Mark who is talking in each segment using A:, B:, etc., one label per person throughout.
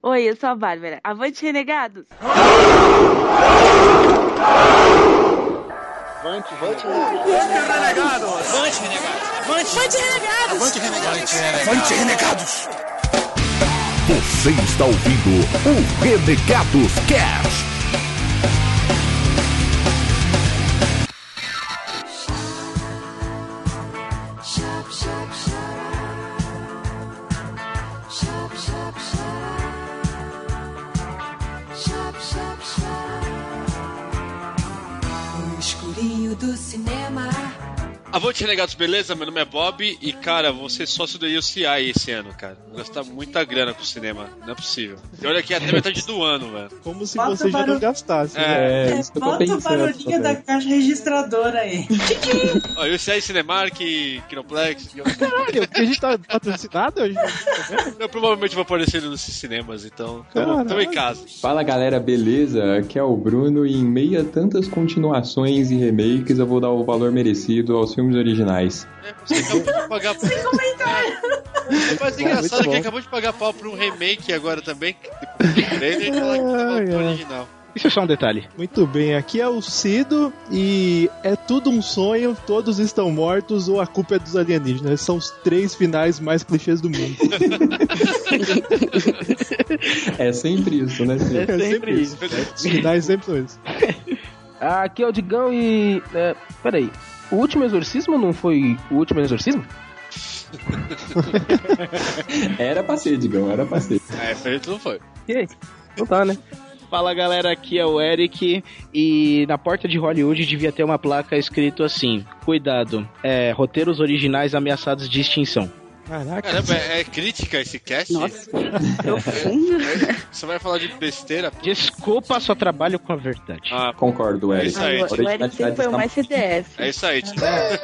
A: Oi, eu sou a Bárbara. Avante, renegados!
B: Avante,
C: Avante,
B: renegados!
C: Avante, renegados!
D: Avante, renegados!
C: Avante, renegados!
E: Avante, renegados! Você está ouvindo o Renegados Cast.
D: O Um escurinho do cinema.
F: Avante Renegados, beleza? Meu nome é Bob e, cara, vou ser sócio do UCI esse ano, cara. Vou gastar muita grana com o cinema, não é possível. E olha aqui até metade do ano, velho.
G: Como se
H: Bota
G: você
H: o
G: já não
H: barulho.
G: gastasse.
F: É.
G: né? É, isso que eu tô tá
H: Bota o
G: pensando
H: barulhinho da
G: também.
H: caixa registradora aí.
F: Ó, UCI Cinemark, Kinoplex.
G: Caralho, a gente tá patrocinado hoje?
F: Eu provavelmente vou aparecer nos cinemas, então.
G: Caralho.
F: Tô em casa.
I: Fala galera, beleza? Aqui é o Bruno e em meio a tantas continuações e remakes eu vou dar o valor merecido aos filmes originais.
F: É, você acabou de pagar pau. Mas é engraçado que acabou de pagar pau pra um remake agora também. Depois do trailer, e falar que tá
G: Ai,
F: no
G: ai.
F: original.
C: Isso é só um detalhe.
G: né? Muito bem, aqui é o Cido e é tudo um sonho, todos estão mortos ou a culpa é dos alienígenas. São os três finais mais clichês do mundo.
I: É sempre isso, né? Cid?
G: É sempre isso. Os finais sempre são isso.
C: Aqui é o Digão e. É, peraí. O último exorcismo não foi o último exorcismo?
I: Era pra ser, digão, era pra ser.
F: É, foi, não foi.
C: E aí? Não tá, né? Fala galera, aqui é o Eric e na porta de Hollywood devia ter uma placa escrito assim: Cuidado, é, roteiros originais ameaçados de extinção.
G: Caraca.
F: Caramba, é é crítica esse cast? É,
A: Nossa,
F: Você vai falar de besteira?
C: Desculpa, só trabalho com a verdade.
F: Ah,
I: Concordo,
F: É
I: Eric.
F: isso aí.
A: o Eric sempre foi o
C: tá
A: mais CDF.
F: É isso aí, Tito. É.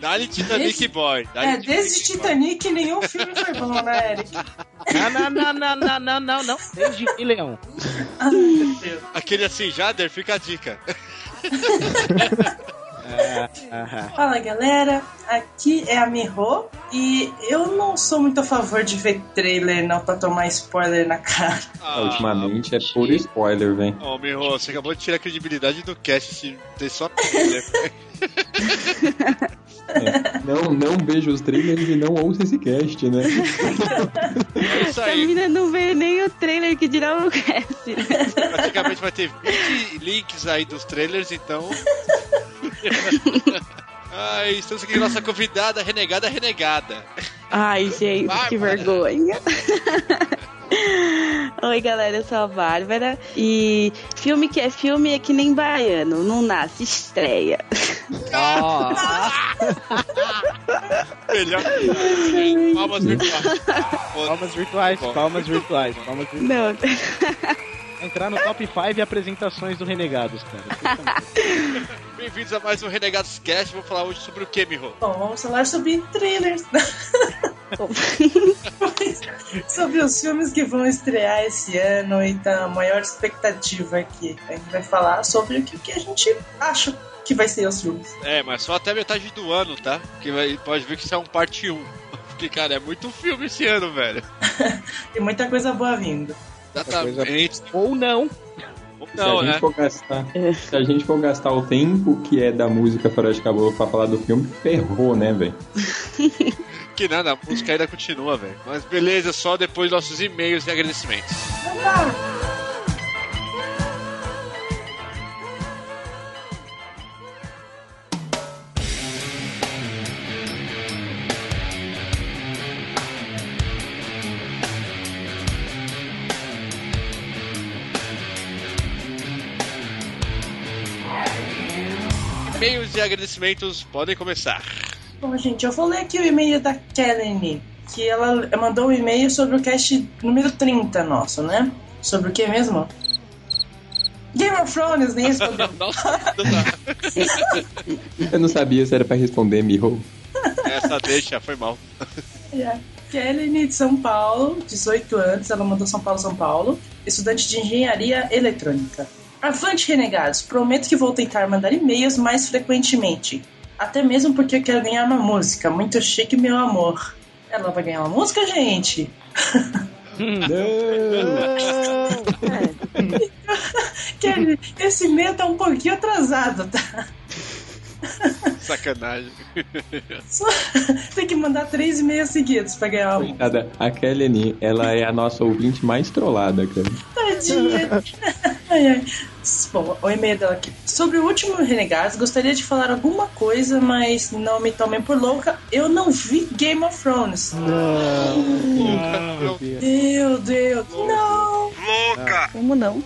F: Dá-lhe Titanic
H: Esse-
F: Boy. Dá-lhe
H: É, desde Titanic nenhum filme foi bom, né, Eric?
C: Não, não, não, não, não, não, não. Desde Rei Leão.
H: Ah, meu Deus.
F: Aquele assim, Jader, fica a dica. É,
H: Fala galera, aqui é a Miho e eu não sou muito a favor de ver trailer não pra tomar spoiler na cara.
F: Ah,
I: Ultimamente é puro spoiler, velho.
F: Ô, Miho, você acabou de tirar a credibilidade do cast se ter só né? pilha.
I: Não, não veja os trailers e não ouça esse cast, né?
F: É isso
A: A
F: aí.
A: mina não vê nem o trailer que dirá o cast.
F: Praticamente vai ter 20 links aí dos trailers, então. Ai, estamos aqui com a nossa convidada, renegada, renegada.
A: Ai, gente,
F: Bárbara.
A: que vergonha. Oi, galera, eu sou a Bárbara. E filme que é filme é que nem baiano, não nasce, estreia.
F: Melhor. Palmas virtuais.
C: Palmas virtuais,
F: Bom.
C: palmas virtuais, palmas virtuais.
A: Não,
C: Entrar no top 5 apresentações do Renegados, cara.
F: Bem-vindos a mais um Renegados Cast. Vou falar hoje sobre o que, Miho?
H: Bom, vamos falar sobre trailers. sobre os filmes que vão estrear esse ano e da maior expectativa aqui. A gente vai falar sobre o que que a gente acha que vai ser os filmes.
F: É, mas só até metade do ano, tá? Porque vai- pode ver que isso é um parte 1. Porque, cara, é muito filme esse ano, velho.
H: Tem muita coisa boa vindo.
F: Exatamente.
C: Ou não.
I: se,
F: Não,
I: a gente
F: né?
I: for gastar, se a gente for gastar o tempo que é da música Fora de Caboclo pra falar do filme, ferrou, né, velho?
F: Que nada, a música ainda continua, velho. Mas beleza, só depois dos nossos e-mails e agradecimentos. E-mails e agradecimentos podem começar.
H: Bom, gente, eu vou ler aqui o e-mail da Kelly, que ela mandou um e-mail sobre o cast número 30 nosso, né? Sobre o que mesmo? Game of Thrones, nem respondeu.
F: Nossa, tá.
I: Eu não sabia se era pra responder, Miho. Essa
F: essa deixa, foi mal.
H: É, Kelly de São Paulo, 18 anos, ela mandou São Paulo, São Paulo, estudante de engenharia eletrônica. Avante, renegados, prometo que vou tentar mandar e-mails mais frequentemente. Até mesmo porque eu quero ganhar uma música, muito chique, meu amor. Ela vai ganhar uma música, gente? Kelly, esse meia tá um pouquinho atrasado, tá?
F: Sacanagem.
H: Só- Tem que mandar três e meia seguidos pra ganhar uma
I: Coitada, a Kelly, ela é a nossa ouvinte mais trollada, cara.
H: Tadinha. Ai, ai. Bom, o e-mail dela aqui. Sobre o último Renegados, gostaria de falar alguma coisa, mas não me tomem por louca. Eu não vi Game of Thrones.
G: Meu Deus.
H: Meu Deus, não!
A: Como não?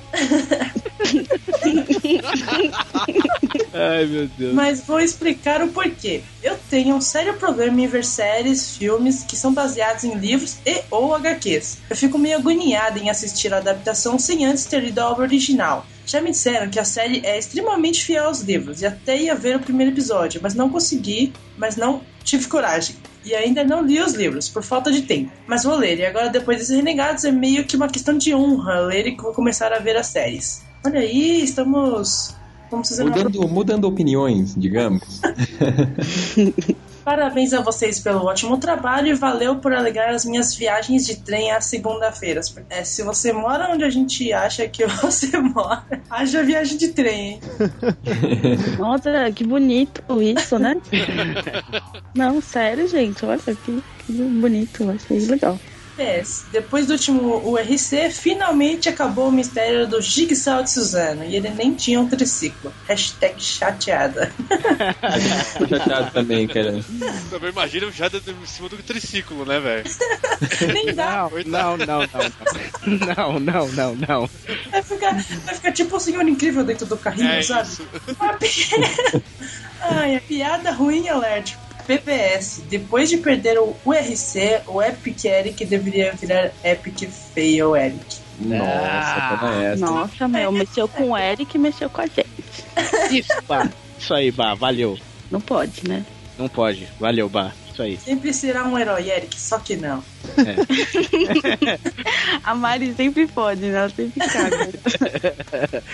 C: Ai, meu Deus.
H: Mas vou explicar o porquê. Eu tenho um sério problema em ver séries, filmes que são baseados em livros e ou HQs. Eu fico meio agoniada em assistir a adaptação sem antes ter lido a obra original. Já me disseram que a série é extremamente fiel aos livros e até ia ver o primeiro episódio, mas não consegui, mas não tive coragem. E ainda não li os livros, por falta de tempo. Mas vou ler, e agora depois desses renegados é meio que uma questão de honra ler e vou começar a ver as séries. Olha aí, estamos. Vamos fazer uma
I: Mudando, mudando opiniões, digamos.
H: Parabéns a vocês pelo ótimo trabalho e valeu por alegar as minhas viagens de trem às segundas-feiras. É, se você mora onde a gente acha que você mora, haja viagem de trem, hein?
A: Nossa, que bonito isso, né? Não, sério, gente. Olha que, que bonito. Achei legal.
H: PS, É, depois do último URC, finalmente acabou o mistério do Jigsaw de Suzano e ele nem tinha um triciclo. Hashtag chateada.
I: Tô chateado também, cara.
F: Também imagina já de- em cima do triciclo, né, velho?
H: nem dá.
C: Não, não, não, não. Não, não, não, não.
H: Vai ficar, vai ficar tipo o Senhor Incrível dentro do carrinho,
F: É
H: sabe?
F: isso.
H: Uma pi- Ai, a piada ruim alérgico. PPS, depois de perder o URC, o Epic Eric deveria virar Epic Fail Eric.
I: Nossa, como é essa?
A: Nossa, meu. Mexeu com o Eric e mexeu com a gente.
C: Isso, Bah. Isso aí, Bah. Valeu.
A: Não pode, né?
C: Não pode. Valeu, Bah. Isso aí.
H: Sempre será um herói, Eric, só que não.
A: É. A Mari sempre pode, né? Ela sempre caga.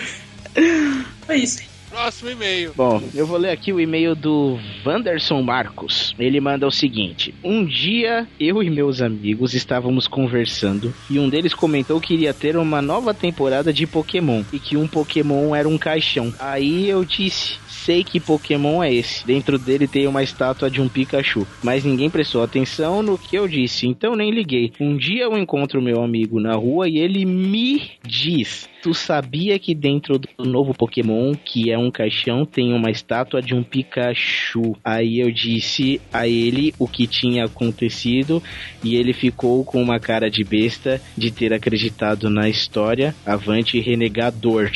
H: Foi isso.
F: Próximo e-mail.
C: Bom, eu vou ler aqui o e-mail do Vanderson Marcos. Ele manda o seguinte: Um dia eu e meus amigos estávamos conversando e um deles comentou que iria ter uma nova temporada de Pokémon e que um Pokémon era um caixão. Aí eu disse: Sei que Pokémon é esse. Dentro dele tem uma estátua de um Pikachu. Mas ninguém prestou atenção no que eu disse, então nem liguei. Um dia eu encontro meu amigo na rua e ele me diz: Tu sabia que dentro do um novo Pokémon, que é um caixão, tem uma estátua de um Pikachu? Aí eu disse a ele o que tinha acontecido e ele ficou com uma cara de besta de ter acreditado na história. Avante renegador.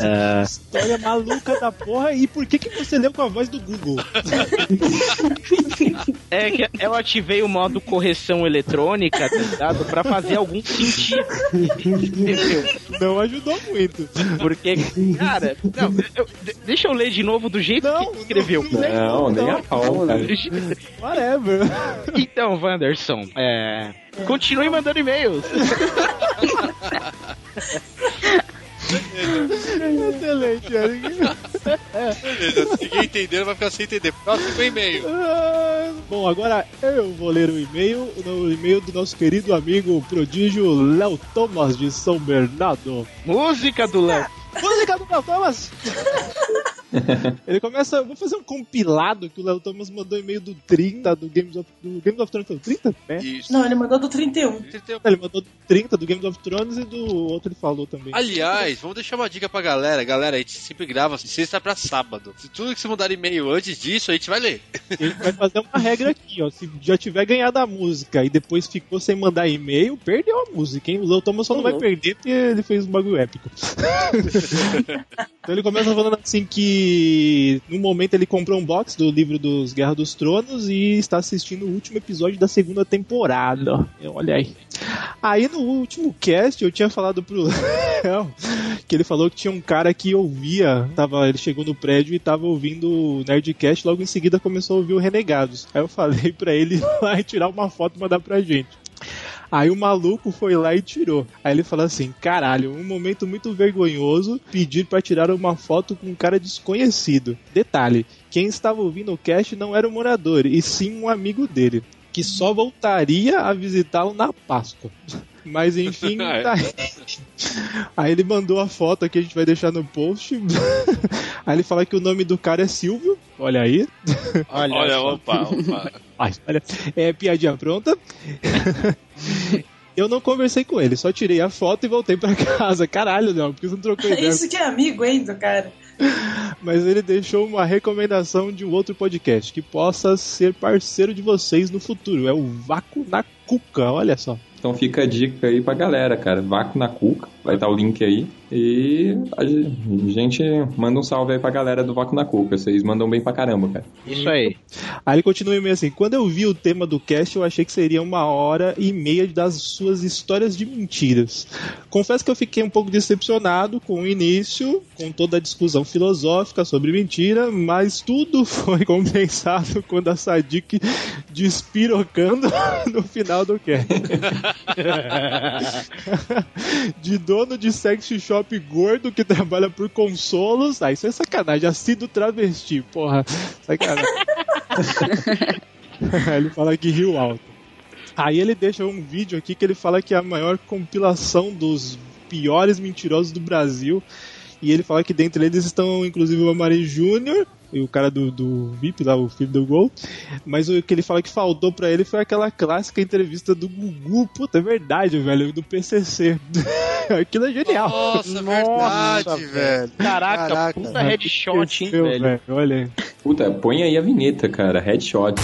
C: Ah,
G: Nossa, que história maluca da porra. E por que, que você leu com a voz do Google?
C: É que eu ativei o modo correção eletrônica, tá ligado? Pra fazer algum sentido. Entendeu?
G: Não ajudou muito.
C: Porque, cara, não, eu- de- deixa eu ler de novo do jeito
G: Não,
C: que escreveu.
I: Não,
G: não,
I: nem a pau, cara.
G: Whatever.
C: Então, Wanderson, é. Continue mandando e-mails.
G: Excelente, Eric.
F: Beleza, se ninguém entender, vai ficar sem entender. Próximo e-mail.
G: Ah, Bom, agora eu vou ler o e-mail, o e-mail do nosso querido amigo prodígio Léo Thomas de São Bernardo.
C: Música do Léo.
G: Música do Léo Thomas! Ele começa. Vou fazer um compilado que o Léo Thomas mandou e-mail do 30, do Games of, do Games of Thrones. Foi o 30? É.
F: Isso.
H: Não, ele mandou do 31.
G: Ele mandou do 30 do Games of Thrones e do outro ele falou também.
F: Aliás, vamos deixar uma dica pra galera. Galera, a gente sempre grava de sexta pra sábado. Se tudo que você mandar e-mail antes disso, a gente vai ler.
G: A gente vai fazer uma regra aqui, ó. Se já tiver ganhado a música e depois ficou sem mandar e-mail, perdeu a música, hein? O Léo Thomas só não vai perder porque ele fez um bagulho épico. então ele começa falando assim que no momento ele comprou um box do livro dos Guerra dos Tronos e está assistindo o último episódio da segunda temporada. ó. Olha aí. Aí no último cast eu tinha falado pro Léo que ele falou que tinha um cara que ouvia, tava, ele chegou no prédio e tava ouvindo o Nerdcast, logo em seguida começou a ouvir o Renegados. Aí eu falei pra ele ir lá e tirar uma foto e mandar pra gente. Aí o maluco foi lá e tirou. Aí ele falou assim: caralho, um momento muito vergonhoso pedir pra tirar uma foto com um cara desconhecido. Detalhe: quem estava ouvindo o cast não era o morador, e sim um amigo dele, que só voltaria a visitá-lo na Páscoa. Mas enfim, tá aí. Aí ele mandou a foto aqui, a gente vai deixar no post. Aí ele fala que o nome do cara é Silvio. Olha aí.
F: Olha, opa, opa.
G: Ai, olha, é piadinha pronta. Eu não conversei com ele, só tirei a foto e voltei pra casa. Caralho, Léo, por que você não trocou ideia?
H: Isso que é amigo, hein, do cara.
G: Mas ele deixou uma recomendação de um outro podcast que possa ser parceiro de vocês no futuro. É o Vácuo na Cuca, olha só.
I: Então fica a dica aí pra galera, cara. Vácuo na Cuca, vai estar o link aí. E a gente manda um salve aí pra galera do Vácuo na Cuca. Vocês mandam bem pra caramba, cara.
C: Isso aí.
G: Aí ele continua meio assim: quando eu vi o tema do cast, eu achei que seria uma hora e meia das suas histórias de mentiras. Confesso que eu fiquei um pouco decepcionado com o início, com toda a discussão filosófica sobre mentira, mas tudo foi compensado quando a Sadik despirocando no final do cast. de dono de sex shop gordo que trabalha por consolos. Ah, isso é sacanagem. Assíduo travesti, porra. Sacanagem. ele fala que riu alto. Aí ele deixa um vídeo aqui que ele fala que é a maior compilação dos piores mentirosos do Brasil. E ele fala que dentre eles estão, inclusive, o Amari Júnior, e o cara do, do VIP lá, o filho do Gol. Mas o que ele fala que faltou pra ele foi aquela clássica entrevista do Gugu. Puta, é verdade, velho, do PCC. Aquilo é genial.
J: Nossa, verdade, velho.
C: Caraca,
J: Caraca.
C: puta headshot, hein,
G: Meu,
C: velho.
G: Olha aí.
I: Puta, põe aí a vinheta, cara. Headshot.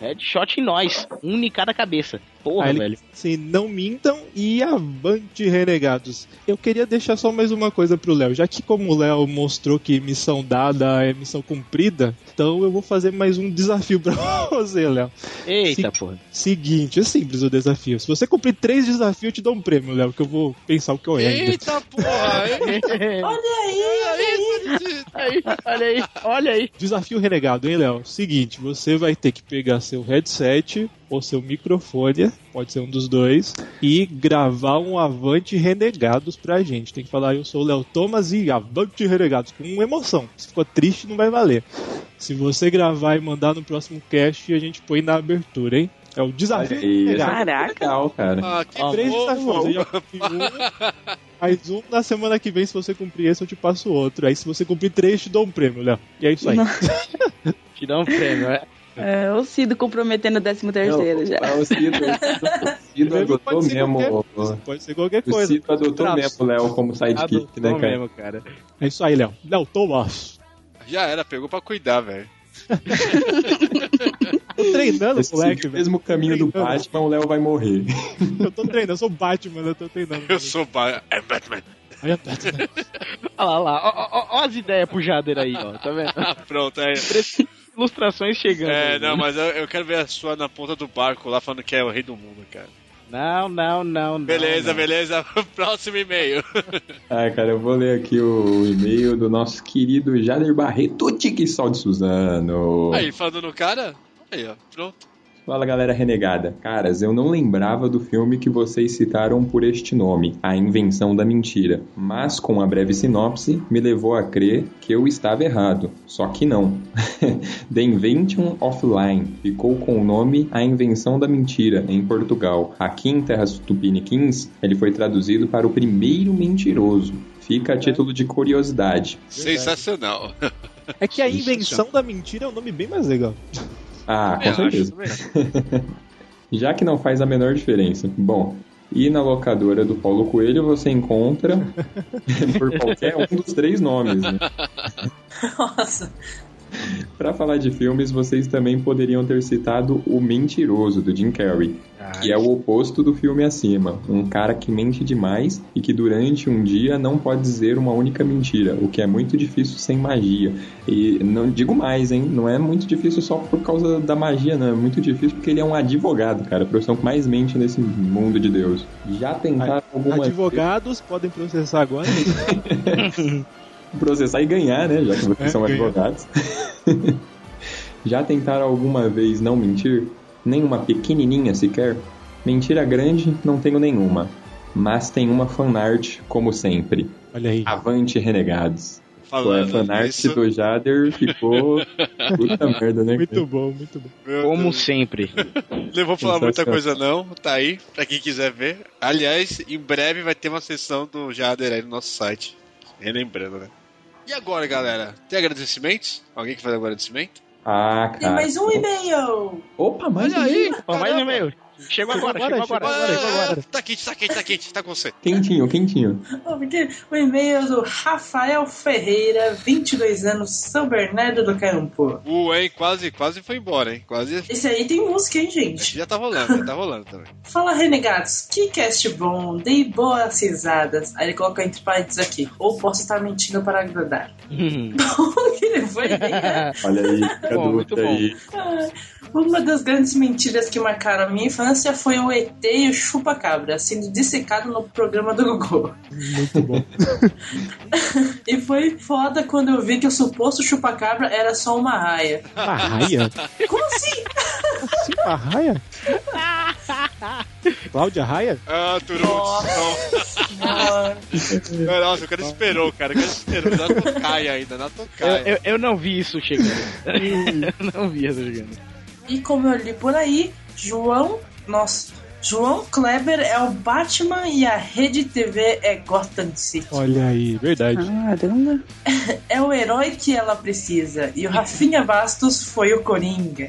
C: Headshot em nós. Um em cada cabeça. Porra,
G: Aí ele-
C: velho.
G: Assim, não mintam e avante, renegados. Eu queria deixar só mais uma coisa pro Léo. Já que como o Léo mostrou que missão dada é missão cumprida, então eu vou fazer mais um desafio pra você, Léo.
C: Eita, porra.
G: Seguinte, é simples o desafio. Se você cumprir três desafios, eu te dou um prêmio, Léo, que eu vou pensar o que eu é erro.
J: Eita porra, hein?
H: Olha aí,
J: Olha isso,
C: Aí, olha aí, olha aí.
G: Desafio renegado, hein, Léo? Seguinte, você vai ter que pegar seu headset ou seu microfone, pode ser um dos dois, e gravar um Avante Renegados pra gente. Tem que falar, eu sou o Léo Thomas e Avante Renegados, com emoção. Se ficou triste, não vai valer. Se você gravar e mandar no próximo cast, a gente põe na abertura, hein? É o desafio
I: Olha aí, é
G: renegado.
A: Caraca.
I: Legal, cara.
F: Ah, que
G: Três desafios. Eu
F: fofo.
G: já cumpri um, mais um na semana que vem. Se você cumprir esse, eu te passo outro. Aí, se você cumprir três, eu te dou um prêmio, Léo. E é isso aí.
C: Te dá um prêmio, é.
A: É, eu Cido comprometendo o 13 terceiro já.
I: Ah, O Cido, o Cido
G: Prêmio
I: né? adotou
G: pode ser
I: mesmo.
G: qualquer
I: o-
G: Pode ser qualquer
I: O
G: coisa.
I: Cido adotou
G: Traço.
I: mesmo o Léo como
A: Ah,
I: sidekick, né,
C: Adotou
I: cara?
C: mesmo, cara.
G: É isso aí, Léo. Léo, Thomas.
F: Já era, pegou pra cuidar, velho.
G: Tô treinando,
I: Esse
G: moleque, velho.
I: mesmo caminho do Batman, o Léo vai morrer.
G: Eu tô treinando. Eu sou Batman, eu tô treinando.
F: Eu sou ba... é Batman.
G: Olha, tá Batman.
C: Olha lá, lá. Ó, ó, ó, ó as ideias pro Jader aí, ó. Tá vendo?
F: Ah, pronto, aí.
C: Ilustrações chegando.
F: É,
C: aí,
F: não,
C: né?
F: mas eu, eu quero ver a sua na ponta do barco lá falando que é o rei do mundo, cara.
C: Não, não, não, não.
F: Beleza,
C: Ah, não.
F: beleza. Próximo e-mail.
I: Ah, cara, eu vou ler aqui o e-mail do nosso querido Jader Barreto Tiquissol de Suzano.
F: Aí, falando no cara. Aí, ó. Pronto.
I: Fala galera renegada. Caras, eu não lembrava do filme que vocês citaram por este nome, A Invenção da Mentira, mas com a breve sinopse me levou a crer que eu estava errado. Só que não. The Invention Offline ficou com o nome A Invenção da Mentira em Portugal. Aqui em Terras Tupiniquins, ele foi traduzido para o primeiro mentiroso. Fica a título de curiosidade.
F: Sensacional.
G: É que a invenção da mentira é um nome bem mais legal.
I: Ah, com
F: É, Eu acho
I: certeza.
F: também.
I: já que não faz a menor diferença. Bom, e na locadora do Paulo Coelho você encontra por qualquer um dos três nomes. Né?
H: nossa.
I: Para falar de filmes, vocês também poderiam ter citado O Mentiroso do Jim Carrey, que é o oposto do filme acima, um cara que mente demais e que durante um dia não pode dizer uma única mentira, o que é muito difícil sem magia. E não digo mais, hein? Não é muito difícil só por causa da magia, não. É muito difícil porque ele é um advogado, cara. A profissão que mais mente nesse mundo de Deus. Já tentaram alguma
G: Advogados podem processar agora.
I: processar e ganhar, né? Já que vocês
G: É,
I: são
G: ganhar.
I: advogados. Já tentaram alguma vez não mentir? Nenhuma pequenininha sequer? Mentira grande, não tenho nenhuma. Mas tem uma fanart, como sempre.
G: Olha aí.
I: Avante, renegados. Pô, a
F: falando.
I: fanart
F: isso-
I: do Jader ficou puta merda, né?
G: Muito bom, muito bom.
F: Meu
C: Como
F: Deus.
C: sempre.
F: Não vou falar muita
I: Sensacional.
F: coisa não, tá aí, pra quem quiser ver. Aliás, em breve vai ter uma sessão do Jader aí no nosso site. Relembrando, né? E agora, galera? Tem agradecimentos? Alguém que faz agradecimento?
I: Ah,
H: Tem
I: cara.
H: mais um e-mail.
I: Opa, mais
F: Olha
I: um.
F: aí!
C: Ó, mais
F: caramba.
C: no meio. Chegou agora,
G: Chegou
C: chegou
G: agora,
C: agora.
G: chegou agora.
F: Tá quente, tá quente, tá quente, tá com você.
I: Quentinho, quentinho.
H: Oh, porque O e-mail é do Rafael Ferreira, 22 anos, São Bernardo do Campo.
F: Uh, hein? Quase, quase foi embora, hein? Quase.
H: Esse aí tem música, hein, gente?
F: Esse já tá rolando, já tá rolando também.
H: Fala, renegados. Que cast bom. Dei boas risadas. Aí ele coloca entre parênteses aqui. Ou posso estar mentindo para agradar.
C: Hum.
H: que ele foi bem, né?
I: Olha aí, fica
C: Bom,
I: a
C: muito
I: dúvida
C: bom.
I: aí.
H: Ah, Uma das grandes mentiras que marcaram a minha infância foi o ET e o chupa-cabra, sendo dissecado no programa do Gugu.
G: Muito bom.
H: E foi foda quando eu vi que o suposto chupa-cabra era só uma raia.
G: Uma raia?
H: Como assim?
G: Sim, uma raia? Cláudia Raia?
F: Ah, Turutsu,
H: Mano,
F: não. Nossa, o cara esperou, cara. O cara esperou. Na tocaia ainda, na
C: Eu,
F: tocaia.
C: eu, eu não vi isso chegando. eu não vi isso chegando.
H: E como eu li por aí, João. Nossa. João Kleber é o Batman e a Rede TV é Gotham City.
G: Olha aí, verdade.
A: Caramba.
H: É o herói que ela precisa. E o Rafinha Bastos foi o Coringa.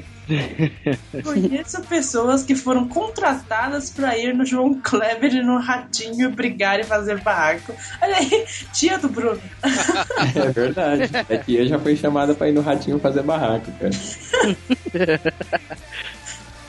H: Conheço pessoas que foram contratadas pra ir no João Kleber e no Ratinho brigar e fazer barraco. Olha aí, tia do Bruno.
I: É verdade. É que eu já fui chamada pra ir no ratinho fazer barraco, cara.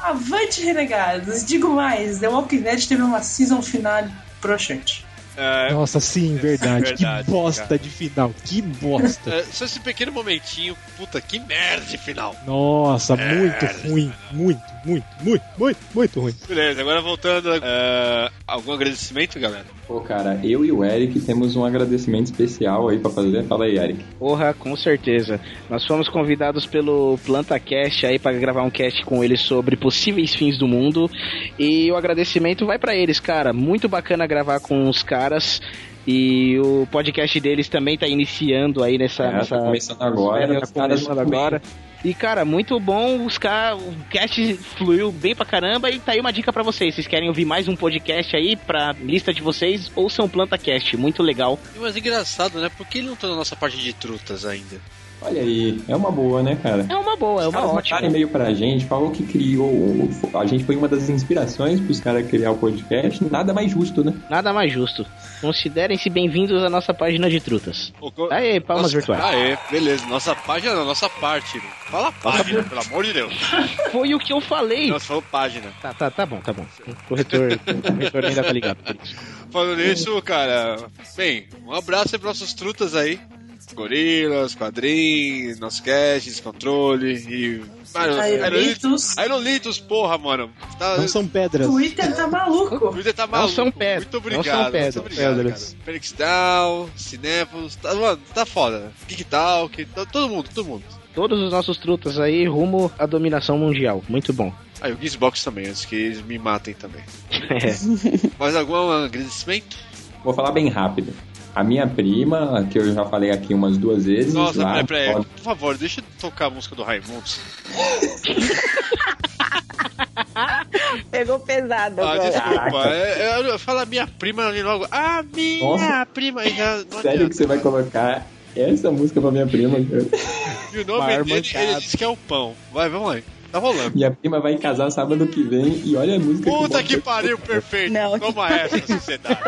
H: Avante, renegados. Digo mais, The Walking Dead teve uma season final broxante.
F: É,
G: Nossa, sim, verdade.
F: Verdade,
G: que bosta
F: cara.
G: de final. Que bosta.
F: é, só esse pequeno momentinho. Puta, que merda de final. É.
G: Nossa, muito ruim. Muito, muito, muito, muito, muito ruim.
F: Beleza, agora voltando. é, algum agradecimento, galera?
I: Pô, cara, eu e o Eric temos um agradecimento especial aí pra fazer. Fala aí, Eric.
C: Porra, com certeza. Nós fomos convidados pelo PlantaCast aí para gravar um cast com eles sobre possíveis fins do mundo. E o agradecimento vai para eles, cara. Muito bacana gravar com os caras. E o podcast deles também tá iniciando aí nessa.
I: É, tá
C: nessa-
I: começando agora,
C: férias,
I: tá
C: tá começando
I: começando
C: agora. E, cara, muito bom buscar. O cast fluiu bem pra caramba. E tá aí uma dica pra vocês. Vocês querem ouvir mais um podcast aí pra lista de vocês? Ouçam o PlantaCast. Muito legal.
F: Mas engraçado, né? Por que ele não tá na nossa parte de trutas ainda?
I: Olha aí, é uma boa, né, cara?
C: É uma boa, é uma
I: Os caras
C: ótima.
I: mandaram e-mail pra gente, falou que criou. o- A gente foi uma das inspirações pros caras criar o podcast. Nada mais justo, né?
C: Nada mais justo. Considerem-se bem-vindos à nossa página de trutas.
F: O co-
C: Aê, palmas
F: Nossa,
C: virtuais.
F: Aê, beleza. Nossa página não, nossa parte. né? Fala página, pelo amor de Deus.
C: Foi o que eu falei.
F: Nossa, falou página.
C: Tá, tá, tá bom, tá bom. O corretor, o corretor ainda tá ligado. por isso.
F: Falando nisso, cara, bem, um abraço aí pros nossos trutas aí. Gorilas, quadrinhos, nosso cast, descontrole e. Mano, aerolitos.
H: Aerolitos,
F: Aerolitos, porra, mano. Tá,
G: Não são pedras.
H: Twitter tá maluco.
F: Twitter tá maluco.
C: são pedras,
F: Muito
C: não
F: obrigado.
C: são pedras,
F: muito obrigado,
G: pedras.
F: cara. Felix Down, Cinépolis, tá, mano, tá foda. Geek Talk, tá- todo mundo, todo mundo.
C: Todos os nossos trutas aí rumo à dominação mundial. Muito bom.
F: Aí o Xbox também, antes que eles me matem também.
C: É.
F: Mais algum agradecimento?
I: Vou falar bem rápido. A minha prima, que eu já falei aqui umas duas vezes.
F: Nossa,
I: lá,
F: peraí, peraí.
I: ó,
F: Por favor, deixa eu tocar a música do Raimundo.
A: Pegou pesado
F: Ah,
A: agora.
F: desculpa. É, é, eu falo a minha prima ali logo. A minha
I: Nossa.
F: prima. aí Já, não
I: Sério
F: adianta.
I: que você vai colocar essa música pra minha prima, cara?
F: E o nome
G: Maior
F: dele, ele
G: mancada.
F: disse que é o pão. Vai, vamos lá. Tá rolando.
I: Minha prima vai casar sábado que vem e olha a música
F: Puta
I: que
F: que pariu, perfeito.
A: Não.
F: Toma essa, sociedade.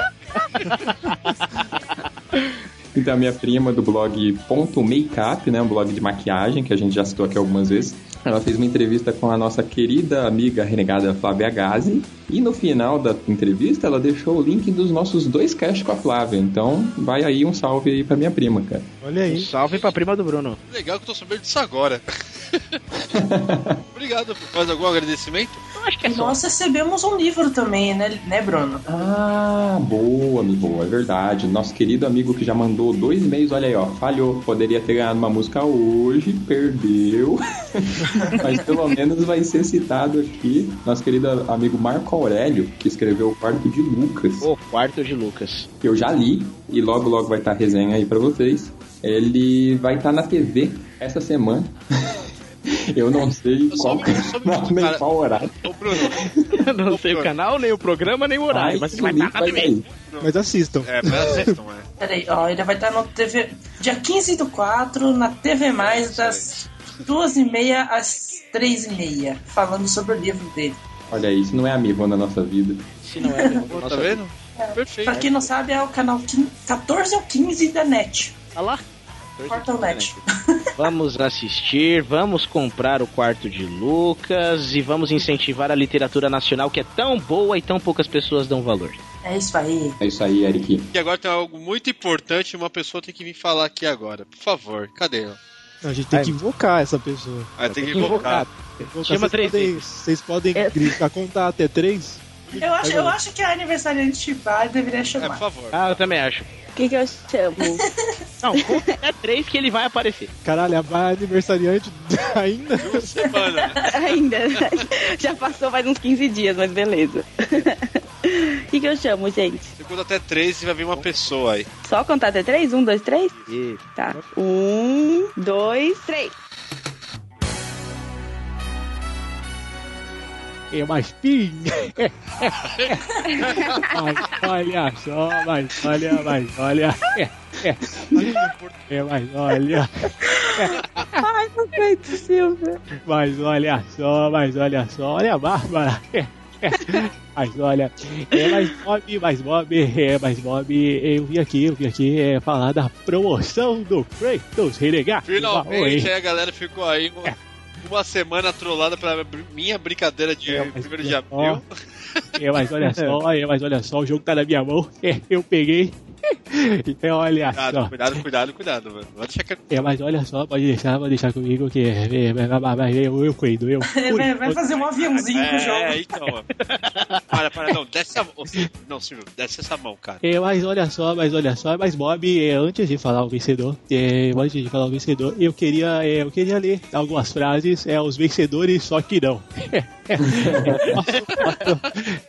I: Então, a minha prima do blog Ponto Makeup, né, um blog de maquiagem que a gente já citou aqui algumas vezes, ela fez uma entrevista com a nossa querida amiga renegada Flávia Gazi e no final da entrevista ela deixou o link dos nossos dois casts com a Flávia. Então, vai aí um salve aí pra minha prima, cara.
G: Olha
C: Um
G: aí.
C: salve pra prima do Bruno.
F: Legal que é eu tô sabendo disso agora. Obrigado. Mais algum agradecimento?
H: Não Nós recebemos um livro também, né, né Bruno?
I: Ah, boa, amigo, é verdade. Nosso querido amigo que já mandou dois e-mails, olha aí, ó, falhou. Poderia ter ganhado uma música hoje, perdeu. Mas pelo menos vai ser citado aqui nosso querido amigo Marco Aurélio, que escreveu o Quarto de Lucas.
C: O Quarto de Lucas.
I: Que eu já li e logo, logo vai estar a resenha aí pra vocês. Ele vai estar na TV essa semana. Eu não sei qual, canal, nem qual horário.
C: Não sei o canal, nem o programa, nem o horário, mas vai estar na TV.
A: Mas assistam.
F: É, mas assistam,
H: Peraí, ó, ele vai estar no TV. Dia 15 do 4, na TV Mais, das 2h30 às 3h30, falando sobre o livro dele.
I: Olha aí, isso não é amigo na nossa vida.
C: Se não é,
F: tá vendo?
H: Perfeito. É. Pra quem não sabe, é o canal 15, 14 ou 15 da net.
C: Tá lá?
H: Corta o net.
C: Vamos assistir, vamos comprar o quarto de Lucas e vamos incentivar a literatura nacional que é tão boa e tão poucas pessoas dão valor.
H: É isso aí.
I: É isso aí, Eric.
F: E agora tem algo muito importante e uma pessoa tem que vir falar aqui agora. Por favor, cadê ela?
A: A gente tem que invocar essa pessoa.
F: Ah, tem que invocar.
A: Invocar.
F: Chama
A: vocês
F: três
A: podem-
F: vezes.
A: Vocês podem
C: É.
A: gritar, contar até três?
H: Eu acho, eu acho que a aniversariante de bar deveria chamar.
C: Ah, eu também acho.
K: O que, que eu chamo?
C: Não, conta até É três que ele vai aparecer.
A: Caralho, a barra aniversariante ainda.
F: né?
K: Ainda. Já passou mais uns 15 dias, mas beleza. O que, que eu chamo, gente?
F: Você conta até três e vai vir uma pessoa aí.
K: Só contar até três? Um, dois, três?
C: Isso.
K: Tá. Um, dois, três.
A: É uma espinha. mas olha só, mas olha, mas olha. É, é, é, mas olha.
K: Ai, meu Deus do céu, velho.
A: Mas olha só, mas olha só, olha a Bárbara. Mas olha, é mais Bob, mais Bob, é mais Bob. Eu vim aqui, eu vim aqui é, falar da promoção do Kratos Renegados.
F: Finalmente aí a galera ficou aí uma, uma semana trollada pra br- minha brincadeira de 1 de abril.
A: É, mas olha só, é, mas olha só, o jogo tá na minha mão. É, eu peguei. É, olha
F: Cuidado,
A: só.
F: cuidado, cuidado, cuidado, mano. Não deixa que...
A: É, mas olha só, pode deixar, pode deixar comigo que é, é, é, é, é, eu, eu cuido, eu cuido.
H: Vai, vai fazer um aviãozinho
F: É,
H: pro jogo.
F: É, então, mano. Para, para, não, desce a mão. Ô, Silvio, Não, Silvio, desce essa mão, cara.
A: É, mas olha só, mas olha só, mas Bob, é, antes de falar o vencedor, é, antes de falar o vencedor, eu queria, é, eu queria ler algumas frases, é, os vencedores só que não.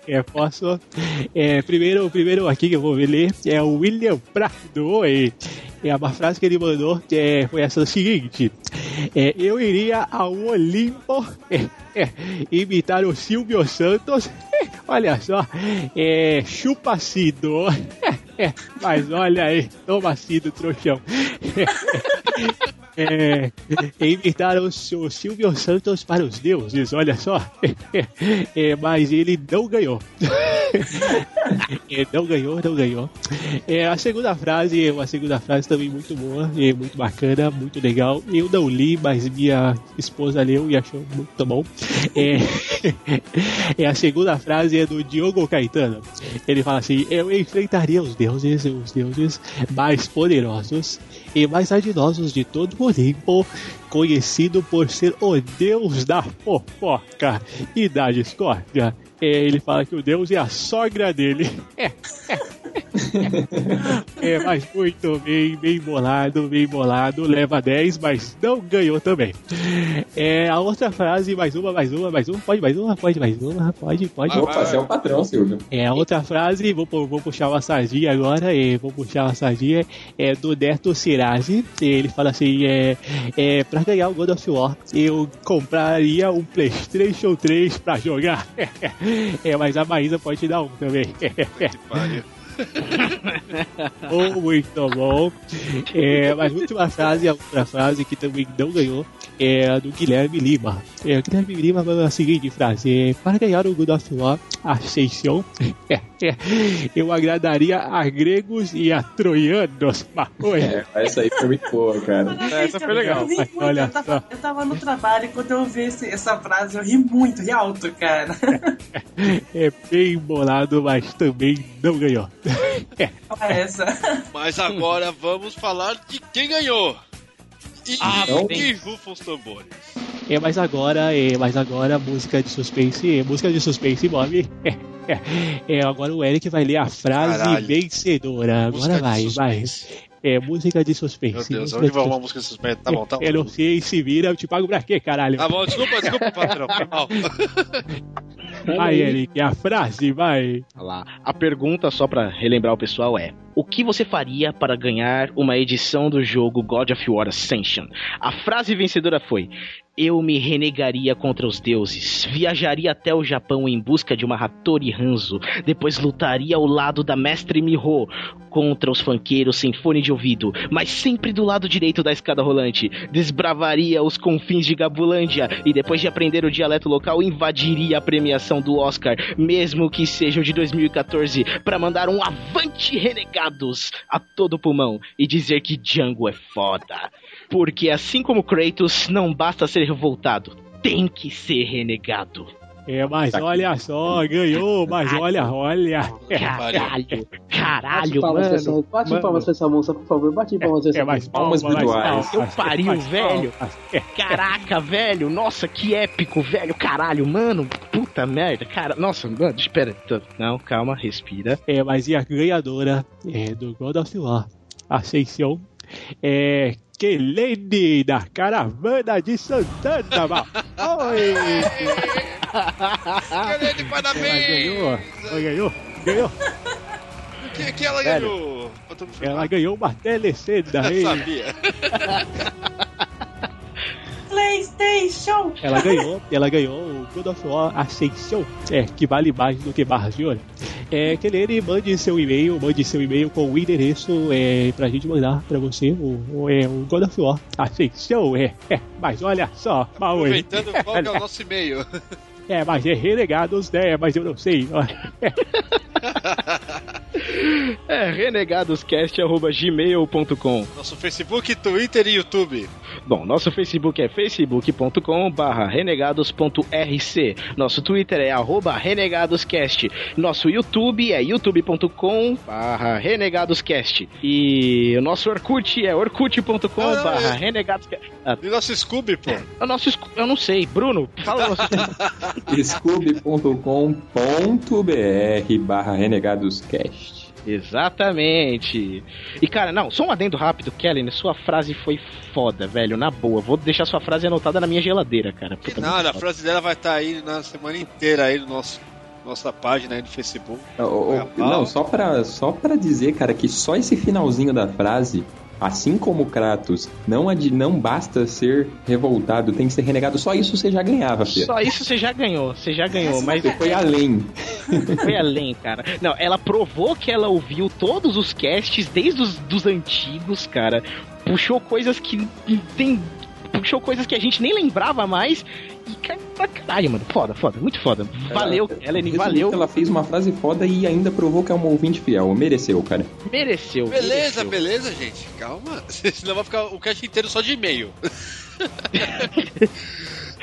A: É, posso. É, primeiro, primeiro aqui que eu vou ler é o William Prado. E é uma frase que ele mandou é, foi essa seguinte: é, Eu iria ao Olimpo é, é, imitar o Silvio Santos. olha só, é, chupa Cido. É, mas olha aí, toma Cido, trouxão. É, invitaram o seu Silvio Santos para os deuses, olha só. É, mas ele não ganhou. É, não ganhou, não ganhou. É, a segunda frase é uma segunda frase também muito boa, é muito bacana, muito legal. Eu não li, mas minha esposa leu e achou muito bom. É, é, a segunda frase é do Diogo Caetano. Ele fala assim: Eu enfrentaria os deuses, os deuses mais poderosos e mais ardilosos de todo o Olimpo, conhecido por ser o deus da fofoca e da discórdia. É, ele fala que o deus é a sogra dele. É, mas muito bem, bem bolado, bem bolado. Leva 10, mas não ganhou também. É, a outra frase, mais uma, mais uma, mais uma. Pode mais uma, pode mais uma, pode, pode.
I: Opa, você é o patrão, Silvio.
A: É, a outra frase, vou, pu- vou puxar uma sardinha agora, é, vou puxar uma sardinha, é do Neto Sirage. Ele fala assim: é, é, pra ganhar o God of War, eu compraria um PlayStation 3 pra jogar. É, mas a Maísa pode te dar um também. Oh, muito bom. É, mas a última frase, a outra frase que também não ganhou, é a do Guilherme Lima. É, o Guilherme Lima mandou a seguinte frase: é, Para ganhar o God of War Ascensão, é, é, eu agradaria a gregos e a troianos. Mas, oi.
I: É, essa aí foi muito boa, cara.
H: Caraca,
A: Essa foi
H: eu
A: legal,
H: ri
A: mas
H: muito,
A: olha
H: eu, tava, eu tava no trabalho e quando eu vi esse- essa frase, eu ri muito, ri alto, cara.
A: É bem bolado, mas também não ganhou.
H: Olha Ah, essa.
F: Mas agora vamos falar de quem ganhou. E,
C: Ah,
F: e
C: então-
F: quem rufa os tambores.
A: É, mas agora, é, mas agora música de suspense, é, música de suspense, Bob. É, agora o Eric vai ler a frase
F: Caralho.
A: vencedora.
F: Música
A: Agora
F: de
A: vai, vai. É, música de suspense.
F: Meu Deus,
A: música
F: onde
A: de
F: vai uma
A: suspense.
F: música de suspense? Tá bom, tá bom.
A: Eu não sei, se vira, eu te pago pra quê, caralho?
F: Tá bom, desculpa, desculpa, patrão. Foi mal.
A: Vai, Eric, a frase, vai.
C: Olha lá. A pergunta, só pra relembrar o pessoal, é: O que você faria para ganhar uma edição do jogo God of War Ascension? A frase vencedora foi: Eu me renegaria contra os deuses, viajaria até o Japão em busca de uma Hattori Hanzo, depois lutaria ao lado da Mestre Miho contra os funkeiros sem fone de ouvido, mas sempre do lado direito da escada rolante, desbravaria os confins de Gabulândia e depois de aprender o dialeto local, invadiria a premiação do Oscar, mesmo que seja o de 2014, para mandar um avante renegados a todo pulmão e dizer que Django é foda. Porque assim como Kratos, não basta ser revoltado, tem que ser renegado.
A: É, mas
C: Tá
A: olha só, ganhou, mas olha, olha.
C: Caralho, caralho,
L: Bate palmas,
C: mano.
L: pessoal. Bate
A: Mano.
L: palmas pra essa moça, por favor. Bate palmas pra essa
A: É mais
L: moça.
A: palmas,
I: Palmas
A: mais
I: virtuais.
A: palmas.
L: É,
C: Eu pariu,
A: Mais
C: velho.
A: palmas.
C: Caraca, velho, nossa, que épico, velho, caralho, mano, puta merda, cara, nossa, mano, espera, tô- não, calma, respira.
A: É, mas e a ganhadora é, do God of War, Ascensão, é Kelene da Caravana de Santana. Mal. Oi!
F: Kelene,
A: Ela
F: parabéns!
A: ganhou, ela ganhou, ganhou.
F: O que, que ela
A: Velho.
F: ganhou? Eu tô me
A: Ela ganhou uma telecena,
F: Eu
A: hein?
F: sabia.
H: PlayStation!
A: Ela ganhou, ela ganhou o God of War Ascension, é, que vale mais do que barras de ouro. É, Kelene, mande seu e-mail, mande seu e-mail com o endereço é, pra gente mandar pra você o, o, é, o God of War Ascension, é, é, mas olha só, Maui.
F: Aproveitando qual que é o nosso e-mail.
A: É, mas é renegados, né? Mas eu não sei.
C: É, renegadoscast.gmail.com
F: Nosso Facebook, Twitter e YouTube.
C: Bom, nosso Facebook é facebook.com renegados.rc Nosso Twitter é arroba renegadoscast Nosso YouTube é youtube.com renegadoscast E o nosso Orkut é orkut.com
F: Não, não, eu-
C: renegadoscast Ah.
F: E nosso Scooby, pô.
C: É o nosso... escu- Eu não sei, Bruno, fala o nosso...
I: scoob.com.br barra renegadoscast.
C: Exatamente. E cara, não, só um adendo rápido, Kellen, sua frase foi foda, velho, na boa. Vou deixar sua frase anotada na minha geladeira, cara.
F: Que
C: Puta,
F: nada, a
C: muito foda.
F: frase dela vai estar aí na semana inteira aí no nosso, nossa página aí do Facebook.
I: Ô, ô, ô, Não, só pra, só pra dizer, cara, que só esse finalzinho da frase, assim como Kratos, não, ad, não basta ser revoltado, tem que ser renegado. Só isso você já ganhava, filho.
C: Só isso você já ganhou, você já ganhou, mas
I: Você foi além.
C: foi além, cara. Não, ela provou que ela ouviu todos os casts, desde os dos antigos, cara. Puxou coisas que tem. Puxou coisas que a gente nem lembrava mais. E cara, pra caralho, mano. Foda, foda, muito foda. Valeu, Kellen,
I: Resumindo,
C: valeu.
I: Ela fez uma frase foda e ainda provou que é uma ouvinte fiel. Mereceu, cara.
C: Mereceu.
F: Beleza,
C: mereceu.
F: beleza, gente. Calma. Senão vai ficar o cast inteiro só de e-mail.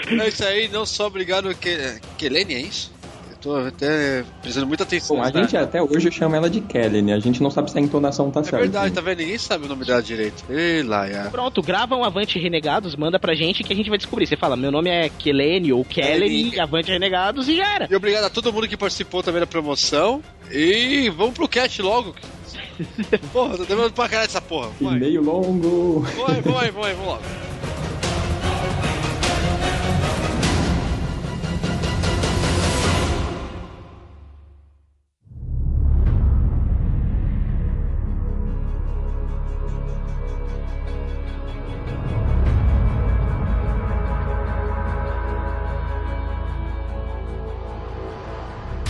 F: é isso aí, não só obrigado, Ke- Kelene, é isso? Eu tô até prestando muita atenção.
I: Bom, a
F: tá?
I: gente até hoje chama ela de Kelly, né? A gente não sabe se a entonação tá
F: É
I: certa.
F: verdade, tá vendo? Ninguém sabe o nome dela direito. é Ei, Laia.
C: Pronto, grava um Avante Renegados, manda pra gente que a gente vai descobrir. Você fala, meu nome é Kelene ou Kelly,
F: Kelene.
C: Avante Renegados e já era.
F: E obrigado a todo mundo que participou também da promoção. E vamos pro cast logo. Porra, tô demorando pra caralho essa porra.
I: E
F: Vai,
I: meio longo.
F: vai, vai, vai, vamos logo.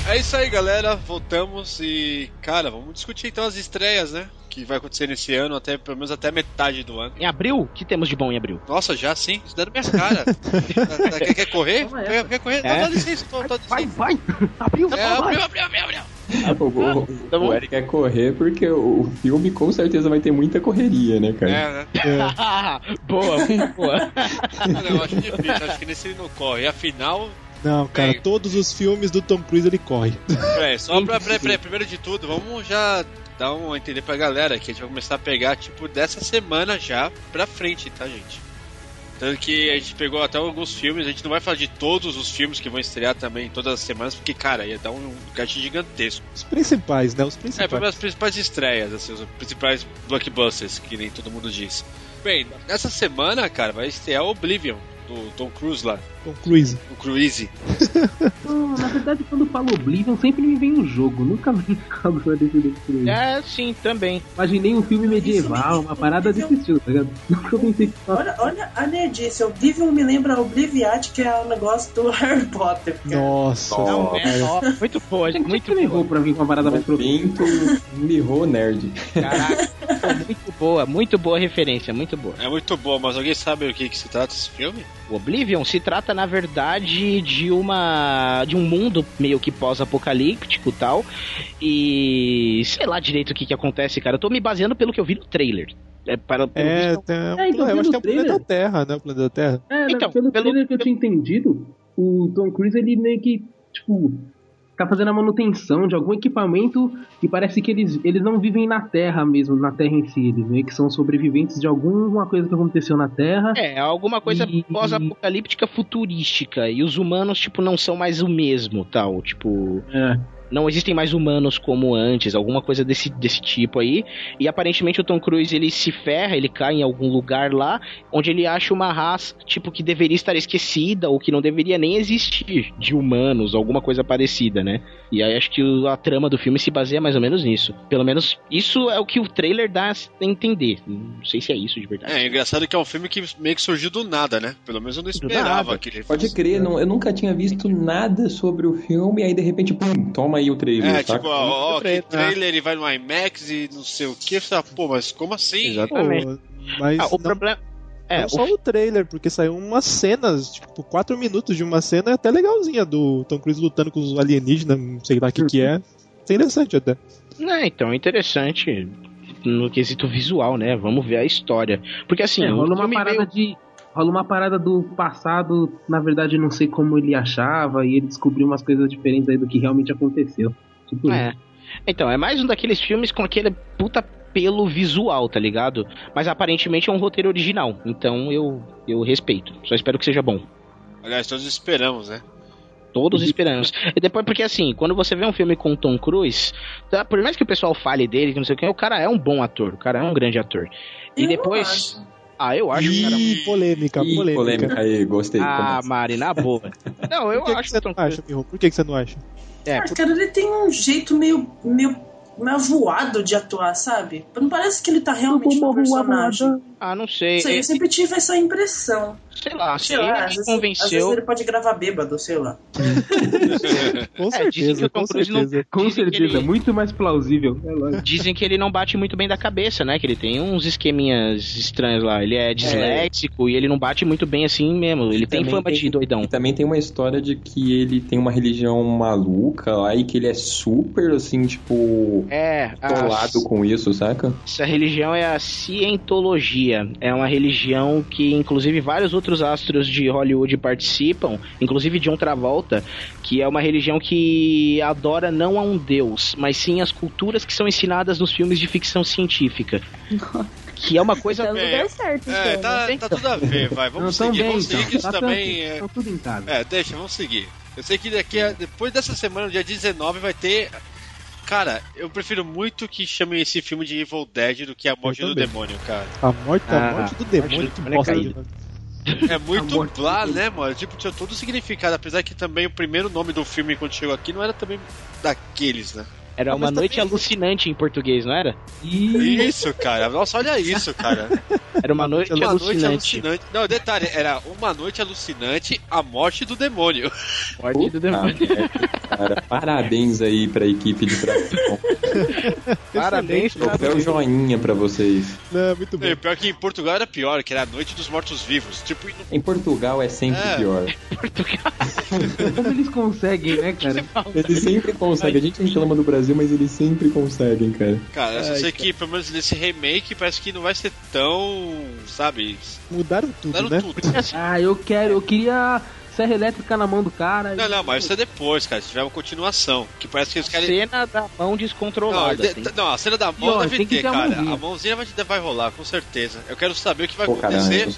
F: É isso aí, galera. Voltamos e, cara, vamos discutir então as estreias, né? Que vai acontecer nesse ano, até pelo menos até metade do ano.
C: Em abril? O que temos de bom em abril?
F: Nossa, já sim, isso dando minha cara. Tá- tá- quer, quer correr?
L: Toma
F: Quer, quer correr?
C: É.
F: Não, dá licença, tô, dá licença.
C: vai!
L: Tá
C: Abril,
F: É, abriu, abriu, abriu, abriu. Ah,
I: O, o,
C: tá bom.
I: o Eric quer correr porque o o filme com certeza vai ter muita correria, né, cara?
F: É, né?
C: boa, boa.
F: Não, acho difícil, acho que nesse ele não corre. E afinal,
A: Não, cara,
F: Bem.
A: todos os filmes do Tom Cruise ele corre.
F: é, só pra, pra- pra- primeiro de tudo, vamos já dar um entender pra galera que a gente vai começar a pegar, tipo, dessa semana já pra frente, tá, gente? Tanto que a gente pegou até alguns filmes, a gente não vai falar de todos os filmes que vão estrear também todas as semanas, porque, cara, ia dar um gatinho gigantesco.
G: Os principais, né? Os
F: É,
G: principais.
F: para as principais estreias, assim, os principais blockbusters, que nem todo mundo diz. Bem, nessa semana, cara, vai estrear Oblivion, do Tom Cruise lá,
G: Tom Cruise.
F: o Cruise.
L: Não, na verdade, quando eu falo Oblivion, sempre me vem um jogo. Nunca me cabe uma definição.
C: É, sim, também.
L: Imaginei um filme medieval, uma parada desse estilo, tá ligado? Nunca pensei que só
H: Olha, olha a nerdice. Oblivion me lembra Obliviate, que é o negócio do Harry Potter.
G: Nossa,
I: Nossa.
C: muito boa, muito
L: me errou pra mim com uma parada mais profunda.
I: Pinto mirrou nerd.
C: Muito boa, muito boa referência, muito boa.
F: É muito bom, mas alguém sabe o que, que se trata esse filme?
C: O Oblivion se trata, na verdade, de uma. de um mundo meio que pós-apocalíptico e tal. E. sei lá direito o que, que acontece, cara. Eu tô me baseando pelo que eu vi no trailer. É, para, pelo
G: É,
C: visto-
G: tem, um
L: É, então,
G: eu acho que é
L: pelo
G: o
L: trailer.
G: planeta Terra, né? O planeta Terra.
L: É,
C: Então,
L: então, pelo,
C: pelo-
L: trailer que eu tinha entendido, o Tom Cruise ele meio que, tipo, tá fazendo a manutenção de algum equipamento e parece que eles, eles não vivem na Terra mesmo, na Terra em si. Eles meio que são sobreviventes de alguma coisa que aconteceu na Terra.
C: É, alguma coisa
L: E-
C: pós-apocalíptica futurística. E os humanos, tipo, não são mais o mesmo, tal. Tipo.
L: É.
C: Não existem mais humanos como antes, alguma coisa desse, desse tipo aí. E aparentemente o Tom Cruise ele se ferra, ele cai em algum lugar lá, onde ele acha uma raça, tipo, que deveria estar esquecida ou que não deveria nem existir de humanos, alguma coisa parecida, né? E aí acho que o- a trama do filme se baseia mais ou menos nisso. Pelo menos isso é o que o trailer dá a entender. Não sei se é isso de verdade.
F: É, engraçado que é um filme que meio que surgiu do nada, né? Pelo menos eu não esperava que ele
I: Pode crer, não- eu nunca tinha visto nada sobre o filme, aí de repente, pum, toma aí o trailer,
F: É,
G: tá?
I: saca?
F: tipo, ó, ó, que
G: preto, né?
F: trailer, ele vai no IMAX e não sei o que. Fala, Pô, mas como assim?
C: Exatamente.
G: Mas
C: Ah, o
G: não,
C: problema. É,
G: não
C: o
G: só o trailer, porque saiu umas cenas, tipo, quatro minutos de uma cena é até legalzinha do Tom Cruise lutando com os alienígenas, não sei lá o que que é. Isso é interessante até.
C: É, então, é interessante no quesito visual, né? Vamos ver a história. Porque assim,
L: É,
C: o
L: rola uma
C: filme
L: parada
C: veio-
L: de. Rola uma parada do passado, na verdade, não sei como ele achava, e ele descobriu umas coisas diferentes aí do que realmente aconteceu. Tipo,
C: É. Então, é mais um daqueles filmes com aquele puta pelo visual, tá ligado? Mas aparentemente é um roteiro original, então eu eu respeito. Só espero que seja bom.
F: Aliás, todos esperamos, né?
C: Todos
L: Uhum.
C: esperamos. E depois, porque assim, quando você vê um filme com o Tom Cruise, tá, por mais que o pessoal fale dele, que não sei o que, o cara é um bom ator, o cara é um grande ator. E
H: Eu não
C: depois. Ah, eu acho o cara
G: Ih, polêmica,
I: Ih, polêmica.
G: polêmica.
I: Aí, gostei.
C: Ah,
I: começa.
C: Mari, na boa. Não, eu
G: Por que, que
C: acho
G: você
C: o Tom
G: não acha, Miho? Por que, que você não acha?
C: É,
H: Ah, cara, ele tem um jeito meio, meio, meio avoado de atuar, sabe? Não parece que ele tá realmente no personagem. Não
C: Ah, não sei.
H: sei, eu
C: Sei,
H: sempre tive essa impressão.
C: lá, sei
H: Sei
C: ele me
H: lá, às vezes, às vezes
C: convenceu.
H: ele pode gravar bêbado, sei lá.
G: Com
C: É, dizem que
G: certeza,
C: o Tom
G: com
C: Cruise não.
G: certeza.
L: com
C: dizem que
L: certeza,
C: ele- é
L: muito mais plausível. É lógico.
C: Dizem que ele não bate muito bem da cabeça, né? Que ele tem uns esqueminhas estranhos lá. Ele é disléxico e ele não bate muito bem assim mesmo. Ele tem
I: Também
C: fama de
I: tem-
C: doidão.
I: E também tem uma história de que ele tem uma religião maluca lá e que ele é super, assim, tipo,
C: É, a-
I: tolado com isso, saca?
C: essa religião é a cientologia. É uma religião que, inclusive, vários outros astros de Hollywood participam, inclusive John Travolta, que é uma religião que adora não a um deus, mas sim as culturas que são ensinadas nos filmes de ficção científica. Que é uma coisa
A: Então não deu certo.
F: É,
A: então, né?
F: tá, tá tudo a ver, vai. Vamos
L: Então,
F: seguir,
L: bem,
F: vamos seguir, que
L: então.
F: isso
L: Tá
F: também
L: tranquilo,
F: é...
L: tá tudo em casa.
F: É, deixa, vamos seguir. Eu sei que daqui a, depois dessa semana, dia 19, vai ter. Cara, eu prefiro muito que chamem esse filme de Evil Dead do que A Morte
G: Eu
F: do
G: também.
F: Demônio, cara.
G: A morte, a
C: Ah,
G: morte do
C: morte
G: demônio,
C: do
G: que
C: demônio é
G: bosta.
C: caído.
G: né?
F: É muito
L: Morte do
F: blá, né, mano? Tipo, tinha todo o significado, apesar que também o primeiro nome do filme quando chegou aqui não era também daqueles, né?
C: Era
G: Mas
C: uma
G: também-
C: noite alucinante em português, não era?
L: É
F: Isso, cara. Nossa, olha isso, cara.
C: Era uma noite
F: Uma noite
C: alucinante.
F: alucinante. Não, detalhe, era uma noite alucinante, a morte do demônio.
C: Morte do
I: Ah,
C: demônio.
I: é, cara, parabéns aí pra equipe de tradução.
C: Parabéns,
I: Vou dar o joinha pra vocês.
G: É, muito bom.
F: E pior que em Portugal era pior, que era a noite dos mortos-vivos. Tipo, e não
I: Em Portugal é sempre
F: É.
I: pior.
L: Como eles conseguem, né, cara?
I: Eles sempre conseguem. A gente reclama do Brasil, mas eles sempre conseguem, cara.
F: Cara, eu só
G: Ai,
F: sei que pelo menos nesse remake parece que não vai ser tão, sabe?
G: Mudaram tudo,
F: Mudaram
G: né?
F: tudo.
L: Ah, eu quero, eu queria serra elétrica na mão do cara.
F: Não, não, mas isso é depois, cara. Se tiver uma continuação. Que parece que os caras.
C: Cena da mão
F: Não,
C: descontrolada.
F: de-
C: assim.
F: não, a cena da mão
L: ó,
F: deve
L: tem que
F: ter,
L: ter a
F: cara.
L: mãozinha.
F: A mãozinha vai, vai rolar, com certeza. Eu quero saber o que vai
I: Pô, caralho.
F: acontecer.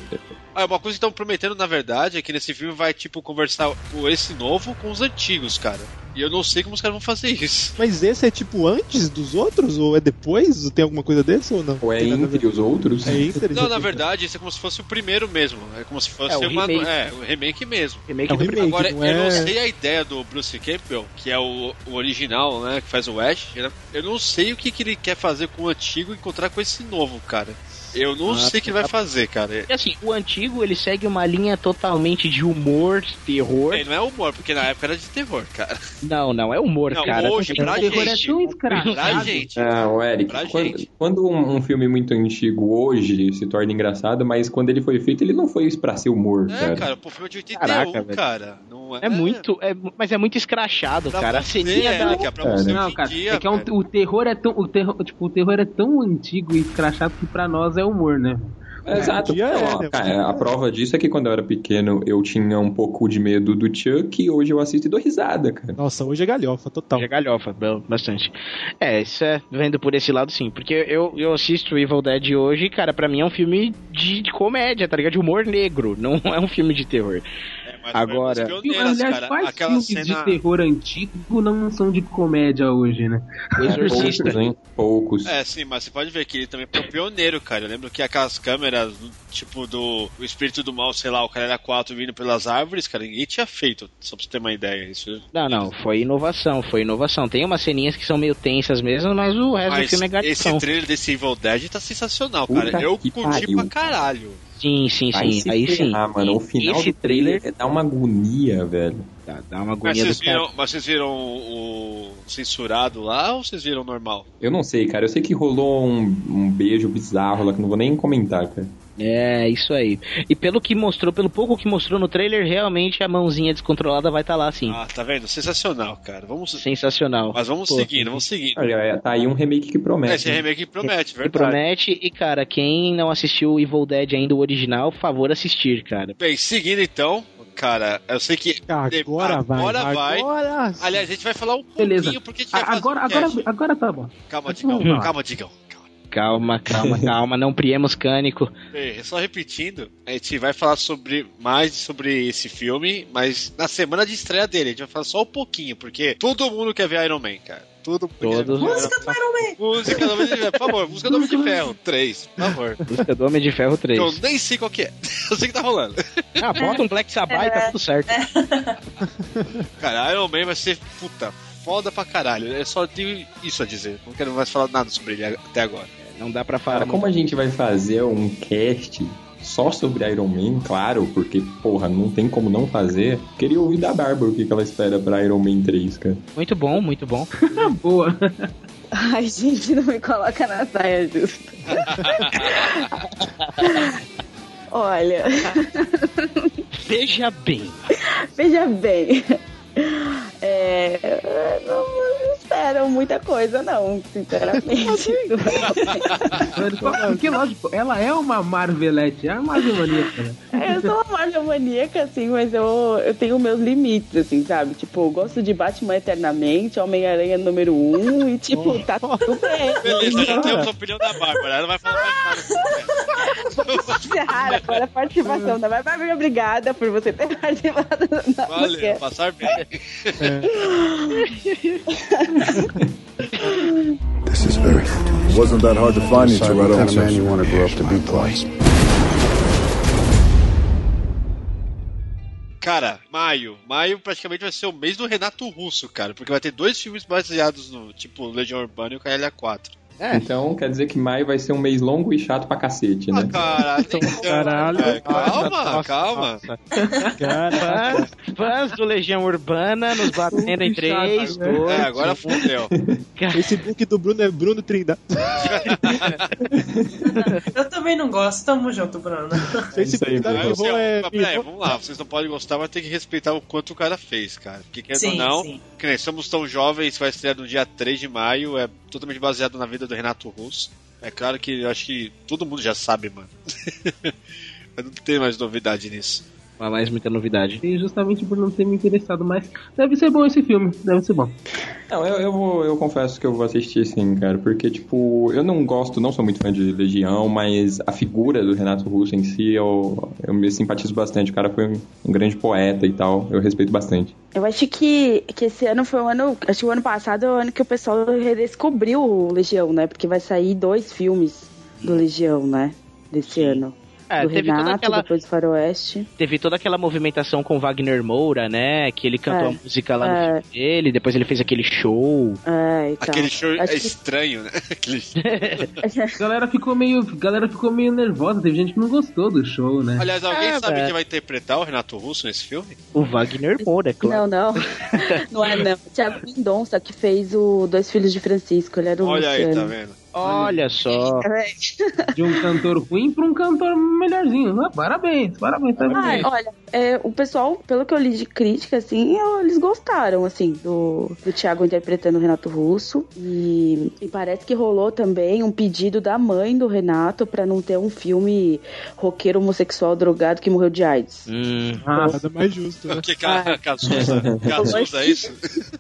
F: Ah, uma coisa que estão prometendo, na verdade, é que nesse filme vai, tipo, conversar o- esse novo com os antigos, cara. E eu não sei como os caras vão fazer isso.
G: Mas esse é tipo antes dos outros? Ou é depois? Tem alguma coisa desse ou não?
I: Ou é entre os outros?
G: É entre
F: Não, na verdade, isso é como se fosse o primeiro mesmo. É como se fosse
G: É, o
F: uma-
G: remake.
F: é, o remake mesmo.
C: Remake
G: É o do remake,
F: Agora,
G: não
F: eu não
G: é-
F: sei a ideia do Bruce Campbell, que é o, o original, né? Que faz o Ash. né? Eu não sei o que, que ele quer fazer com o antigo e encontrar com esse novo, cara. Eu não
C: Ah,
F: sei o que
G: tá.
F: ele vai fazer, cara.
C: E assim, o antigo ele segue uma linha totalmente de humor, terror.
F: É, não é humor, porque na época era de terror, cara.
C: Não, não, é humor,
F: Não,
C: cara.
F: hoje, pra
C: O terror
F: gente.
C: é tão
F: Pra
C: escrachado.
F: gente.
I: Não, É, Eric,
F: Pra
I: quando, quando um, um filme muito antigo hoje se torna engraçado, mas quando ele foi feito, ele não foi pra ser humor,
F: É,
I: cara.
F: cara, pô, filme de 81,
I: Caraca, velho.
F: cara. Não é...
C: É muito, é, mas é muito escrachado,
F: Pra
C: cara. A
F: você,
C: ceninha
F: é,
C: da...
F: que é pra
I: você
L: Não, cara, é que é um- o terror é tão. O terror, tipo, o terror é tão antigo e escrachado que pra nós é humor, né?
I: Exato.
G: é,
I: Ó,
G: né?
I: cara, a prova disso é que quando eu era pequeno, eu tinha um pouco de medo do Chuck e hoje eu assisto e dou risada, cara.
G: Nossa, hoje é galhofa, total.
C: É galhofa, ba- bastante. É, isso é vendo por esse lado sim. Porque eu, eu assisto Evil Dead hoje, e, cara, pra mim é um filme de, de comédia, tá ligado? De humor negro, não é um filme de terror.
F: É,
C: Agora.
L: Aliás, quais filmes de terror antigo não são de comédia hoje, né?
F: Exorcista.
I: Poucos, hein? Poucos.
F: É, sim, mas você pode ver que ele também foi um pioneiro, cara. Eu lembro que aquelas câmeras, tipo, do o espírito do mal, sei lá, o cara era quatro vindo pelas árvores, cara, ninguém tinha feito, só pra você ter uma ideia. Isso.
C: Não, não, foi inovação, foi inovação. Tem umas ceninhas que são meio tensas mesmo, mas o resto do
F: Mas
C: filme é
F: esse
C: galhofa.
F: trailer desse Evil Dead tá sensacional,
C: Puta
F: cara. eu
C: que
F: curti
C: pariu,
F: pra caralho.
C: Sim, sim,
I: Vai
C: sim.
I: se
C: Aí sim.
I: ferrar, mano. O final
C: esse
I: do trailer dá uma agonia, velho.
C: Dá, uma
F: Mas vocês, viram, mas vocês viram o o censurado lá ou vocês viram o normal?
I: Eu não sei, cara. Eu sei que rolou um, um beijo bizarro lá que eu não vou nem comentar, cara.
C: É, isso aí. E pelo que mostrou, pelo pouco que mostrou no trailer, realmente a mãozinha descontrolada vai estar lá, sim.
F: Ah, tá vendo? Sensacional, cara. Vamos...
C: Sensacional.
F: Mas vamos seguindo, vamos seguindo.
I: Olha, tá aí um remake que promete.
F: Esse remake promete,
C: E
F: verdade.
C: promete, e cara, quem não assistiu o Evil Dead ainda, o original, favor assistir, cara.
F: Bem, seguindo então, cara, eu sei que.
G: Agora vai,
F: vai.
G: agora
F: Aliás, a gente vai falar um
L: Beleza.
F: pouquinho porque a gente vai fazer
L: Agora,
F: um
L: agora,
F: cast.
L: agora tá bom.
F: Calma, Digão,
C: Vamos lá.
F: calma, Digão.
C: Calma, calma, calma, não priemos cânico.
F: Bem, É, só repetindo, a gente vai falar sobre mais sobre esse filme, mas na semana de estreia dele, a gente vai falar só um pouquinho, porque todo mundo quer ver Iron Man, cara. Tudo
C: Todos.
F: Música do Iron Man! Música do Homem de Ferro, por favor, música do Homem de Ferro 3, por favor.
C: Música do Homem de Ferro 3.
F: Eu nem sei qual que é. Eu sei que tá rolando.
C: Ah, bota um Black Sabbath e
F: É.
C: tá tudo certo.
F: Cara, Iron Man vai ser puta foda pra caralho. Eu só tenho isso a dizer. Não quero mais falar nada sobre ele a- até agora.
C: Não dá pra falar.
I: Cara, como a gente vai fazer um cast só sobre Iron Man, claro, porque, porra, não tem como não fazer. Queria ouvir da Bárbara o que que ela espera pra Iron Man 3, cara.
C: Muito bom, muito bom.
L: Na Tá boa.
A: Ai, gente, não me coloca na
K: é
A: saia justa. Olha,
C: Veja bem.
A: veja bem. É, não esperam muita coisa, não, sinceramente.
L: Porque, lógico, ela é uma Marvelette, é uma Marvelmaníaca. né?
K: É,
A: Eu sou uma Marvel maníaca, assim, mas eu, eu tenho meus limites, assim, sabe? Tipo, eu gosto de Batman eternamente, Homem-Aranha número 1, um, e tipo, tá tudo bem.
F: Oh. Beleza, então já temos a opinião da Bárbara. Ela vai falar mais nada.
A: encerrar agora a participação da Bárbara. Obrigada por você ter participado da
F: Valeu, passar bem.
G: É.
E: This is Earth. It wasn't that hard to find each other. I don't
K: kind of man you
E: want to grow up to be,
F: Cara, maio. Maio praticamente vai ser o mês do Renato Russo, cara. Porque vai ter dois filmes baseados no, tipo, Legião Urbana e o KLA4.
G: É.
I: Então quer dizer que maio vai ser um mês longo e chato pra cacete, né?
F: Cara,
G: Então, Caralho.
F: Ah, então, é, calma,
G: Nossa,
F: calma.
C: Fãs, fãs do Legião Urbana nos batendo em 3, 2.
F: É, agora fudeu.
G: Esse book do Bruno é Bruno Trindade.
H: Eu também não gosto. Tamo junto, Bruno.
G: Esse book da
F: Aí,
G: Marvel
F: assim,
G: é.
F: mas peraí, vamos lá, vocês não podem gostar, mas tem que respeitar o quanto o cara fez, cara. Porque querendo
H: Sim,
F: ou não,
H: sim.
F: que nem somos tão jovens, vai estrear no dia 3 de maio, é totalmente baseado na vida do Renato Russo. É claro que eu acho que todo mundo já sabe, mano. eu não tenho mais novidade nisso.
C: Não há mais muita novidade.
L: E justamente por não ter me interessado, mas deve ser bom esse filme, deve ser bom.
I: Não, eu, eu, vou, eu confesso que eu vou assistir sim, cara, porque, tipo, eu não gosto, não sou muito fã de Legião, mas a figura do Renato Russo em si, eu, eu me simpatizo bastante. O cara foi um, um grande poeta e tal, eu respeito bastante.
K: Eu acho que, que esse ano foi um ano. Acho que o ano passado é o ano que o pessoal redescobriu o Legião, né? Porque vai sair dois filmes do Legião, né? Desse ano.
C: É,
K: do
C: teve toda
K: Renato,
C: aquela-
K: depois do Faroeste.
C: Teve toda aquela movimentação com Wagner Moura, né? Que ele cantou
K: É.
C: a música lá
K: É.
C: no filme dele, depois ele fez aquele show.
K: É, então.
F: Aquele show
K: Acho
F: é
K: que-
F: estranho, né? Aquele...
L: A galera ficou meio, a galera ficou meio nervosa, teve gente que não gostou do show, né?
F: Aliás, alguém
K: Ah,
L: É,
F: sabe
L: velho.
F: quem vai interpretar o Renato Russo nesse filme?
C: O Wagner Moura, é
K: Não, não. não é, não. Tiago Mendonça, que fez o Dois Filhos de Francisco. Ele era o
F: Olha aí,
K: Luciano. É,
F: tá vendo?
C: Olha só.
L: De um cantor ruim pra um cantor melhorzinho. Ah, parabéns, parabéns, tá
K: Ah, olha, é, o pessoal, pelo que eu li de crítica, assim, eu- eles gostaram, assim, do, do Thiago interpretando o Renato Russo. E, e parece que rolou também um pedido da mãe do Renato pra não ter um filme roqueiro homossexual drogado que morreu de AIDS.
C: Hum.
G: Ah, nada mais justo. Né?
F: Que cara, Cazuza. Cazuza, é isso?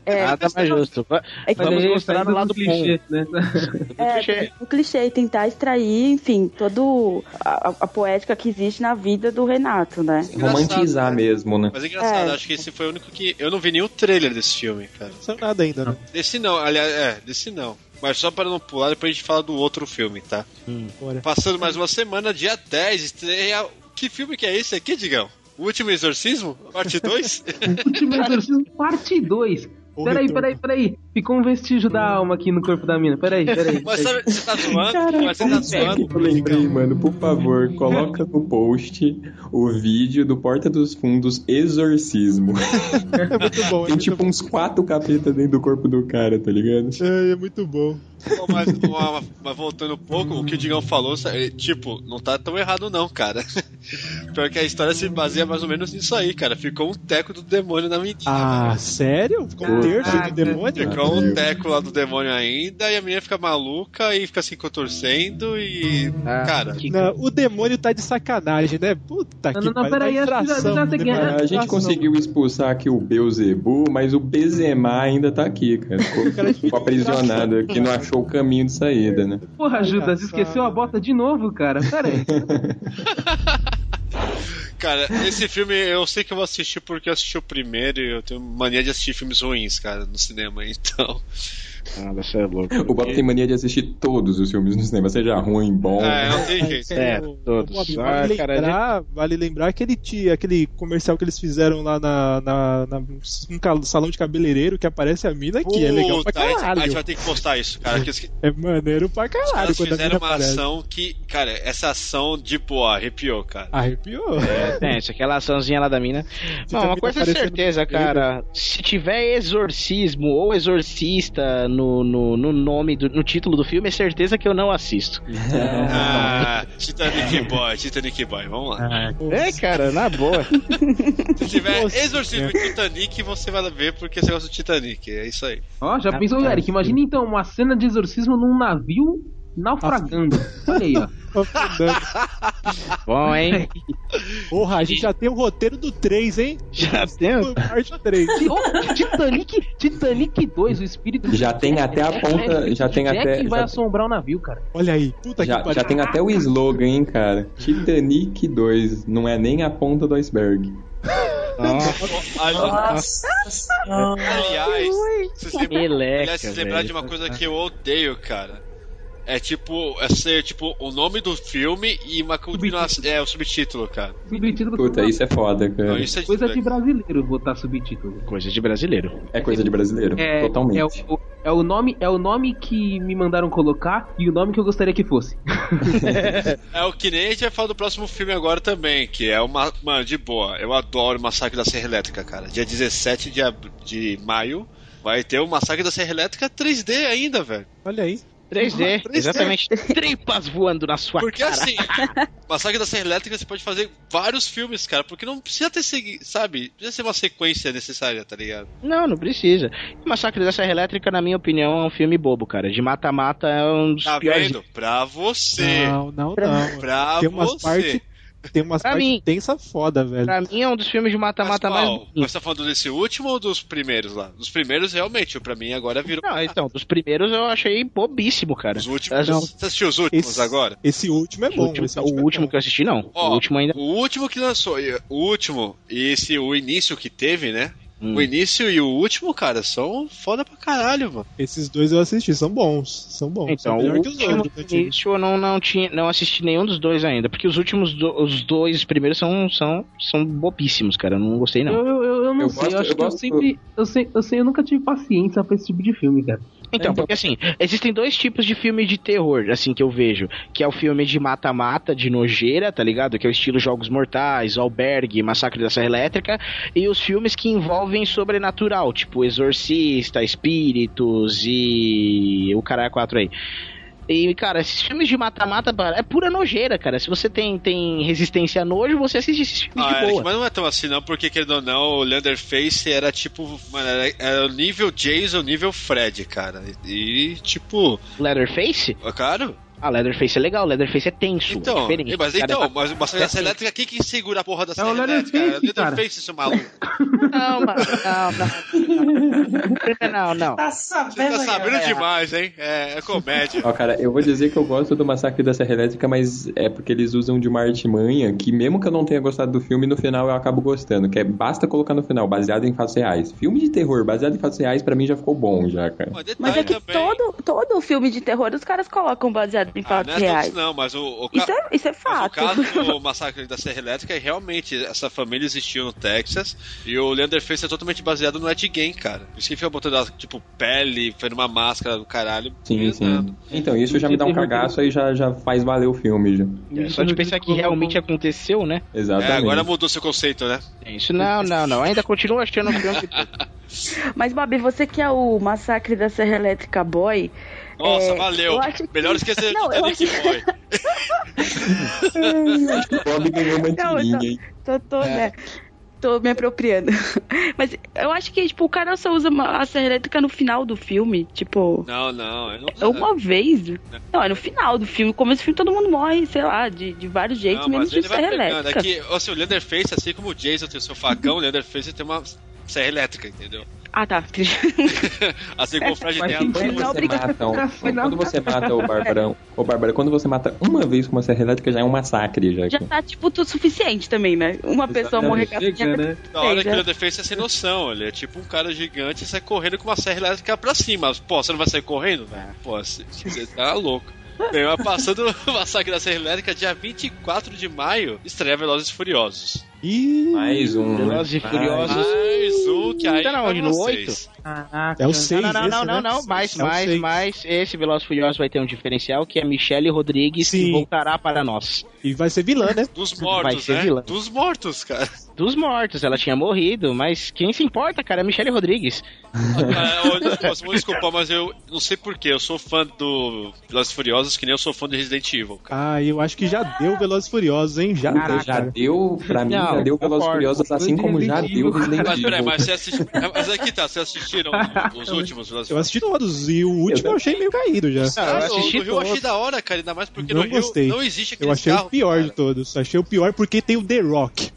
K: É.
C: Nada mais justo. Va-
K: É que-
C: Vamos
K: Olha aí,
C: mostrar o né?
K: saindo
C: lado
K: do
C: bom.
K: clichê, É, tem o clichê, tentar extrair, enfim, toda a, a poética que existe na vida do Renato, né?
I: Romantizar mesmo, né?
F: Mas é engraçado, acho que esse foi o único que. Eu não vi nenhum trailer desse filme, cara.
G: Não saiu nada ainda, né?
F: Desse não, aliás, é, desse não. Mas só para não pular, depois a gente fala do outro filme, tá?
G: Bora.
F: Passando mais uma semana, dia 10, estreia. Que filme que é esse aqui, Digão? O Último Exorcismo? Parte 2?
L: Último Exorcismo, parte 2. Peraí, peraí, peraí. Ficou um vestígio da alma aqui no corpo da mina. Peraí, peraí.
F: Mas sabe, você tá zoando? Mas você tá
I: Sabe
F: zoando?
I: o é que eu lembrei, mano, por favor, coloca no post o vídeo do Porta dos Fundos Exorcismo.
G: É muito bom, é
I: Tem
G: muito
I: tipo uns quatro capetas dentro do corpo do cara, tá ligado?
G: É, é muito bom.
F: Bom, mas, uma- mas voltando um pouco, o que o Digão falou, sa- eh, tipo, não tá tão errado não, cara. Pior que a história se baseia mais ou menos nisso aí, cara. Ficou um teco do demônio na menina.
G: Ah, sério? Ficou um terço do demônio?
F: Ficou um teco lá do demônio ainda, e a menina fica maluca e fica se contorcendo e.
I: Ah,
F: cara.
G: Não, o demônio tá de sacanagem, né? Puta que
L: não, não, peraí, acho que já- já
G: né,
L: tem que-
I: Ah, a gente conseguiu expulsar aqui o Beuzebu, mas o Bezemar ainda tá aqui, cara. Ficou,
G: é
I: ficou aprisionado aqui, não achou o caminho de saída, né?
L: Porra, Judas, esqueceu a bota de novo, cara. Peraí.
F: Cara, esse filme eu sei que eu vou assistir porque eu assisti o primeiro e eu tenho mania de assistir filmes ruins, cara, no cinema, então.
C: Ah, você é louco.
I: O Bob tem mania de assistir todos os filmes no cinema, seja ruim, bom. né?
F: É, não tem jeito.
C: É,
G: Pô,
C: todos. Ah,
G: vale,
C: cara, né?
G: lembrar, vale lembrar que ele tinha aquele comercial que eles fizeram lá na, na, na- num cal- salão de cabeleireiro que aparece a mina que é legal pra
F: Puta, aí-
G: caralho.
F: aí a gente vai ter que postar isso, cara. Que os
G: É maneiro pra caralho
F: caras
G: quando a
F: fizeram
G: mina
F: uma
G: aparece.
F: ação que. Cara, essa ação de boa arrepiou, cara.
G: Arrepiou.
C: É, tem isso, aquela açãozinha lá da mina. Não,
F: a
C: uma
F: mina
C: coisa é
F: aparecendo
C: certeza,
F: no trailer.
C: cara. Se tiver exorcismo ou exorcista no, no, no nome, do, no título do filme, é certeza que eu não assisto.
F: Ah, Titanic Boy, Titanic Boy, vamos lá.
C: É, cara, na boa.
F: Se tiver Exorcismo de Titanic, você vai ver porque você gosta do Titanic. É isso aí.
L: Ó, já pensou, Eric? Imagina então uma cena de exorcismo num navio naufragando. Olha aí, ó.
C: Bom, hein?
G: Porra, a gente já tem o roteiro do 3, hein?
C: Já tem?
G: Parte 3.
L: Ô, Titanic, Titanic 2, o espírito É,
I: Já tem até
G: é
I: a ponta, já tem
L: Jack
I: até.
L: vai
I: já-
L: assombrar o navio, cara.
G: Olha aí, puta
I: Já,
G: que pariu.
I: já tem até o slogan, hein, cara? Titanic 2, não é nem a ponta do iceberg.
C: Ah.
F: Nossa. Aliás, se você
C: Eleca,
F: aliás, se lembrar
C: velho.
F: de uma coisa que eu odeio, cara. É tipo, é ser tipo o nome do filme e uma continuação. É o subtítulo, cara.
L: Subtítulo
I: Puta, isso é foda,
F: Não,
I: cara.
F: isso é de
L: Coisa de brasileiro botar subtítulo.
C: Coisa de brasileiro.
I: É coisa de brasileiro, totalmente.
L: É o, é o nome, é o nome que me mandaram colocar e o nome que eu gostaria que fosse.
F: É o que nem a gente vai falar do próximo filme agora também, que é uma. Mano, de boa, eu adoro o Massacre da Serra Elétrica, cara. Dia 17 de, ab- de maio vai ter o Massacre da Serra Elétrica 3D ainda, velho.
G: Olha aí.
C: 3D, exatamente. Tripas voando na sua
F: Porque
C: cara.
F: assim, Massacre da Serra Elétrica você pode fazer vários filmes, cara, porque não precisa ter, segui- sabe? Precisa ser uma sequência necessária, tá ligado?
C: Não, não precisa. Massacre da Serra Elétrica, na minha opinião, é um filme bobo, cara. De mata-mata é um dos
F: Tá
C: piores.
F: vendo? Pra você.
G: Não, não, não.
F: Pra
G: Tem umas
F: você.
G: partes tá Tem umas
C: Pra
G: partes
C: mim.
G: tensa foda, velho.
C: Pra mim é um dos filmes de mata-mata mais.
F: Qual? Mas tá falando desse último ou dos primeiros lá? Dos primeiros, realmente, pra mim agora virou.
C: Ah, então, dos primeiros eu achei bobíssimo, cara. Os
F: últimos. Você assistiu os últimos agora?
G: Esse último é
C: bom. o último que eu assisti, não.
F: Ó,
C: o último ainda.
F: O último que lançou, e- o último, e esse, o início que teve, né?
C: Hum.
F: O início e o último, cara, são foda pra caralho, mano.
G: Esses dois eu assisti, são bons. São bons.
C: Então,
G: são melhor
C: o
G: que os
C: último
G: outros. né,
C: do início eu não, não, tinha, não assisti nenhum dos dois ainda. Porque os últimos, do- os dois primeiros são, são, são bobíssimos, cara. Eu não gostei, não.
L: Eu, eu, eu, eu não
C: Eu
L: sei,
C: gosto-
L: eu acho
C: eu
L: que eu
C: gosto-
L: sempre. Eu sei, eu sei, eu nunca tive paciência pra esse tipo de filme, cara.
C: Então, porque assim, existem dois tipos de filme de terror, assim, que eu vejo. Que é o filme de mata-mata, de nojeira, tá ligado? Que é o estilo Jogos Mortais, Albergue, Massacre da Serra Elétrica. E os filmes que envolvem sobrenatural, tipo Exorcista, Espíritos e... O caralho 4 aí. E, cara, esses filmes de mata-mata pá, é pura nojeira, cara. Se você tem, tem resistência a nojo, você assiste esses filmes
F: Ah,
C: de
F: Eric,
C: boa.
F: mas não é tão assim não, porque querendo ou não, o Leatherface era tipo, mano, era, era o nível Jason, nível Fred, cara. E, tipo,
C: Leatherface?
F: Claro.
C: Ah, Leatherface é legal, Leatherface é tenso, é
F: então,
C: diferente.
F: mas
C: Cara, é
F: então,
C: bacana.
F: mas o Massacre da Serra Elétrica, quem que segura a porra da Serra Elétrica? É o
C: Leatherface, cara.
F: Leatherface, seu maluco.
C: Não, mano, não, não. Não, não.
H: Tá sabendo,
F: Você tá sabendo
H: galera.
F: demais, hein? É, é comédia.
I: Ó, cara, eu vou dizer que eu gosto do Massacre da Serra Elétrica, mas é porque eles usam de uma artimanha que, mesmo que eu não tenha gostado do filme, no final eu acabo gostando. Que é basta colocar no final, baseado em fatos reais. Filme de terror baseado em fatos reais, pra mim já ficou bom, já, cara.
K: Mas é que todo, todo filme de terror os caras colocam baseado em fatos
F: Não é todos
K: reais.
F: não, mas o, o ca-
K: Isso é, isso é
F: O
K: fato.
F: caso do massacre da Serra Elétrica, é realmente, essa família existiu no Texas e o Leatherface é totalmente baseado no Ed Gein, cara. Por isso que fica botando, tipo, pele, fez uma máscara do caralho.
I: Sim, sim. Então, isso já me dá um cagaço aí já, já faz valer o filme, já.
C: É só de pensar que realmente aconteceu, né? É
I: Exatamente.
F: É, agora mudou seu conceito, né?
C: Isso não, não, não. Ainda continua achando que filme.
K: Mas, Babi, você que é o Massacre da Serra Elétrica Boy.
F: Nossa,
K: é,
F: valeu.
K: Eu acho que...
F: Melhor esquecer
K: Não,
F: do
K: eu
F: Titanic Boy.
I: Bob ganhou uma
K: Não, então- eu tô-
I: tirinha, hein?
K: Tô, tô,
I: É.
K: né? Tô me apropriando. Mas eu acho que, tipo, o cara só usa uma- a serra elétrica no final do filme. Tipo,
F: Não, não. Eu não...
K: é uma vez. Não, é no final do filme. No começo do filme todo mundo morre, sei lá, de, de vários jeitos,
F: Não,
K: menos
F: mas
K: de
F: ele vai
K: serra
F: pegando. É
K: elétrica.
F: que, assim, o Leatherface, assim como o Jason tem o seu facão, o Leatherface tem uma serra elétrica, entendeu?
K: Ah, tá.
F: Assim como o Fred tem a
I: Quando você mata um- Quando você mata o Barbarão. Ô, Bárbara, quando você mata uma vez com uma serra elétrica, já é um massacre, já.
K: Já
I: cara.
K: tá, tipo, tudo suficiente também, né? Uma pessoa
I: Exatamente.
K: morrer com a
I: Chega,
K: serra
I: né?
K: elétrica,
F: Da hora que
K: já-
F: o Leatherface é sem noção, ele é tipo um cara gigante e sai correndo com uma serra elétrica pra cima. Pô, você não vai sair correndo,
C: É.
F: velho? Pô, você você tá louco. Bem, mas passando o Massacre da Serra Elétrica, dia 24 de maio, estreia Velozes e Furiosos.
I: Mais um.
C: Velozes e
I: né?
C: Furiosos.
F: Mais um que aí
C: Tá na
F: pra
C: onde? No
F: vocês.
C: Caraca.
G: É o seis
C: Não, não, não,
G: esse,
C: não,
G: né?
C: não, não. Mais,
G: É o
C: mais,
G: seis.
C: mais. Esse Veloz Furioso vai ter um diferencial que é Michelle Rodrigues que voltará para nós.
G: E vai ser vilã, né?
F: Dos
C: vai
F: mortos,
C: ser
F: né?
C: vilã.
F: Dos mortos, cara.
C: Dos mortos, ela tinha morrido, mas quem se importa, cara, é Michelle Rodrigues.
F: Ah, olha, posso- vou desculpar, mas eu não sei porquê. Eu sou fã do Velozes e Furiosos que nem eu sou fã do Resident Evil.
G: Ah, eu acho que já deu Velozes e Furiosos, hein? Já
I: Puta,
G: deu.
I: já deu, pra mim, já deu Velozes e Furiosos, assim como já deu Resident
F: é Mas peraí,
I: Evil.
F: mas, é- você assisti... mas aqui tá, vocês assistiram os últimos Velozes e
G: Eu assisti todos e o último eu achei meio caído já.
F: Ah, eu no Rio eu achei da hora, cara, ainda mais porque
G: Não
F: no
G: gostei.
F: Rio não existe aquele
G: Eu achei
F: carro.
G: o pior de todos. Achei o pior porque tem o The Rock.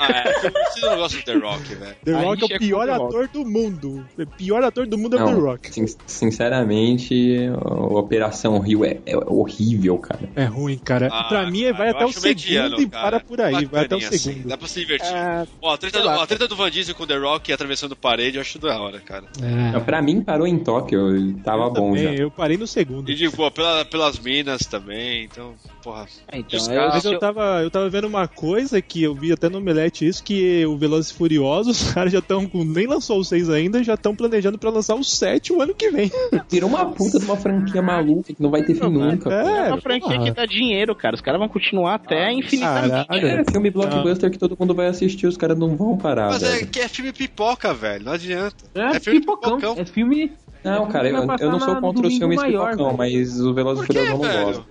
F: Ah, é, vocês não gostam do The Rock, velho.
G: The Rock é o pior ator do mundo. O pior ator do mundo é o The
I: Não,
G: Rock.
I: sin- sinceramente, a Operação Rio é, é horrível, cara.
G: É ruim, cara.
I: Ah,
G: pra mim, vai
F: eu
G: até o
F: acho
G: segundo
F: mediano,
G: e
F: cara.
G: para por aí. Vai até o
F: Bacaninha, assim,
G: segundo.
F: Dá pra se divertir.
G: Ah,
F: Ó, a treta,
G: sei
F: do,
G: lá.
F: ó, a treta do Van Diesel com o The Rock atravessando parede, eu acho da hora, cara.
I: Não, pra mim, parou em Tóquio, tava Tá bom
G: Também,
I: já.
G: eu parei no segundo.
F: E de boa, pela- pelas minas também, então, porra.
L: É,
C: Então,
F: Os
G: Às
F: caras-
G: vezes eu tava, eu tava vendo uma coisa que eu vi até no Omelete isso, que o Velozes e Furiosos, os caras já estão com... Nem lançou o 6 ainda, já estão planejando pra lançar o 7 o ano que vem.
I: Virou uma puta de uma franquia maluca que não vai ter fim nunca.
C: É
G: É,
C: uma franquia
G: porra.
C: que dá dinheiro, cara. Os caras vão continuar até
F: Ah,
C: infinitamente.
I: É filme blockbuster que todo mundo vai assistir, os caras não vão parar,
F: Mas é
I: velho.
F: que é filme pipoca, velho, não adianta.
L: É,
F: filme
L: pipocão. É filme.
I: Não, cara, eu, eu não sou contra os filmes pipocão, mas o Velozes e Furiosos eu não gosto.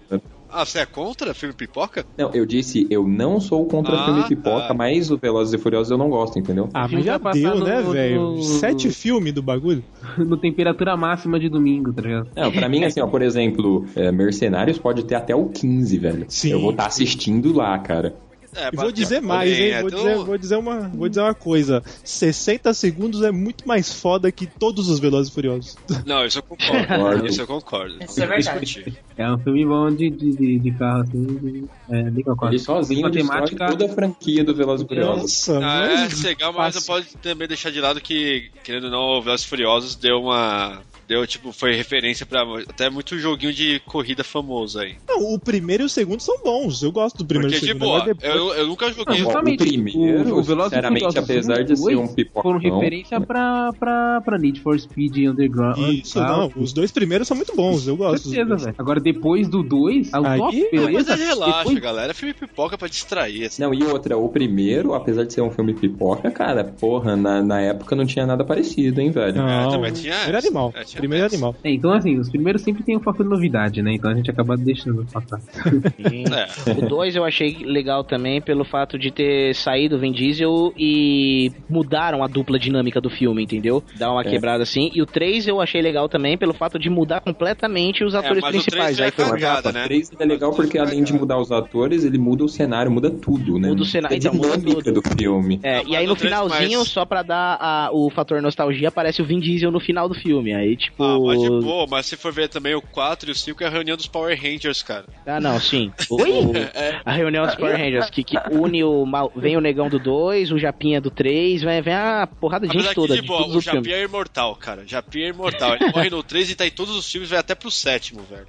F: Ah, você é contra filme pipoca?
I: Não, eu disse, eu não sou contra
F: Ah,
I: filme pipoca, mas o Velozes e Furiosos eu não gosto, entendeu?
G: Ah, mas já
I: tá
G: deu, né, velho? Sete filmes do bagulho. É,
L: no temperatura máxima de domingo, tá ligado?
I: Não, pra mim, assim, ó, por exemplo, é, Mercenários pode ter até o 15, velho. Sim. Eu vou estar assistindo lá, cara.
F: É,
G: E vou dizer mais, hein? Vou dizer,
F: então.
G: vou, dizer uma, vou dizer uma coisa. 60 segundos é muito mais foda que todos os Velozes e Furiosos.
F: Não, isso eu concordo. isso eu concordo.
H: Isso é verdade.
L: É um filme bom de, de, de, de carro, assim. De, é, legal, quase.
I: Ele sozinho
L: Uma
I: destrói
L: temática-
I: toda a franquia do Velozes e Furiosos.
G: Nossa,
F: Ah, é, legal, mas eu posso também deixar de lado que, querendo ou não, o Velozes e Furiosos deu uma... Deu, tipo, foi referência pra até muito joguinho de corrida famoso aí.
G: Não, o primeiro e o segundo são bons. Eu gosto do primeiro
F: Porque,
G: e o
F: de
G: segundo. né?
F: boa,
G: mas depois-
F: eu, eu nunca joguei...
I: Ó,
G: tipo
I: o primeiro,
L: tipo, o Velozes e
I: sinceramente,
L: Furiosos
I: apesar de ser um
L: dois Foram
I: pipocão...
L: referência pra, pra, pra Need for Speed Underground. tá?
G: Isso, não. Os dois primeiros são muito bons. Eu gosto. dos
L: Certeza,
G: dois.
L: velho. Agora, depois do 2, a
G: Aí- é
L: top, beleza?
F: Mas relaxa,
L: Depois-
F: galera. Filme pipoca pra distrair. Assim.
I: Não, e outra, o primeiro, apesar de ser um filme pipoca, cara, porra, na, na época não tinha nada parecido, hein, velho?
F: É,
G: Não, primeiro animal. Primeiro animal.
L: É, então, assim, os primeiros sempre tem um fator de novidade, né? Então a gente acaba deixando passar.
I: É.
C: O 2 eu achei legal também pelo fato de ter saído o Vin Diesel e mudaram a dupla dinâmica do filme, entendeu? Dá uma
F: É.
C: quebrada assim. E o 3 eu achei legal também pelo fato de mudar completamente os atores
I: mas o três
C: principais.
I: já é
C: Aí foi uma-
I: cagada, né? É legal porque além de mudar os atores, ele muda o cenário, muda tudo, né? Muda o
C: cenário,
I: a
C: então, muda
I: dinâmica do filme.
C: É, e aí no finalzinho, só pra dar a- o fator nostalgia, aparece o Vin Diesel no final do filme. Aí, tipo. Ah,
F: Mas de boa, mas se for ver também o 4 e o 5 é a reunião dos Power Rangers, cara.
C: Ah, não, sim. O-
F: Oi? É.
C: o- a reunião dos Power Rangers, que, que une o. mal- Vem o negão do 2, o Japinha do 3, vem, vem a porrada de
F: Apesar
C: gente
F: que
C: toda.
F: de
C: de
F: boa,
C: todos
F: o
C: os filmes.
F: Japinha é imortal, cara. Japinha é imortal. Ele morre no 3 e tá em todos os filmes, vai até pro sétimo, velho.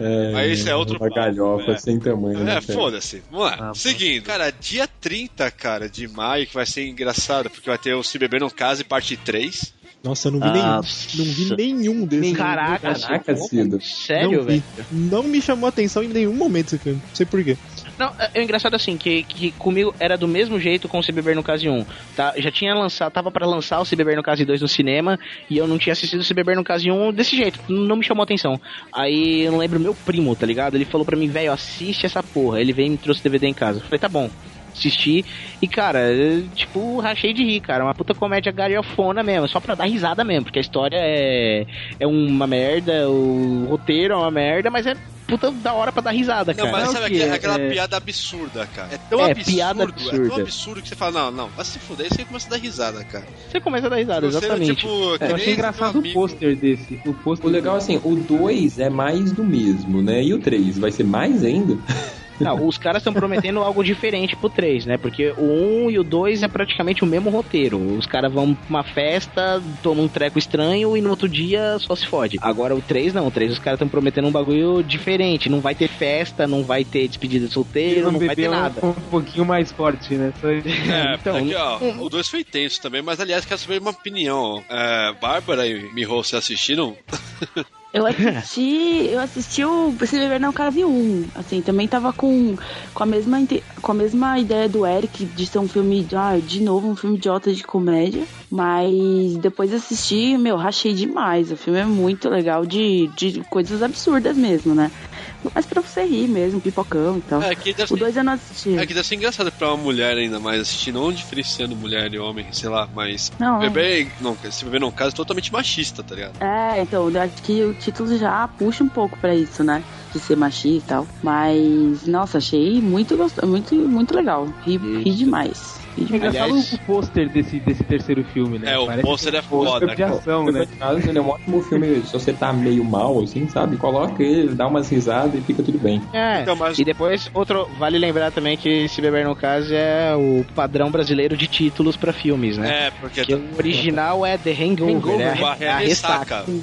I: É,
F: Mas isso é outro
I: Uma galhofa sem tamanho. né,
F: É,
I: cara?
F: foda-se. Vamos
C: Ah,
F: lá. Seguindo. Cara, dia 30, cara, de maio, que vai ser engraçado, porque vai ter o Se Beber Não Case, parte 3.
G: Nossa, eu não vi
C: Nossa.
G: nenhum. Não vi nenhum desses.
C: Caraca,
F: Caraca,
I: Cido.
C: Sério,
G: não vi.
C: velho?
G: Não me chamou a atenção em nenhum momento esse filme. Não sei porquê.
C: Não, é- é engraçado assim, que, que comigo era do mesmo jeito com o Se Beber no Case 1. Tá? Já tinha lançado, tava pra lançar o Se Beber no Case 2 no cinema, e eu não tinha assistido o Se Beber no Case 1 desse jeito, não me chamou atenção. Aí eu não lembro meu primo, tá ligado? Ele falou pra mim, velho, assiste essa porra. Ele veio e me trouxe o DVD em casa. Eu falei, tá bom. Assisti e, cara, eu, tipo, rachei de rir, cara. Uma puta comédia galhofona mesmo, só pra dar risada mesmo, porque a história é, é uma merda, o roteiro é uma merda, mas é puta da hora pra dar risada,
F: Não,
C: cara.
F: mas sabe é aquela, aquela piada absurda, cara? É tão
C: É,
F: absurdo,
C: piada
F: é
C: absurda.
F: tão absurdo que você fala, não, não, vai se fuder, aí você começa a dar risada, cara.
C: Você começa a dar risada,
F: Você,
C: exatamente. É,
F: tipo, que
L: É, eu
F: nem
L: achei engraçado o pôster desse. O, pôster
I: O legal é assim, o 2 é mais do mesmo, né? E o 3 vai ser mais ainda?
C: Não, os caras estão prometendo algo diferente pro 3, né? Porque o 1 e o 2 é praticamente o mesmo roteiro. Os caras vão pra uma festa, tomam um treco estranho e no outro dia só se fode. Agora o 3 não, o 3 os caras estão prometendo um bagulho diferente. Não vai ter festa, não vai ter despedida de solteiro, não vai ter nada.
L: Um, pouquinho mais forte, né? Só-
F: É,
C: Então,
F: aqui, ó, o 2 foi tenso também, mas aliás, quero saber uma opinião. É, Bárbara e Miho, vocês assistiram?
K: Eu assisti, eu assisti o Se Beber Não Case 1, assim, também tava com, com, a mesma, inte- com a mesma ideia do Eric de ser um filme, de- ah, de novo, um filme idiota de comédia, mas depois assisti, meu, rachei demais, o filme é muito legal de, de coisas absurdas mesmo, né? Mas pra você rir mesmo, pipocão e tal.
F: É, que deve
K: o
F: ser-
K: 2 eu não assisti.
F: É que deve ser engraçado pra uma mulher ainda mais assistir, não diferenciando mulher e homem, sei lá, mas.
K: Não, é.
F: bebê, não, esse bebê não caso é totalmente machista, tá ligado?
K: É, então, eu acho que o título já puxa um pouco pra isso, né? De ser machista e tal. Mas, nossa, achei muito gostoso, muito, muito legal. Ri, ri demais. Ri
L: É
K: demais.
L: engraçado
M: um
L: o pôster desse, desse terceiro filme, né?
F: É, o pôster é foda,
L: de ação,
I: Pô,
L: né?
I: Depois de Casa, ele é um ótimo filme. Se você tá meio mal, assim, sabe? Coloca ele, dá umas risadas e fica tudo bem.
C: É, e depois, outro, vale lembrar também que Se Beber no Caso é o padrão brasileiro de títulos pra filmes, né?
F: É, porque.
C: o original é The Hangover,
F: Hangover,
C: né?
F: a- é a ressaca.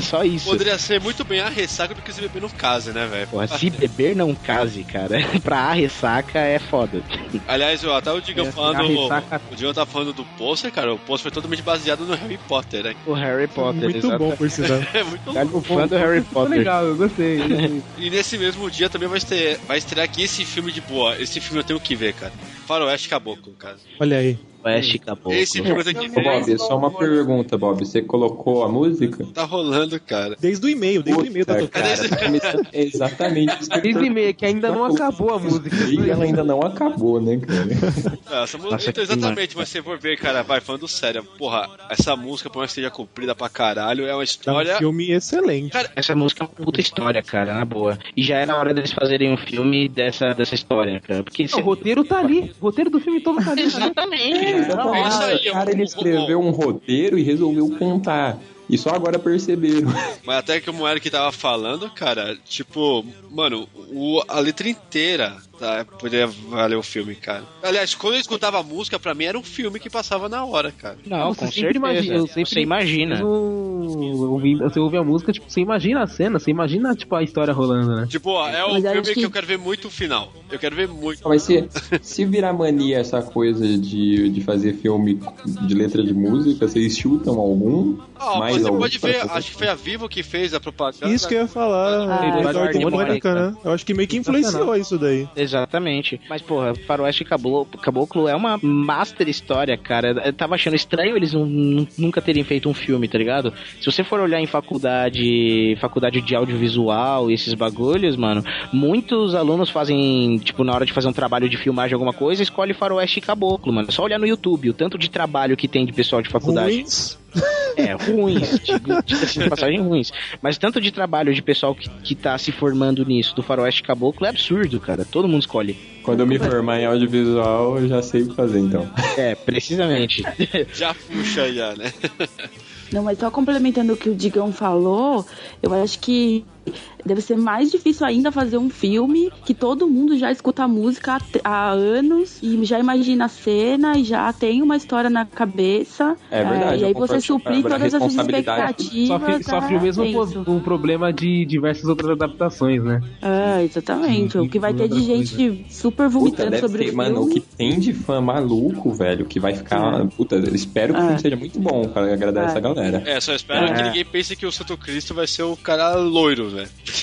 C: Só isso.
F: Poderia ser muito bem a ressaca do que esse bebê não case, né, velho?
C: Porra, se beber não case, cara. pra a ressaca é foda.
F: Aliás, eu até o Digão
C: É, a
F: falando.
C: ressaca-
F: O Digão tá falando do pôster, cara. O pôster foi totalmente baseado no Harry Potter, né?
C: O Harry Potter, exato.
F: é muito
C: Cara,
F: bom.
C: um fã do Harry Potter.
L: eu gostei.
F: E nesse mesmo dia também vai estrear, vai estrear aqui esse filme de boa. Esse filme eu tenho que ver, cara. Faroeste Caboclo, cara.
G: Olha aí.
C: Oeste Caboclo.
F: Esse tipo ficou daqui.
I: Ô, Bob, é só uma pergunta, Bob. Você colocou a música?
F: Tá rolando, cara.
G: Desde o e-mail, desde o e-mail tá tocando.
I: É exatamente isso que eu tô-
M: 15 e meia, que ainda não acabou a música.
I: E ela ainda não acabou, né, cara?
F: Ah, Essa música,
I: Nossa,
F: então,
I: que
F: exatamente, mas você for ver, cara, vai falando sério. Porra, essa música, por mais que seja comprida pra caralho, é uma história.
G: Um filme excelente.
C: Essa música é uma puta história, cara, na boa. E já era hora deles fazerem um filme dessa, dessa história, cara. Porque
M: Não, o roteiro tá ali. O roteiro do filme todo tá ali.
C: Exatamente.
F: É
I: "Ah,
M: É
I: O cara, ele escreveu um roteiro e resolveu cantar. E só agora perceberam.
F: Mas até que o Eric tava falando, cara, tipo, mano, o- a letra inteira tá, poderia valer o filme, cara. Aliás, quando eu escutava a música, pra mim era um filme que passava na hora, cara.
C: Não,
M: Você sempre imagina- eu sempre-
C: imagina.
M: Eu ouvi- Você ouve a música, tipo, você imagina a cena, você imagina, tipo, a história rolando, né?
F: Tipo, ó, é um
M: Mas eu
F: filme
M: acho
F: que...
M: que-
F: eu quero ver muito o final. Eu quero ver muito.
I: Mas se, se virar mania essa coisa de, de fazer filme de letra de música, vocês chutam algum?
F: Ó,
I: Mais
F: Ah, você
I: algum?
F: pode ver, acho que foi a Vivo que fez a propaganda.
G: Isso que eu ia falar,
F: Ah,
G: ah,
F: Eduardo Harmônica.
G: harmônica, né? Eu acho que meio que influenciou isso daí.
C: Exatamente. Mas, porra, Faroeste Caboclo, Caboclo é uma master história, cara. Eu tava achando estranho eles nun- nun- nunca terem feito um filme, tá ligado? Se você for olhar em faculdade, faculdade de audiovisual e esses bagulhos, mano, muitos alunos fazem, tipo, na hora de fazer um trabalho de filmagem, alguma coisa, escolhe Faroeste Caboclo, mano. É só olhar no YouTube o tanto de trabalho que tem de pessoal de faculdade.
G: Ruins.
C: É, ruins. digo- Diga-se de passagem, ruins. Mas tanto de trabalho de pessoal que, que tá se formando nisso, do faroeste caboclo, é absurdo, cara. Todo mundo escolhe.
I: Quando eu me formar em audiovisual, eu já sei o que fazer, então.
C: É, precisamente.
F: Já puxa, já, né?
K: Não, mas só complementando o que o Digão falou, eu acho que deve ser mais difícil ainda fazer um filme que todo mundo já escuta a música há t- há anos e já imagina a cena e já tem uma história na cabeça.
I: É verdade,
K: e
I: eu
K: aí você
I: concordo.
K: suprir
I: A
K: todas essas
I: responsabilidade-
K: expectativas.
M: Sofre, sofre o mesmo
K: é
M: po-
K: isso.
M: o problema de diversas outras adaptações, né?
K: Ah, exatamente. O que vai ter de gente super
I: Puta,
K: vomitando
I: deve
K: sobre
I: ser,
K: o
I: mano, o
K: filme.
I: que tem de fã maluco, velho, que vai ficar. Puta, eu espero
K: Ah.
I: que o filme seja muito bom pra agradar
K: É.
I: essa galera.
F: É, só espero
I: Ah. É.
F: que ninguém pense que o Santo Cristo vai ser o cara loiro, né?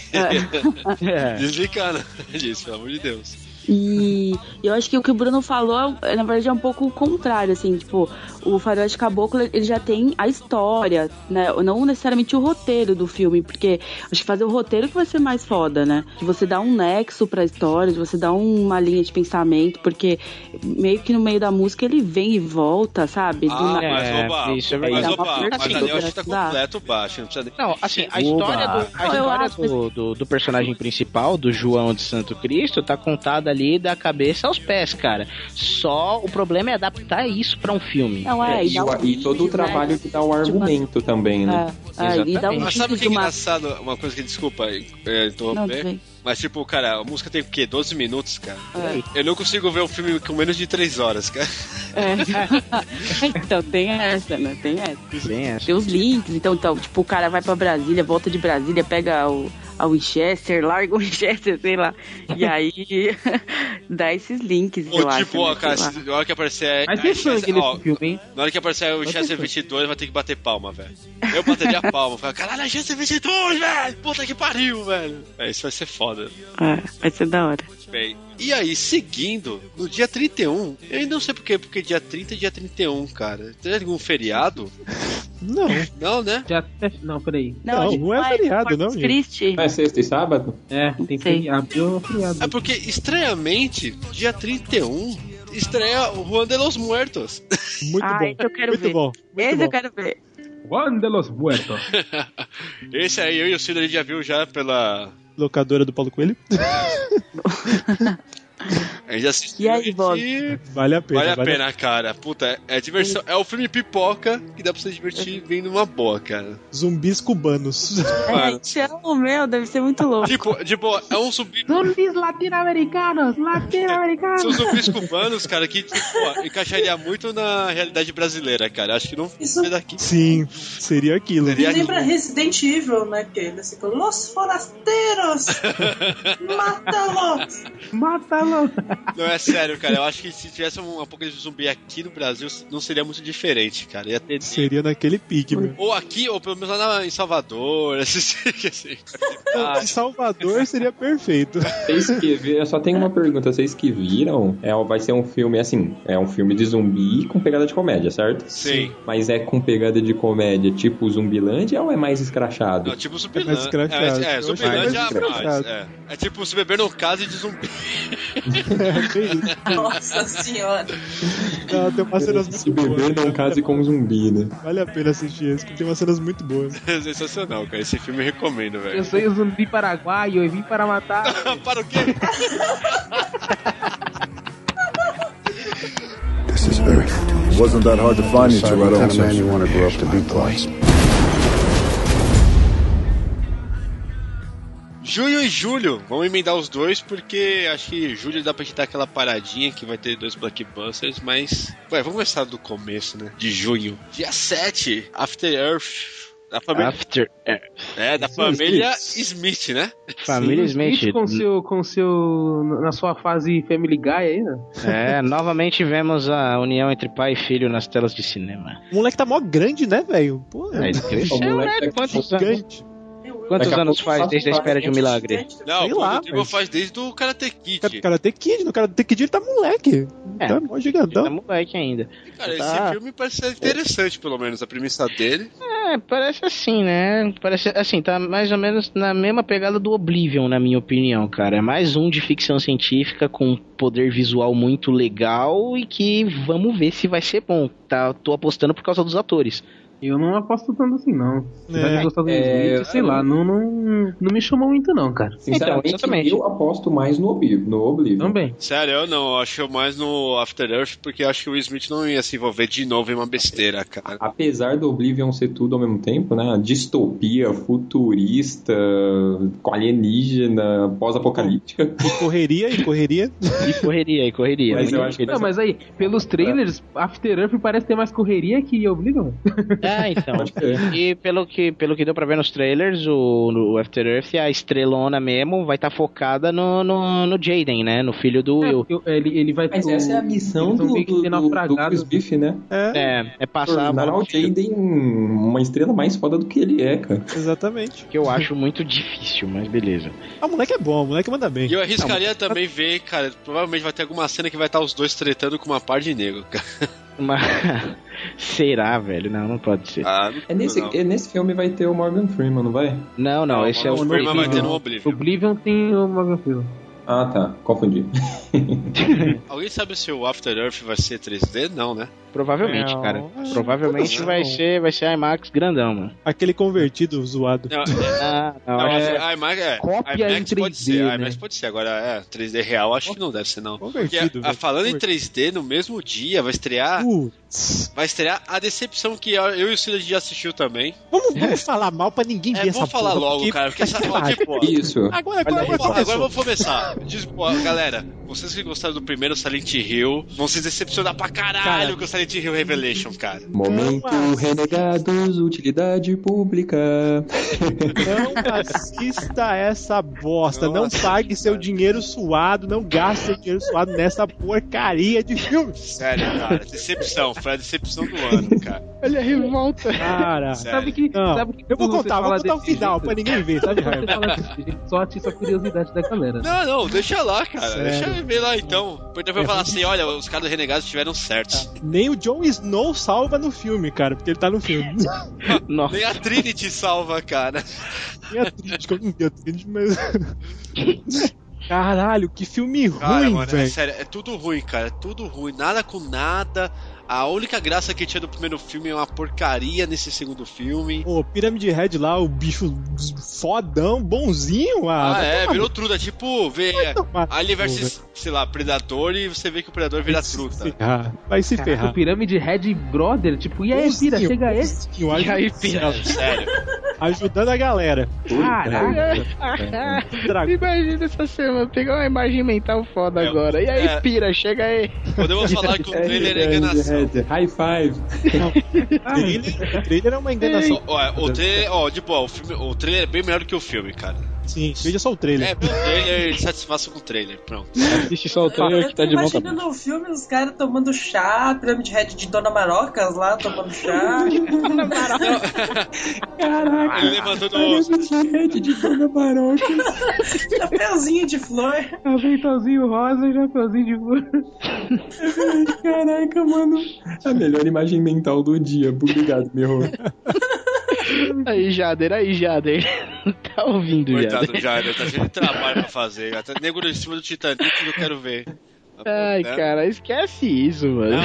C: É.
F: Deslicando disso, pelo amor de Deus.
K: E eu acho que o que o Bruno falou, é, na verdade, é um pouco o contrário, assim, tipo, o Faroeste Caboclo, ele já tem a história, né? Não necessariamente o roteiro do filme, porque acho que fazer o roteiro que vai ser mais foda, né? De você dar um nexo pra história, de você dar uma linha de pensamento, porque meio que no meio da música ele vem e volta, sabe? Do
F: Ah,
K: nada.
F: mas oba,
C: isso é
F: mas
C: verdade.
F: oba, mas
C: Assim,
F: ali eu acho que tá
K: dá.
F: completo baixo, não precisa nem...
C: Não, assim, a
F: Oba.
C: história, do, a
K: Não, eu
C: história
K: acho-
C: do, do- do personagem principal, do João de Santo Cristo, tá contada ali da cabeça aos pés, cara. Só o problema é adaptar isso pra um filme.
K: Não, é,
I: e,
K: dá
I: o-
K: um
I: e todo o
K: vídeo,
I: trabalho
K: né?
I: que dá o argumento também, né?
K: É, é, e dá um
F: Mas
K: tipo
F: sabe o que
K: de
F: é
K: uma...
F: engraçado? Uma coisa que, desculpa é,
K: Não, tudo
F: interromper.
K: bem.
F: mas, tipo, cara, a música tem o quê? 12 minutos, cara? Eu não consigo ver um filme com menos de 3 horas, cara.
K: É. então tem essa, né? Tem essa.
C: Tem essa.
K: os links, então, então, tipo, o cara vai pra Brasília, volta de Brasília, pega o a Winchester, larga o Winchester, sei lá. E aí dá esses links,
F: Ou
K: eu acho.
F: tipo, ó,
K: né,
F: cara,
K: sei lá.
F: se- na hora que aparecer.
M: Mas
F: a
M: tem
F: Chester-
M: sangue
F: ó,
M: nesse filme, hein?
F: Na hora que aparecer o
M: Mas
F: Chester
M: tem
F: 22, vai ter que bater palma, velho. Eu bateria a palma. Falei, caralho, Chester 22, velho! Puta que pariu, velho! É, isso vai ser foda.
K: É, vai ser da hora.
F: Bem, e aí, seguindo, no dia 31, eu ainda não sei por quê, porque dia 30 é dia 31, cara. Tem algum feriado?
G: Não.
F: Não, né?
M: Já, não, peraí.
G: Não, não, é feriado, não, gente.
K: Triste.
I: É sexta e sábado?
M: É, tem que abriu o feriado.
F: É porque, estranhamente, dia 31 estreia o Juan de los Muertos.
G: Muito
K: ah,
G: bom.
K: esse eu quero
G: Muito
K: ver.
G: bom.
K: esse
G: bom.
K: eu quero ver.
M: Juan de los Muertos.
F: Esse aí eu e o Ciro a gente já viu já pela.
G: Locadora do Paulo Coelho.
F: A gente assistiu.
K: E aí, Bob?
G: Vale a É pena.
F: vale a pena, cara. Puta, é diversão. É o filme pipoca que dá pra você divertir vendo uma boa, cara.
G: Zumbis cubanos.
K: É, então, meu, deve ser muito louco.
F: Tipo, de boa, é um zumbi.
M: Zumbis latino-americanos,
F: São
M: latino-americanos.
F: zumbis cubanos, cara, que tipo, ó, encaixaria muito na realidade brasileira, cara. Acho que não é daqui.
G: Sim, seria aquilo.
H: Me lembra Resident Evil, né? Que ele assim, Los Forasteiros! Mata-los!
M: Mata-los.
F: Não, é sério, cara. Eu acho que se tivesse um apocalipse zumbi aqui no Brasil, não seria muito diferente, cara. Ia ter...
G: Seria naquele pique, meu.
F: Ou aqui, ou pelo menos lá na- em Salvador, assim, assim.
G: De Salvador seria perfeito.
I: Vocês que vi- eu só tenho uma pergunta, vocês que viram, é, vai ser um filme assim, é um filme de zumbi com pegada de comédia, certo?
F: Sim.
I: Mas é com pegada de comédia tipo Zumbilândia ou é mais escrachado?
F: Não, tipo Zumbilândia.
I: mais escrachado.
F: É, é,
I: Eu
F: Zumbilândia
I: acho
F: é
I: mais
F: mais. É. é tipo se beber no caso de zumbi.
H: Nossa senhora.
G: Não, Tá, tem umas
F: É.
G: cenas
I: Se
G: muito boas.
I: beber não case com zumbi, né?
G: Vale a pena assistir esse, porque tem umas cenas muito boas.
F: É sensacional, cara. Esse filme eu recomendo, velho.
M: Eu sou o zumbi paraguaio e vim para matar.
F: para o quê?
E: It wasn't that hard to find each other.
N: kind of man you want to grow up to be, boys.
F: Junho e julho, vamos emendar os dois, porque acho que julho dá pra gente dar aquela paradinha que vai ter dois blockbusters, mas. Ué, vamos começar do começo, né? De junho. Dia 7, After Earth. Da família.
C: After
F: É, da
C: Sim,
F: família Smith, né?
C: Felizmente.
M: Isso Com seu, com seu. na sua fase Family Guy aí, né?
C: É, novamente vemos a união entre pai e filho nas telas de cinema.
G: O moleque tá mó grande, né, velho? Pô,
C: É, ele cresceu,
G: o moleque
C: né?
G: tá
C: Quantos
G: gigante.
C: Quantos
G: Daqui a
C: anos
G: pouco
C: faz
G: faz
C: desde a espera de um milagre?
F: Não,
G: Sei
F: o
G: lá,
F: Rodrigo
G: mas-
F: faz desde o Karate Kid.
G: O Karate Kid, no Karate Kid ele tá moleque.
F: É,
G: tá mó gigantão.
F: ele
G: Tá
C: moleque ainda.
F: Cara,
G: Tá.
F: esse filme parece ser interessante, pelo menos, a premissa dele.
C: É, parece assim, né? Parece assim, tá mais ou menos na mesma pegada do Oblivion, na minha opinião, cara. É mais um de ficção científica com um poder visual muito legal e que vamos ver se vai ser bom. Tá, tô apostando por causa dos atores.
M: Eu não aposto tanto assim, não. Apesar
C: É.
M: de gostar do
C: É,
M: Smith, sei lá, não, não, não me chamou muito, não, cara.
I: Sinceramente, eu aposto mais no Oblivion. No Oblivion.
M: Também.
F: Sério, eu não, eu acho mais no After Earth, porque eu acho que o Will Smith não ia se envolver de novo em uma besteira, cara.
I: Apesar do Oblivion ser tudo ao mesmo tempo, né? Distopia, futurista, com alienígena, pós-apocalíptica.
G: E correria, e correria.
C: E correria, e correria.
I: Mas eu acho que
M: Não, mas aí, pelos trailers, After Earth parece ter mais correria que Oblivion.
G: É,
C: Ah, então. E pelo que, pelo que deu pra ver nos trailers, o, no After Earth, a estrelona mesmo vai estar focada no, no, no Jaden, né? No filho do
I: É.
C: Will.
M: Ele, ele vai
I: Mas essa é a missão do, do, do, do Chris Biff, né?
C: É, é passar a bola
I: Tornar
C: pro
I: o Jaden uma estrela mais foda do que ele é, cara.
G: Exatamente.
C: Que eu acho muito difícil, mas beleza.
G: Ah, o moleque é bom, o moleque manda bem.
F: E eu arriscaria também ver, cara, provavelmente vai ter alguma cena que vai estar os dois tretando com uma par de negro, cara.
C: Mas será, velho? Não, não pode ser.
F: Ah,
I: É nesse, é nesse filme vai ter o Morgan Freeman, não vai?
C: Não, não, esse é o
M: Oblivion. Oblivion tem o Morgan Freeman.
I: Ah, tá. Confundi.
F: Alguém sabe se o After Earth vai ser 3D? Não, né?
C: Provavelmente,
F: Não.
C: cara.
G: é,
C: Provavelmente
F: Não.
C: vai ser, vai ser IMAX grandão, mano.
G: Aquele convertido zoado.
F: Não,
C: Ah, não,
F: não,
C: é-
F: mas IMAX, é,
G: cópia
F: IMAX
G: em
F: pode
G: 3D,
F: ser,
G: né?
F: IMAX pode ser. Agora, é, 3D real acho que não deve ser, não. Porque,
G: Convertido,
F: ah,
G: velho,
F: falando em 3D, no mesmo dia vai estrear... Vai estrear a decepção que eu e o Silas já assistiu também.
G: Vamos,
C: É.
G: vamos falar mal pra ninguém ver
F: É,
G: essa
F: vou falar
G: porra,
F: logo, cara, porque essa
G: tá
F: de boa.
I: Isso.
G: Agora, agora,
F: Olha aí,
G: agora
F: agora,
G: começou.
F: vamos começar. Diz, ó, galera, vocês que gostaram do primeiro Silent Hill vão se decepcionar pra caralho com o Silent Hill Revelation, cara.
I: Momento renegados, utilidade pública.
G: Não assista essa bosta. Não pague seu dinheiro suado. Não gaste seu dinheiro suado nessa porcaria de filme.
F: Sério, cara, decepção. Foi a decepção do ano, cara.
M: Olha a revolta.
G: Cara,
F: Sério.
M: sabe que.
G: Não.
M: Sabe que
G: Eu vou
M: quando você
G: contar, vou
M: fala
G: contar o
M: desse
G: final
M: jeito-
G: pra ninguém ver, tá de
M: Quando você
G: raiva.
M: fala desse jeito, Só atiça a curiosidade da galera.
F: Não, não, deixa lá, cara.
G: Sério.
F: Deixa eu ver lá então. Depois eu vou falar assim: olha, os caras do Renegados tiveram certos.
G: Nem o Jon Snow salva no filme, cara, porque ele tá no filme.
C: Nossa.
F: Nem a Trinity salva, cara.
G: Nem a Trinity, que é eu não vi a Trinity, mas. Caralho, que filme
F: Cara,
G: ruim,
F: mano, é
G: velho.
F: sério, é tudo ruim, cara. É tudo ruim, nada com nada. A única graça que tinha do primeiro filme é uma porcaria nesse segundo filme.
G: Pô, Pirâmide Red lá, o bicho fodão, bonzinho. Ah,
F: Ah,
G: vai
F: é,
G: tomar
F: virou truta, tipo, vê Ali versus, sei lá, Predador e você vê que o Predador vira truta.
G: Ah, vai se
M: Caraca,
G: ferrar.
M: Pirâmide Red Brother, tipo, e aí, Pira, chega aí.
G: olha.
M: E aí,
F: Sério, sério.
G: Ajudando a galera.
C: Caraca. Imagina essa cena, pegar uma imagem mental foda agora. E aí,
F: é.
C: pira, chega aí.
F: Podemos falar que o trailer é enganação.
I: High five.
G: O trailer, o trailer é uma enganação.
F: tipo, Ó, ó, o trailer, ó, de boa, o, filme, o trailer é bem melhor do que o filme, cara.
G: Sim, veja só o trailer.
F: É, pelo trailer, satisfaça com o trailer, pronto.
M: Assiste só o trailer que tá de volta.
H: Imagina no filme os caras tomando chá, pirâmide red de Dona Marocas lá, tomando chá. Dona Marocas.
L: Caraca.
F: Ele levantou
L: Olha esse gente de Dona Baroca.
H: Chapeuzinho de flor.
L: Aventalzinho rosa e chapeuzinho de flor. Caraca, mano.
I: A melhor imagem mental do dia. Obrigado, meu.
C: Aí, Jader, aí, Jader. Tá ouvindo,
F: Coitado do
C: Jader.
F: Jader, tá cheio de trabalho pra fazer. Até nego em cima do Titanic eu quero ver.
C: Ai,
F: né?
C: cara, esquece isso, mano.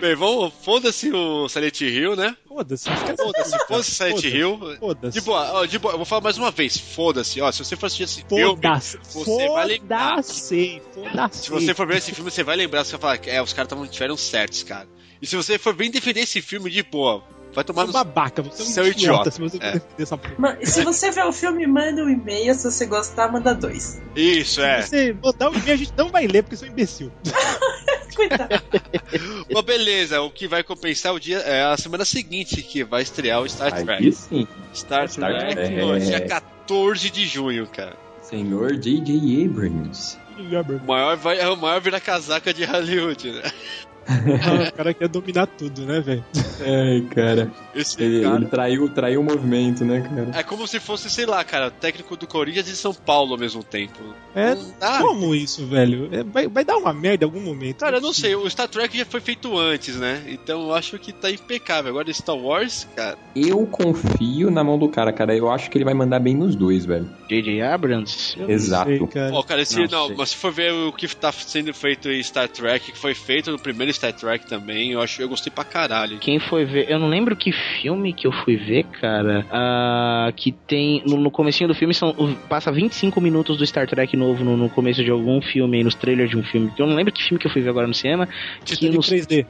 F: Bem, vamos. Foda-se o Silent Hill, né?
G: Foda-se.
F: Foda-se, foda-se Silent Hill.
G: Foda-se.
F: De boa, ó, de boa, eu vou falar mais uma vez. Foda-se, ó. Se você for assistir esse filme,
G: Foda-se.
F: você vai lembrar.
G: Foda-se. Foda-se.
F: Se você for ver esse filme, você vai lembrar, você vai falar, que, é, os caras tavam- tiveram certos, cara. E se você for bem defender esse filme de boa, vai tomar
G: Você é um
F: no
G: babaca, você é um
F: seu
G: idiota,
F: idiota.
G: se você for
F: É.
G: defender essa porra.
H: Mano, e se você vê o filme, manda um e-mail. Se você gostar, manda dois.
F: Isso, é.
G: Se você botar o e-mail, a gente não vai ler, porque eu sou um imbecil.
F: Mas beleza, o que vai compensar o dia é a semana seguinte que vai estrear o Star Trek.
I: sim.
F: Star,
I: Star
F: Trek,
I: Trek.
C: é.
F: no dia 14 de junho, cara.
I: Senhor J.J. Abrams.
F: O maior, vai, é o maior vira casaca de Hollywood, né?
G: Ah, o cara quer dominar tudo, né, velho?
I: Ai, cara.
F: Esse
I: Ele,
F: cara-
I: ele traiu, traiu o movimento, né, cara?
F: É como se fosse, sei lá, cara, técnico do Corinthians e São Paulo ao mesmo tempo.
G: É, como isso, velho? É, vai, vai dar uma merda em algum momento.
F: Cara, eu não sei, o Star Trek já foi feito antes, né? Então eu acho que tá impecável. Agora Star Wars, cara.
I: Eu confio na mão do cara, cara. Eu acho que ele vai mandar bem nos dois, velho.
C: J.J. Abrams?
I: Exato.
F: Ó, cara, esse,
C: Não
F: não,
C: sei.
F: mas se for ver o que tá sendo feito em Star Trek, que foi feito no primeiro Star Trek também, eu acho eu gostei pra caralho.
C: Quem foi ver? Eu não lembro que filme que eu fui ver, cara. Ah, que tem. No, no comecinho do filme são, passa 25 minutos do Star Trek novo no, no começo de algum filme, aí nos trailers de um filme. Eu não lembro que filme que eu fui ver agora no cinema. que
G: Titanic
C: nos
G: 3D.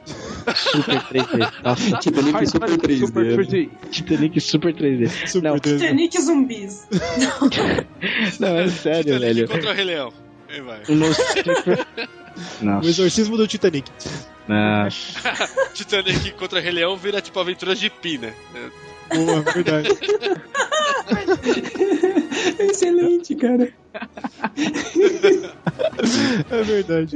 C: Super 3D. Nossa,
I: Titanic Super 3D.
C: Titanic Super 3D. não,
H: Titanic zumbis.
C: não, é sério, velho.
F: Contra o Rei Leão. Aí vai.
C: Nos super-
G: O
C: Nossa.
G: exorcismo do Titanic.
C: Nossa.
F: Titanic contra Rei Leão vira tipo aventuras de Pi, né? É,
G: Boa, verdade.
I: Excelente, cara.
G: É verdade.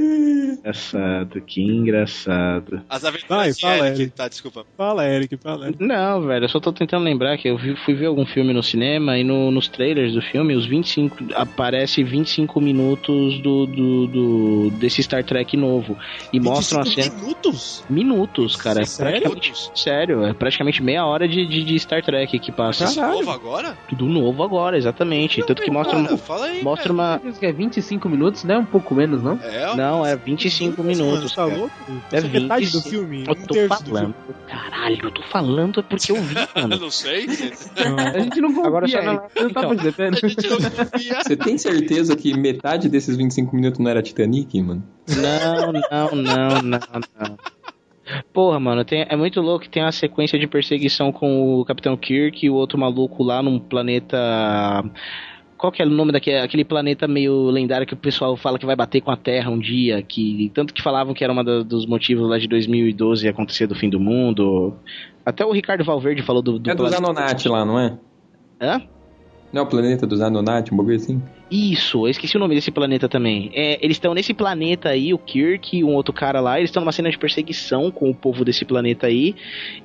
C: Engraçado, que engraçado.
F: As
G: Vai,
F: aventuras de
G: fala,
F: Eric.
G: Eric.
F: Tá, desculpa.
G: Fala, Eric, fala, Eric.
C: Não, velho, eu só tô tentando lembrar que eu vi- fui ver algum filme no cinema e no- nos trailers do filme, os 25. aparece 25 minutos do, do, do- desse Star Trek novo. E mostram a
G: 25
C: cena.
G: minutos?
C: Minutos, cara. É
G: Sério?
C: praticamente- Sério, é praticamente meia hora de, de, de Star Trek que passa.
F: Isso novo agora?
C: Tudo novo agora, exatamente. Tanto que mostra,
F: Cara, fala aí.
C: mostra uma.
M: Isso que é 25 minutos, né? Um pouco menos, não?
F: É, ó.
C: Não, é 25
G: Mano,
C: minutos.
G: tá
C: cara.
G: louco?
C: É
G: Isso metade do
C: 25.
G: filme,
C: Eu
G: um
C: tô
G: terço do
C: falando.
G: filme.
C: Caralho, eu tô falando é porque eu vi, mano.
F: Não sei.
M: A gente não confia,
C: Agora só não-
M: Eric. Não tá
C: Então.
M: percebendo?
I: Você tem certeza que metade desses 25 minutos não era Titanic, mano?
C: Não, não, não, não, não. Porra, mano, tem- é muito louco que tem uma sequência de perseguição com o Capitão Kirk e o outro maluco lá num planeta. Qual que é o nome daquele aquele planeta meio lendário que o pessoal fala que vai bater com a Terra um dia? que Tanto que falavam que era um dos motivos lá de 2012 acontecer do fim do mundo. Até o Ricardo Valverde falou do, do
I: É dos
C: planeta-
I: Anonati lá, não é?
C: Hã?
I: Não é o planeta dos Anonati, um bagulho assim?
C: Isso, eu esqueci o nome desse planeta também. É, eles estão nesse planeta aí, o Kirk e um outro cara lá, eles estão numa cena de perseguição com o povo desse planeta aí.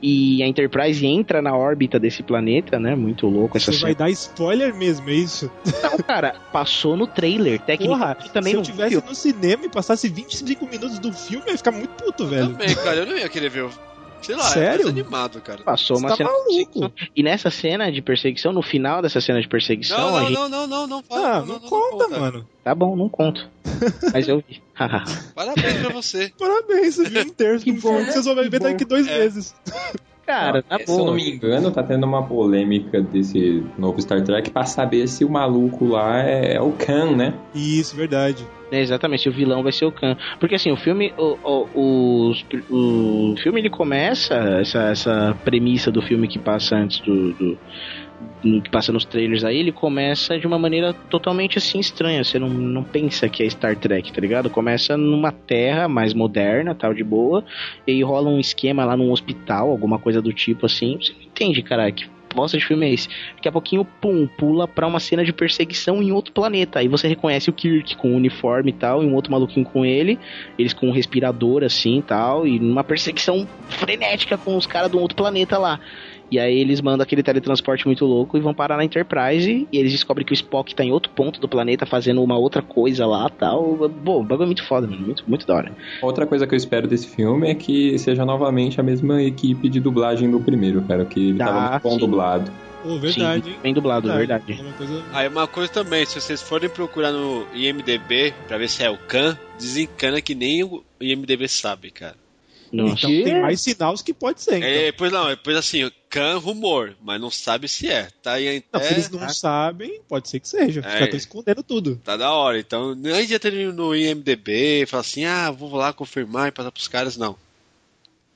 C: E a Enterprise entra na órbita desse planeta, né? Muito louco essa
G: Você vai
C: cena.
G: dar spoiler mesmo, é isso?
C: Não, cara, passou no trailer,
G: Porra,
C: tecnicamente também
G: se eu
C: não
G: tivesse no cinema e passasse 25 minutos do filme, eu ia ficar muito puto, velho.
F: Também, cara, eu não ia querer ver. o- Sei lá,
G: Sério?
F: é animado, cara.
C: Passou
G: Você
C: uma
G: tá
C: cena.
G: maluco.
C: E nessa cena de perseguição, no final dessa cena de perseguição,
F: Não,
C: a
F: não,
C: gente.
F: não, não, não, não fala.
G: Ah,
F: não,
G: não
F: não, não
G: conta,
F: conta.
G: mano.
C: Tá bom, não conto. Mas eu vi.
F: Parabéns pra você. É.
G: Parabéns, você viu um terço do filme que vocês vão ver daqui dois meses.
C: cara,
I: Não, é,
C: tá
I: Se eu não
C: bom.
I: me engano, tá tendo uma polêmica desse novo Star Trek pra saber se o maluco lá é, é o Khan, né?
G: Isso, verdade.
C: É, exatamente, o vilão vai ser o Khan. Porque assim, o filme. O, o, os- o filme ele começa. Essa, essa premissa do filme que passa antes do. do- no- que passa nos trailers aí, ele começa de uma maneira totalmente assim estranha. Você não, não pensa que é Star Trek, tá ligado? Começa numa terra mais moderna, tal, de boa, e rola um esquema lá num hospital, alguma coisa do tipo assim. Você não entende, cara, que bosta de filme é esse? Daqui a pouquinho, pum, pula pra uma cena de perseguição em outro planeta. Aí você reconhece o Kirk com o uniforme e tal, e um outro maluquinho com ele, eles com um respirador assim e tal, e numa perseguição frenética com os caras de um outro planeta lá. E aí eles mandam aquele teletransporte muito louco e vão parar na Enterprise. E eles descobrem que o Spock tá em outro ponto do planeta fazendo uma outra coisa lá tal. Bom, o bagulho é muito foda, mano. Muito, muito da hora.
I: Outra coisa que eu espero desse filme é que seja novamente a mesma equipe de dublagem do primeiro, cara, que ele
C: Tá,
I: tava muito bom
C: sim.
I: dublado.
G: Pô, verdade, hein?
C: Bem dublado, verdade.
F: Aí uma coisa também, se vocês forem procurar no IMDB pra ver se é o Khan, desencana que nem o IMDB sabe, cara.
G: Então
C: é?
G: tem mais sinais que pode ser. Então.
F: É, pois não, é, pois assim, Khan rumor, mas não sabe se é. Tá aí
G: Não,
F: até-
G: se eles não sabem, pode ser que seja. Os
F: É.
G: caras estão escondendo tudo.
F: Tá da hora, então não adianta ir no IMDB e falar assim, ah, vou lá confirmar e passar pros caras, não.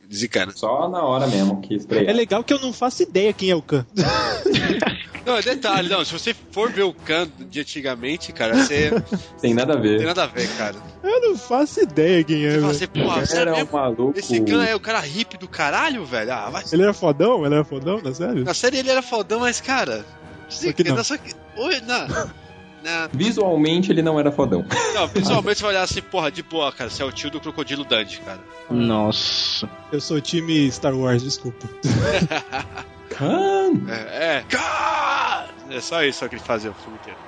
F: Desencana.
I: Só na hora mesmo que
G: É
I: estreia.
G: legal que eu não faço ideia quem é o Khan.
F: Não, é detalhe, não, se você for ver o Khan de antigamente, cara, você...
I: Tem nada a ver.
F: Tem nada a ver, cara.
G: Eu não faço ideia quem é. velho.
F: Você, porra, sério
I: Era um
F: mesmo?
I: maluco.
F: Esse Khan é o cara hippie do caralho, velho? Ah, vai...
G: Ele era fodão? Ele era fodão, tá na série?
F: Na série ele era fodão, mas, cara... Sim,
G: que não.
F: Só que... Oi, na... na...
I: Visualmente ele não era fodão.
F: Não, visualmente você vai olhar assim, porra, de boa, cara, você é o tio do Crocodilo Dundee, cara.
C: Nossa.
G: Eu sou o time Star Wars, desculpa.
I: Khan!
F: É, é. Khan! É só isso só que ele fazia o filme inteiro.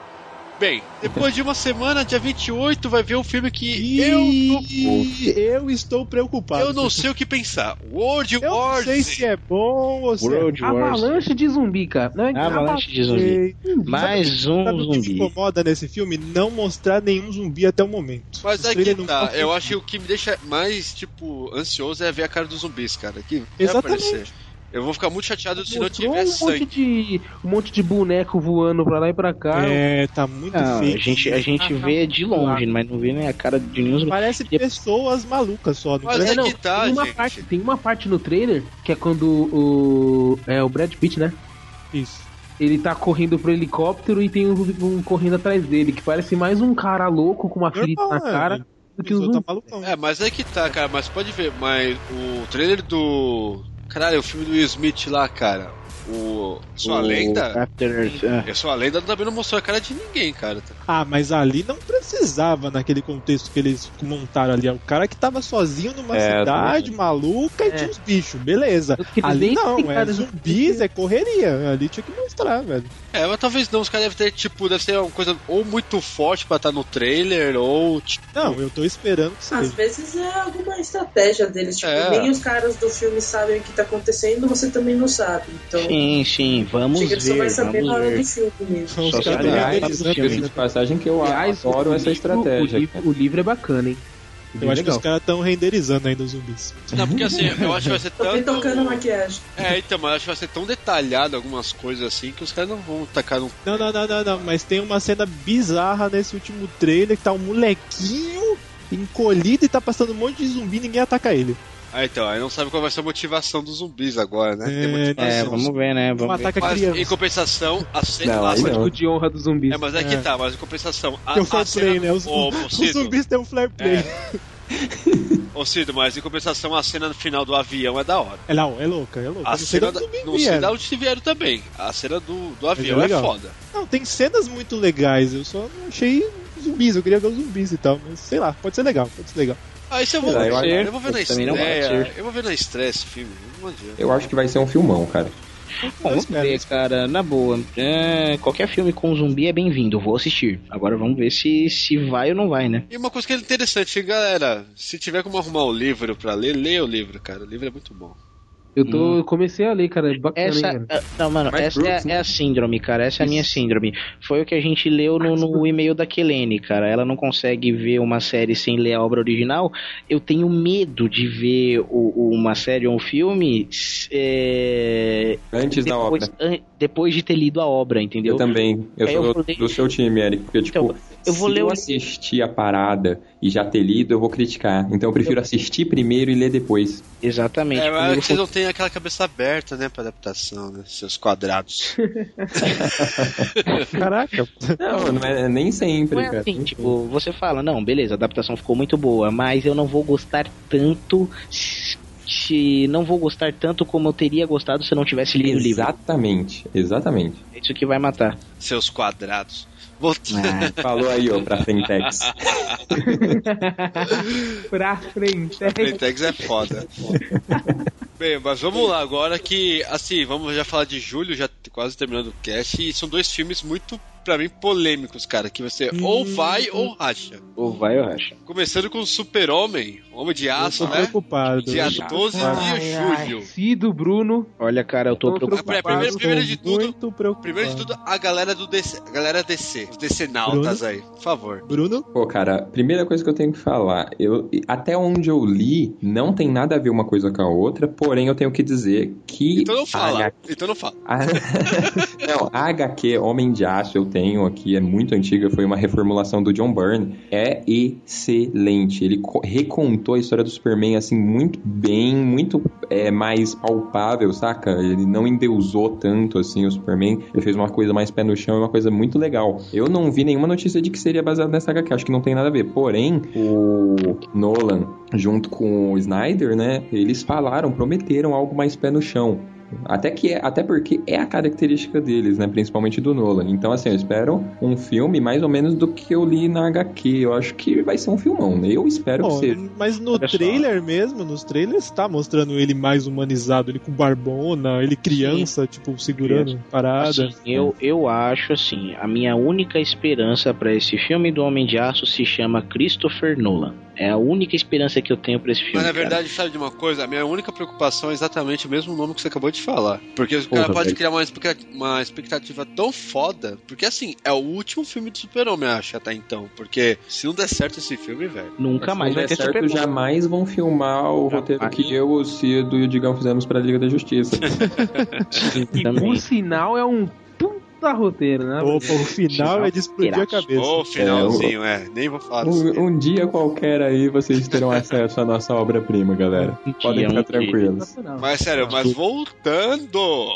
F: Bem, depois de uma semana, dia 28, vai ver um filme que eu não,
G: E eu estou preocupado.
F: eu não sei o que pensar. World
G: Eu não
F: War
G: sei se é bom ou se
C: World
G: é...
C: Wars. Ah,
L: Avalanche de zumbi, cara. Não é
C: Avalanche de zumbi. Mais um
G: Sabe o que me
C: zumbi.
G: incomoda nesse filme? Não mostrar nenhum zumbi até o momento.
F: Mas
G: Os
F: é que
G: trailers não
F: tá,
G: mostram
F: eu acho que o que me deixa mais, tipo, ansioso é ver a cara dos zumbis, cara. Que vai
G: Exatamente.
F: aparecer. Eu vou ficar muito chateado se não
L: Mostrou
F: tiver
L: um monte,
F: sangue.
L: de, um monte de boneco voando pra lá e pra cá.
G: É, tá muito
C: Não,
G: feio.
C: a gente, a gente vê de longe, mas não vê nem a cara de nenhum zumbi.
G: Ah, tá. Parece pessoas malucas só. Não
F: Mas
G: parece...
F: é
L: não,
F: que tá,
L: tem, uma
F: gente.
L: parte, tem uma parte no trailer que é quando o. É o Brad Pitt, né?
G: Isso.
L: Ele tá correndo pro helicóptero e tem um, um correndo atrás dele, que parece mais um cara louco com uma ferida na
G: Normal,
L: cara
G: né?
L: do que um zumbi.
G: Tá malucão.
F: É, mas é que tá, cara, mas pode ver, mas o trailer do. Caralho, o filme do Will Smith lá, cara. O. Sua
C: O
F: lenda?
C: After Earth, é.
F: É sua lenda também não mostrou a cara de ninguém, cara.
G: Ah, mas ali não precisava naquele contexto que eles montaram ali. É o cara que tava sozinho numa
I: É,
G: cidade maluca e
L: É.
G: tinha uns bichos, beleza.
L: Eu queria
G: Ali
L: nem
G: não,
L: explicar
G: é
L: desse
G: zumbis, é correria. Ali tinha que mostrar, velho.
F: É, mas talvez não, os caras devem ter, tipo, deve ser uma coisa ou muito forte pra estar no trailer, ou. tipo,
G: Não, eu tô esperando que
H: Às
G: seja.
H: vezes é alguma estratégia deles, tipo,
F: É.
H: nem os caras do filme sabem o que tá acontecendo, você também não sabe. Então,
C: Sim, sim, vamos
H: chega que você vai
C: ver,
H: saber na
C: vamos
H: hora
C: ver.
H: do filme mesmo.
G: Os
C: Só
G: caras
C: se
G: tão
C: aliás,
G: organizando
C: filme.
I: Diga-se assim de passagem que eu
L: Aliás,
I: adoro
L: o
I: essa
L: livro- O
I: estratégia. cara.
L: livro, o livro é bacana, hein? O livro
G: Eu
L: é
G: acho que os
L: legal.
G: caras estão renderizando ainda os zumbis.
F: Não, porque assim, eu acho que vai ser
H: Tô
F: tanto.
H: retocando a maquiagem.
F: É, então, mas eu acho que vai ser tão detalhado algumas coisas assim que os caras não vão tacar no.
G: Não, não, não, não, não, mas tem uma cena bizarra nesse último trailer que tá um molequinho encolhido e tá passando um monte de zumbi e ninguém ataca ele.
F: Ah, então, aí não sabe qual vai ser a motivação dos zumbis agora, né? Tem um
G: É,
F: motivação.
C: É, vamos ver, né?
G: Não
C: Vamos ver.
G: ataca
F: Mas, em
G: criança.
F: compensação, a cena.
I: Não,
F: a
I: aí
F: cena-
I: não.
L: O de honra dos zumbis.
F: É, mas é que
G: É.
F: tá, mas em compensação. A,
G: Tem um
F: a
G: fair play,
F: cena...
G: né? Os,
F: Ô,
G: os
F: Cido,
G: zumbis têm um
F: É.
G: fair play.
F: ô, Cido, mas em compensação, a cena final do avião é da hora.
G: É, não, é louca, é louca.
F: A
G: não sei de
F: cena
G: onde
F: da...
G: zumbi
F: Não sei
G: vieram.
F: de onde vieram também. A cena do, do avião é,
G: legal.
F: foda.
G: Não, tem cenas muito legais, eu só não achei zumbis, eu queria ver os zumbis e tal, mas sei lá, pode ser legal, pode ser legal.
F: Ah, isso eu vou
I: Ah,
F: ver.
I: eu
F: Eu,
I: acho-
F: vou ver na
C: eu também não
F: estreia.
C: acho.
F: Eu vou ver na estreia esse filme. Não adianta.
I: Eu acho que vai ser um filmão, cara.
C: Bom, vamos
G: espero,
C: ver, cara, na boa. É, qualquer filme com zumbi é bem-vindo, eu vou assistir. Agora vamos ver se, se vai ou não vai, né?
F: E uma coisa que é interessante, galera, se tiver como arrumar o livro pra ler, leia o livro, cara. O livro é muito bom.
L: Eu tô, eu comecei a ler, cara. é Bacana, hein,
C: Essa,
L: cara.
C: é- não, mano,
I: Mike
C: essa
I: Brooks,
C: é,
I: né?
C: é a síndrome, cara. Essa é a minha síndrome. Foi o que a gente leu no, no e-mail da Kelene, cara. Ela não consegue ver uma série sem ler a obra original. Eu tenho medo de ver o- o- uma série ou um filme é,
I: Antes da obra.
C: depois, an- depois de ter lido a obra, entendeu?
I: Eu também. Eu
C: Aí
I: sou
C: eu
I: do,
C: vou ler-
I: do seu time, Eric. Porque, tipo,
C: Então, eu vou
I: se
C: ler
I: eu
C: o-
I: assistir a parada e já ter lido, eu vou criticar. Então eu prefiro assistir primeiro e ler depois.
C: Exatamente.
F: É, mas é
C: Comigo
F: que vocês não têm aquela cabeça aberta, né, pra adaptação, né? Seus quadrados.
G: Caraca,
I: Não, não é nem sempre,
C: Não é
I: cara.
C: assim, tipo, você fala, não, beleza, a adaptação ficou muito boa, mas eu não vou gostar tanto s- se não vou gostar tanto como eu teria gostado se eu não tivesse lido o livro.
I: Exatamente, exatamente.
C: É isso que vai matar.
F: Seus quadrados. Vou-
I: É, Falou aí, ó, pra Frentex.
M: pra frente.
F: Pentex é foda. Bem, mas vamos lá agora que, assim, vamos já falar de julho, já t- quase terminando o cast, e são dois filmes muito, pra mim, polêmicos, cara, que você ou vai
I: Hum.
F: ou racha.
I: Ou vai ou racha.
F: Começando com Super-Homem, Homem de Aço,
G: Tô
F: né?
G: preocupado.
F: Dia 12 de julho. É
M: Se do Bruno.
C: Olha, cara, eu tô preocupado.
F: Peraí, primeiro, primeiro de tudo,
G: Muito preocupado.
F: primeiro de tudo, a galera do DC, a galera DC, os DCnautas aí, por favor.
G: Bruno?
I: Pô, cara, primeira coisa que eu tenho que falar, eu, até onde eu li, não tem nada a ver uma coisa com a outra, porém eu tenho que dizer que.
F: Então não
I: a
F: fala, então não fala.
I: A- Não, a HQ Homem de Aço eu tenho aqui, é muito antiga, foi uma reformulação do John Byrne. É excelente. Ele co- recontou a história do Superman assim muito bem, muito é, mais palpável, saca? Ele não endeusou tanto assim o Superman. Ele fez uma coisa mais pé no chão, é uma coisa muito legal. Eu não vi nenhuma notícia de que seria baseado nessa HQ, acho que não tem nada a ver. Porém, o Nolan junto com o Snyder, né? Eles falaram, prometeram algo mais pé no chão. Até que é, até porque é a característica deles, né? Principalmente do Nolan. Então, assim, eu espero um filme mais ou menos do que eu li na HQ. Eu acho que vai ser um filmão. né? Eu espero
G: Bom,
I: que seja.
G: mas no trailer mesmo, nos trailers, tá mostrando ele mais humanizado, ele com barbona, ele criança, tipo, segurando parada.
C: Assim, eu, eu acho assim, a minha única esperança pra esse filme do Homem de Aço se chama Christopher Nolan. É a única esperança que eu tenho pra esse filme.
F: Mas na
C: cara.
F: verdade, sabe de uma coisa? A minha única preocupação é exatamente o mesmo nome que você acabou de falar. Porque o cara
C: Porra,
F: pode
C: velho.
F: criar uma expecta- uma expectativa tão foda. Porque assim, é o último filme de Super-Homem, eu acho, até então. Porque se não der certo esse filme, velho.
C: Nunca
I: Assim, Se não der certo, jamais vão filmar o roteiro que eu, o Cido e o Digão fizemos pra Liga da Justiça.
M: E por sinal é um puta roteiro, né?
G: Opa, o final é de explodir a cabeça.
F: Ô, finalzinho, é. Nem vou falar disso.
I: Um, um dia qualquer aí vocês terão acesso à nossa obra-prima, galera.
F: Um
I: Podem ficar tranquilos.
F: Mas sério, mas voltando.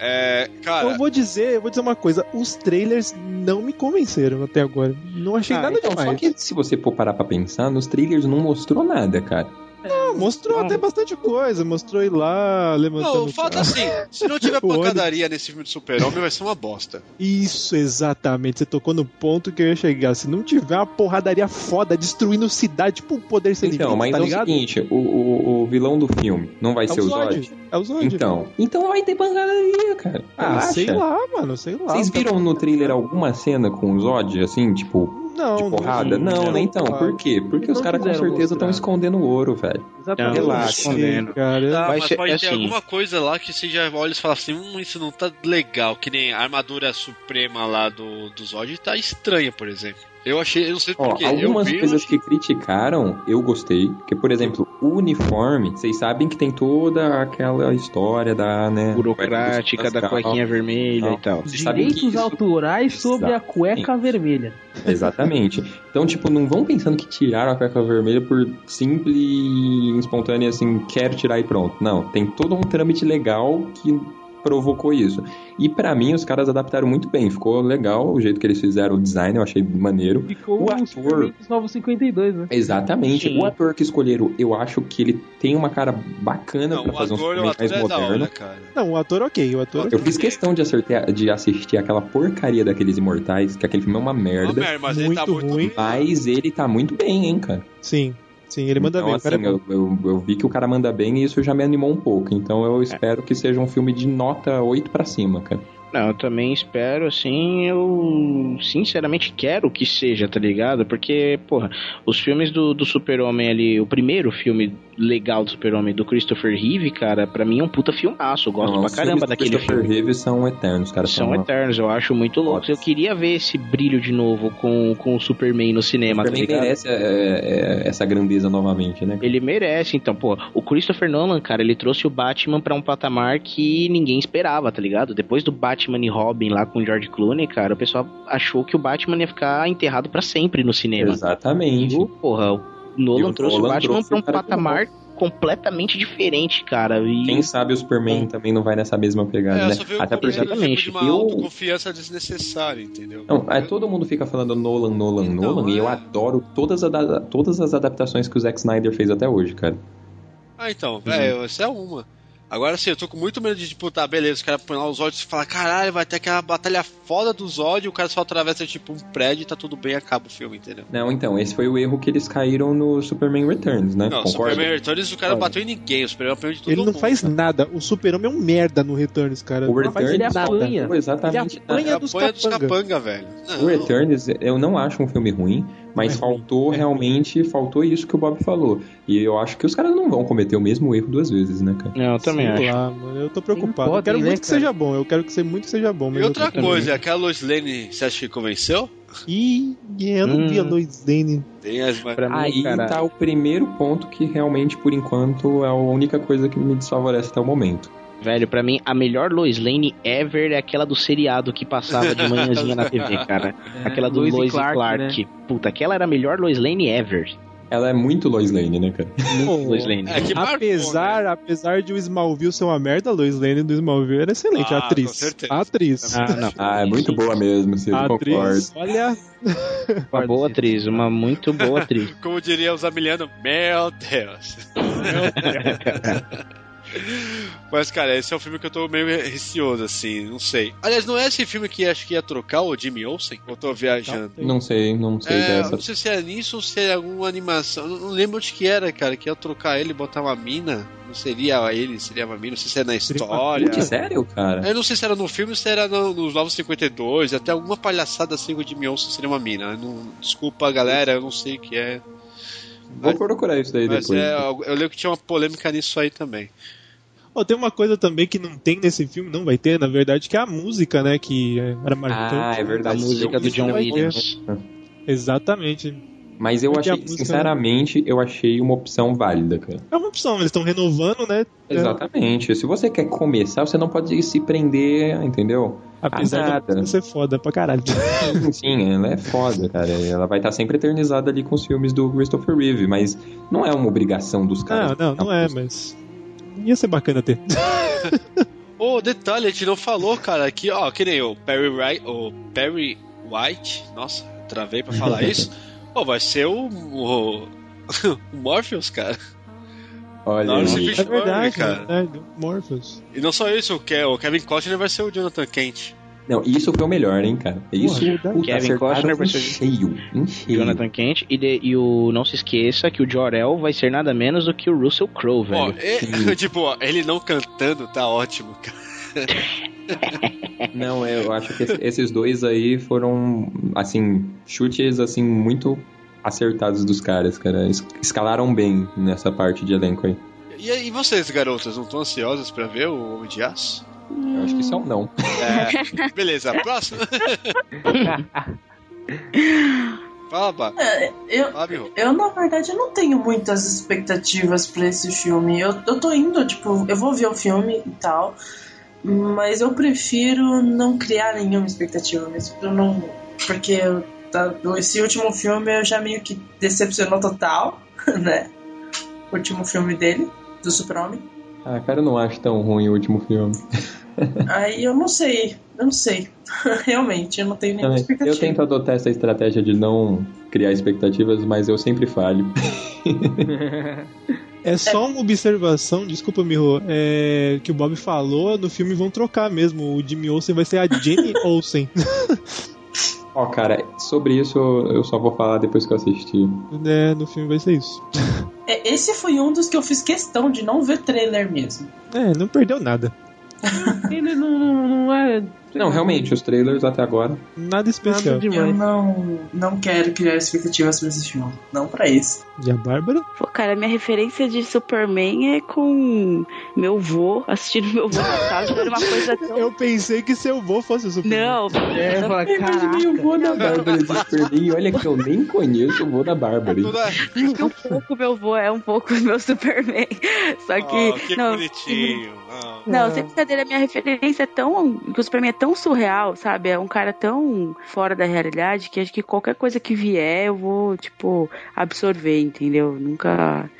F: É, cara.
G: Eu vou dizer, eu vou dizer uma coisa, os trailers não me convenceram até agora. Não achei
I: Ah,
G: nada
I: então,
G: demais.
I: só que se você for parar pra pensar, nos trailers não mostrou nada, cara.
G: Não, mostrou até bastante coisa, mostrou ele lá, levantando
F: Não, o fato é
G: carro.
F: assim, se não tiver
G: tá. O ônibus.
F: pancadaria nesse filme de super-homem, vai ser uma bosta.
G: Isso, exatamente. Você tocou no ponto que eu ia chegar. Se não tiver uma porradaria foda destruindo cidade, tipo o poder sem
I: Então,
G: limites,
I: mas
G: tá
I: é o
G: ligado?
I: seguinte, o, o, o vilão do filme não vai
G: É o
I: ser o
G: Zod.
I: Zod?
G: É o Zod.
I: Então, então vai ter pancadaria, cara.
G: Ah,
I: Relaxa.
G: sei lá, mano, sei lá.
I: Vocês viram no trailer alguma cena com o Zod, assim, tipo,
G: Não,
I: de porrada? Não, né? Então, por quê? Porque os
G: Não
I: caras com
G: quiseram
I: certeza estão escondendo o ouro, velho.
G: Exatamente.
I: Relaxa.
F: Tá,
I: Vai
F: mas
I: ser-
F: pode
I: é
F: ter
I: assim.
F: alguma coisa lá que você já olha e fala assim, hum, isso não tá legal, que nem a armadura suprema lá do, do Zod tá estranha, por exemplo. Eu achei, eu não sei
I: Ó,
F: porquê, eu
I: algumas
F: vi...
I: coisas que criticaram, eu gostei. Que, por exemplo, o uniforme, vocês sabem que tem toda aquela história da, né?
C: Burocrática, da cuequinha vermelha e tal.
I: Vocês sabem que
M: Direitos autorais sobre a cueca vermelha.
I: Exatamente. Então, tipo, não vão pensando que tiraram a cueca vermelha por simples e espontânea, assim, quero tirar e pronto. Não, tem todo um trâmite legal que provocou isso. E pra mim, os caras adaptaram muito bem. Ficou legal o jeito que eles fizeram o design, eu achei maneiro.
M: Ficou o ator. Dos Novos 52, né?
I: Exatamente.
M: Sim.
I: O ator que escolheram, eu acho que ele tem uma cara bacana pra fazer um
F: ator,
I: filme
F: o
I: mais
F: ator é da hora,
I: moderno.
F: cara.
G: Não, o ator ok, o ator
I: Eu fiz questão de, acertar- de assistir aquela porcaria daqueles imortais, que aquele filme é uma merda.
F: merda, mas ele tá Muito muito- ruim.
I: Mas ele tá muito bem, hein, cara.
G: Sim, sim, ele manda bem, o cara é
I: Assim, eu, eu, eu vi que o cara manda bem e isso já me animou um pouco. Então
G: É.
I: eu espero que seja um filme de nota 8 pra cima, cara.
C: Não, eu também espero, assim, eu sinceramente quero que seja, tá ligado? Porque, porra, os filmes do, do Super-Homem ali, o primeiro filme legal do Super-Homem do Christopher Reeve, cara, pra mim é um puta filmaço, eu gosto
I: Não, é
C: pra
I: os filmes
C: caramba
I: do
C: daquele
I: Christopher
C: filme.
I: Reeve são eternos, cara.
C: São eternos, eu acho muito louco. Eu queria ver esse brilho de novo com, com o Superman no cinema, tá
I: Também
C: ligado?
I: merece é, é, essa grandeza novamente, né?
C: Ele merece, então, pô. O Christopher Nolan, cara, ele trouxe o Batman pra um patamar que ninguém esperava, tá ligado? Depois do Batman e Robin lá com o George Clooney, cara, o pessoal achou que o Batman ia ficar enterrado pra sempre no cinema.
I: Exatamente.
C: E, o, porra, o Nolan
I: E o
C: trouxe
I: Nolan
C: o Batman
I: trouxe
C: pra um
I: o cara que
C: patamar completamente diferente, cara. E...
I: Quem sabe o Superman também não vai nessa mesma pegada,
F: É, eu
I: né?
F: só vi um
I: Até porque
F: pouquinho de uma
I: eu...
F: autoconfiança desnecessária, entendeu?
I: Não, é, todo mundo fica falando Nolan, Nolan,
F: Então, é.
I: Nolan, e eu adoro todas, a- todas as adaptações que o Zack Snyder fez até hoje, cara.
F: Ah, então, velho, essa é uma. Agora sim, eu tô com muito medo de, tipo, tá, beleza, os caras põem lá os ódios e falam, caralho, vai ter aquela batalha foda dos ódios, o cara só atravessa, tipo, um prédio e tá tudo bem, acaba o filme, entendeu?
I: Não, então, esse foi o erro que eles caíram no Superman Returns, né?
F: Não,
I: Concorda?
F: Superman Returns, o cara não bateu em ninguém, o Superman apanhou de todo
G: Ele não
F: mundo.
G: faz nada. O super-homem é um merda no Returns, cara.
I: O
G: Não faz
I: Returns
G: nada.
I: apanha.
C: Tá
I: é Exatamente.
G: Ele apanha
F: Ele
G: dos
F: apanha
G: capanga.
F: capanga, velho.
I: O Returns, eu não acho um filme ruim, mas
C: É.
I: faltou realmente, faltou isso que o Bob falou. E eu acho que os caras não vão cometer o mesmo erro duas vezes, né, cara?
C: Não, eu
G: Sei lá, mano, eu tô preocupado.
I: podem,
G: eu quero
I: né,
G: muito que
I: cara?
G: seja bom, eu quero que você muito seja bom. mas
F: E
G: eu
F: outra
G: tô-
F: coisa, aquela Lois Lane, você acha que convenceu?
G: Ih, eu não vi a
C: Hum.
G: Lois Lane.
F: Tem as mais...
I: Aí tá o primeiro ponto que realmente, por enquanto, é a única coisa que me desfavorece até o momento.
C: Velho, pra mim, a melhor Lois Lane ever é aquela do seriado que passava de manhãzinha na TV, cara.
I: É,
C: Aquela do
I: Lois
C: Lois,
I: e
C: e
I: Clark,
C: Clark. Puta, aquela era a melhor Lois Lane ever.
I: Ela é muito Lois Lane, né, cara?
G: Pô,
C: Lois Lane.
I: É,
C: Ah,
G: apesar,
I: né?
G: apesar de o Smallville ser uma merda, a Lois Lane do Smallville era excelente.
I: Ah,
G: a é atriz.
I: com certeza.
G: A atriz.
C: Ah, não.
I: Ah, é muito boa mesmo, se
G: A
I: eu concordo.
G: atriz, olha.
C: Uma boa atriz, uma muito boa atriz.
F: Como diria os Amiliano, meu Deus. É, Mas, cara, esse é um filme que eu tô meio receoso, assim, não sei. Aliás, não é esse filme que acho que ia trocar o Jimmy Olsen? Ou tô viajando?
I: Não sei, não sei né?
F: É, eu
I: dessa.
F: não sei se é nisso ou se é alguma animação. Eu Não lembro onde que era, cara. Que ia trocar ele e botar uma mina. Não seria ele, seria uma mina. Não sei se é na história.
I: Putz, é? sério, cara?
F: Eu não sei se era no filme ou se era no- nos Novos 52. Até alguma palhaçada assim com o Jimmy Olsen seria uma mina. Eu não- desculpa, galera. Eu não sei o que é.
I: Vou procurar isso daí
F: Mas
I: depois.
F: é, eu eu lembro que tinha uma polêmica nisso aí também.
G: Ó, tem uma coisa também que não tem nesse filme, não vai ter, na verdade, que é a música, né? Que é- era
I: Ah,
G: marcante.
C: Ah, A música do John Williams.
G: Exatamente.
I: né? Mas eu
G: Vai ter né? a
I: achei,
G: música, né?
I: sinceramente, eu achei uma opção válida, cara.
G: É uma opção, eles estão renovando, né?
I: Exatamente. Se você quer começar, você não pode se prender, entendeu? a
G: Apesar da
I: nada.
G: música ser foda pra caralho.
I: Sim, sim, ela é foda, cara. Ela vai estar sempre eternizada ali com os filmes do Christopher Reeve, mas não é uma obrigação dos caras.
G: Não, não, não é, mas. Ia ser bacana ter.
F: Ô, detalhe, a gente não falou, cara, que, ó, que nem o Perry, Wright, o Perry White, nossa, travei pra falar isso. Pô, vai ser o, o, o Morpheus, cara.
I: Olha
F: Lawrence
I: aí.
G: É
F: Fishburne,
G: verdade,
F: cara.
G: né? do Morpheus.
F: E não só isso, o Ke- o Kevin Costner vai ser o Jonathan Kent.
I: Não, isso foi o melhor, né? hein, cara. Isso
C: Porra,
I: puta,
C: É Kevin
I: acertaram
C: Costner
I: em
C: vai ser-
I: cheio, em cheio.
C: Jonathan Kent. E, de- e o não se esqueça que o Jor-El vai ser nada menos do que o Russell Crowe,
F: Ó,
C: velho.
F: e- tipo, ó, ele não cantando tá ótimo, cara.
I: Não, é, eu acho que esse- esses dois aí foram, assim, chutes, assim, muito acertados dos caras, cara. Es- Escalaram bem nessa parte de elenco aí.
F: E, e vocês, garotas, não estão ansiosas pra ver o Homem de Aço?
I: Eu acho que isso é um não.
F: É, beleza, próximo. Fala, Bá.
H: É, eu,
F: Fábio.
H: eu, na verdade, eu não tenho muitas expectativas pra esse filme. Eu, eu tô indo, tipo, eu vou ver o filme e tal, mas eu prefiro não criar nenhuma expectativa mesmo. Eu não, porque eu, tá- esse último filme eu já meio que decepcionou total, né? O último filme dele, do Super-Homem.
I: Ah, cara, eu não acho tão ruim o último filme.
H: Aí eu não sei, eu não sei. Realmente, eu não tenho nenhuma
I: Também.
H: expectativa.
I: Eu tento adotar essa estratégia de não criar expectativas, mas eu sempre falho.
G: É só uma observação, desculpa, Miho, é, que o Bob falou, no filme vão trocar mesmo. O Jimmy Olsen vai ser a Jenny Olsen.
I: Ó, cara, sobre isso eu eu só vou falar depois que eu assistir.
G: né, no filme vai ser isso.
H: É, Esse foi um dos que eu fiz questão de não ver trailer mesmo.
G: É, não perdeu nada.
L: Ele não, não, não é.
I: Não, realmente, os trailers até agora.
G: Nada especial.
H: Eu não, não quero criar expectativas pra esse filme. Não pra esse.
G: E a Bárbara?
K: Pô, cara, minha referência de Superman é com meu vô, assistindo meu vô na casa, Tipo, era uma coisa tão...
G: Eu pensei que seu vô fosse o Superman.
K: Não,
G: É, eu falo,
K: caraca.
I: Eu vou na Bárbara de Superman, olha que eu nem conheço o vou da Bárbara.
K: Porque um pouco meu vô é um pouco meu Superman. Só que.
F: Oh, que
K: não,
F: bonitinho. Ah.
K: Não, sem brincadeira, minha referência é tão. Que o Superman é tão surreal, sabe? É um cara tão fora da realidade que acho que qualquer coisa que vier eu vou, tipo, absorver, entendeu? Nunca.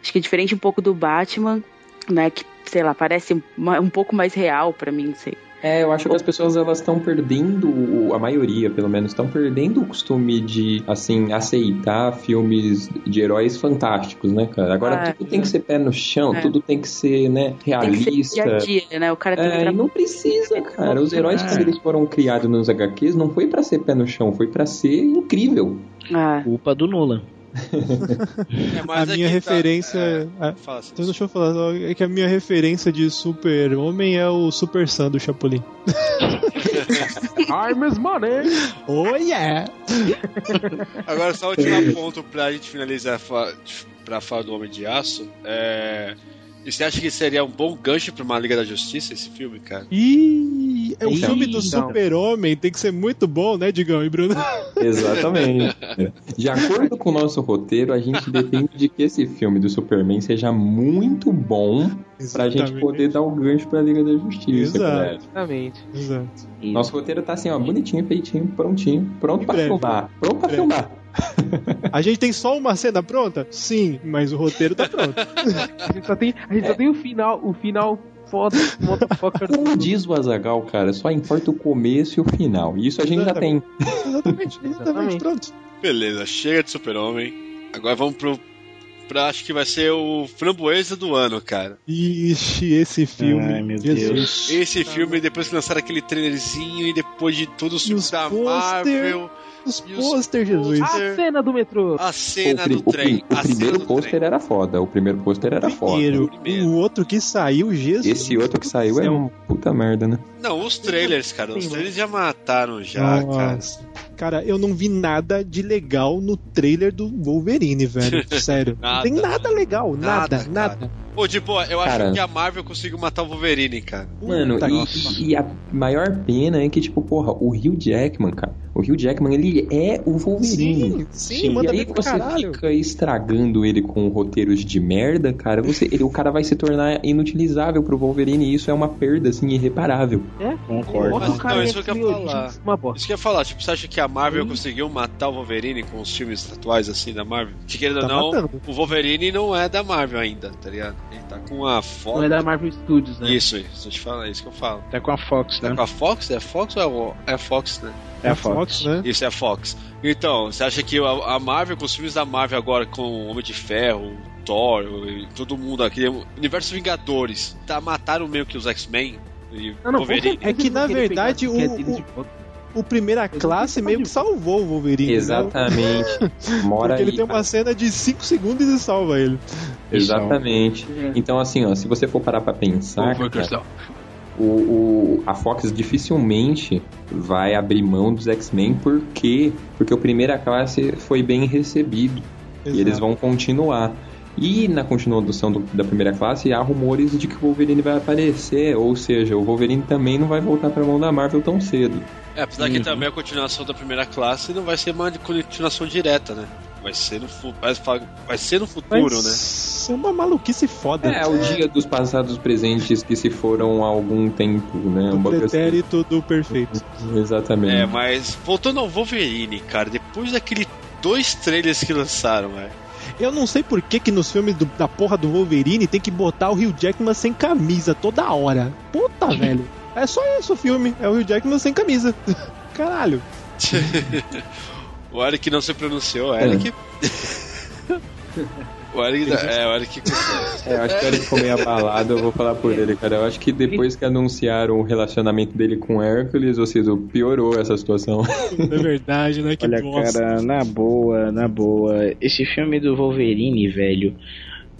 K: Acho que é diferente um pouco do Batman, né? Que, sei lá, parece uma- um pouco mais real pra mim, não sei.
I: É, eu acho que as pessoas elas estão perdendo, o- a maioria pelo menos, estão perdendo o costume de, assim, aceitar filmes de heróis fantásticos, né, cara? Agora
K: Ah,
I: tudo tem que ser pé no chão,
K: É.
I: tudo tem que ser, né,
K: Tem que ser
I: realista.
K: dia a dia, né? O cara tem
I: É,
K: que É.
I: e não precisa, Cara, os heróis quando eles foram criados nos HQs não foi pra ser pé no chão, foi pra ser incrível.
K: É.
C: Culpa do Nolan.
G: a minha referência. tá, é, então deixa eu falar, só, é que a minha referência de super-homem é o Super Sam do Chapolin.
M: Armas money!
G: Oh yeah!
F: Agora, só o último ponto pra gente finalizar fa- pra falar do Homem de Aço. É... e Você acha que seria um bom gancho pra uma Liga da Justiça esse filme, cara?
G: Ih, é o
F: Então,
G: filme do
F: então.
G: super-homem, tem que ser muito bom, né, Digão e Bruno?
I: Exatamente. De acordo com o nosso roteiro, a gente depende de que esse filme do Superman seja muito bom pra gente
G: Exatamente.
I: poder dar o um gancho pra Liga da Justiça. né? galera.
M: Exatamente.
G: Exato.
I: Nosso roteiro tá assim, ó, bonitinho, feitinho, prontinho, pronto
G: Em
I: pra
G: breve.
I: filmar. Pronto pra
G: Em breve.
I: filmar.
G: A gente tem só uma cena pronta? Sim, mas o roteiro tá pronto.
M: A gente só tem, a gente só tem o final, o final foda, motherfucker.
I: Como diz o Azagal, cara, só importa o começo e o final. E isso a gente já tem.
G: Exatamente, exatamente, pronto.
F: Beleza, chega de Super-Homem. Agora vamos pro. Pra, acho que vai ser o framboesa do ano, cara.
G: Ixi, esse filme. Ai, meu
F: Esse filme, depois que lançaram aquele trailerzinho e depois de todo o filme da Marvel,
G: Os pôster, Jesus.
M: A cena do metrô.
F: A
I: O,
F: cena
I: pri- o pri- o primeiro pôster era foda. O primeiro pôster era foda.
G: Primeiro, o outro que saiu, Jesus.
I: Esse outro que saiu é uma puta merda, né?
F: Não, os trailers, cara. Os
M: né?
G: Sim,
F: trailers já mataram já, cara.
G: Nossa. Cara, eu não vi nada de legal no trailer do Wolverine, velho. Sério.
F: Nada.
G: Não tem nada legal, nada, nada.
F: Ô, de boa, eu acho
I: Cara.
F: que a Marvel conseguiu matar o Wolverine, cara.
I: Mano, e, e a maior pena é que, tipo, porra, o Hugh Jackman, cara. O Hugh Jackman, ele é o Wolverine.
G: Sim, sim, manda
I: E aí
G: bem pra
I: você
G: caralho.
I: fica estragando ele com roteiros de merda, cara. Você, ele- o cara vai se tornar inutilizável pro Wolverine e isso é uma perda, assim, irreparável.
M: É?
I: Concordo.
F: Mas, não, isso é que eu ia falar.
M: Uma bosta. Hum.
F: Isso que eu ia falar, tipo, você acha que a Marvel conseguiu matar o Wolverine com os filmes atuais, assim, da Marvel? Que querendo
M: Tá
F: ou não,
M: matando.
F: o Wolverine não é da Marvel ainda, tá ligado? Ele tá com a Fox.
M: Não é da Marvel Studios, né?
F: Isso, isso, eu te falo, é isso que eu falo.
C: Tá com a Fox,
F: Tá com a Fox? É a Fox ou é, o... é a Fox, né?
C: É a Fox,
G: né?
F: Isso, é a Fox. Então, você acha que a a Marvel, com os filmes da Marvel agora, com o Homem de Ferro, o Thor, e todo mundo aqui, o Universo Vingadores, tá, mataram meio que os X-Men e
G: Não, não,
F: Wolverine.
G: É que, na verdade, o, o, o primeira classe meio que salvou o Wolverine. né?
I: Exatamente. Mora
G: Porque
I: aí,
G: ele tem uma cena de 5 segundos e salva ele.
I: Exatamente. Então, assim, ó, se você for parar pra pensar.
G: Over
I: cara,
G: yourself.
I: o, o- a Fox dificilmente vai abrir mão dos X-Men, por quê? Porque o primeira classe foi bem recebido.
G: Exato.
I: E eles vão continuar. E na continuação do- da primeira classe há rumores de que o Wolverine vai aparecer, ou seja, o Wolverine também não vai voltar pra mão da Marvel tão cedo.
F: É, apesar que também a continuação da primeira classe não vai ser uma continuação direta, né? Vai ser no, fu- vai fa- vai ser no futuro, né?
G: Isso é uma maluquice foda.
I: É, o dia dos passados presentes que se foram há algum tempo, né? Um bagulho assim.
G: Pretérito do perfeito.
I: Exatamente.
F: né? É, mas voltando ao Wolverine, cara, depois daquele dois trailers que lançaram, velho.
G: Eu não sei por que que nos filmes do- da porra do Wolverine tem que botar o Hugh Jackman sem camisa toda hora. Puta, velho. É só isso o filme. É o Hugh Jackman sem camisa. Caralho.
F: o Eric não se pronunciou, o
G: É.
F: Eric. o Eric. É, o Eric.
I: É, eu acho que o Eric ficou meio abalado, eu vou falar por ele, cara. Eu acho que depois que anunciaram o relacionamento dele com o Hércules, ou seja, piorou essa situação.
G: É verdade, né? Que
C: Olha,
G: bosta.
C: cara, na boa, na boa. Esse filme do Wolverine, velho.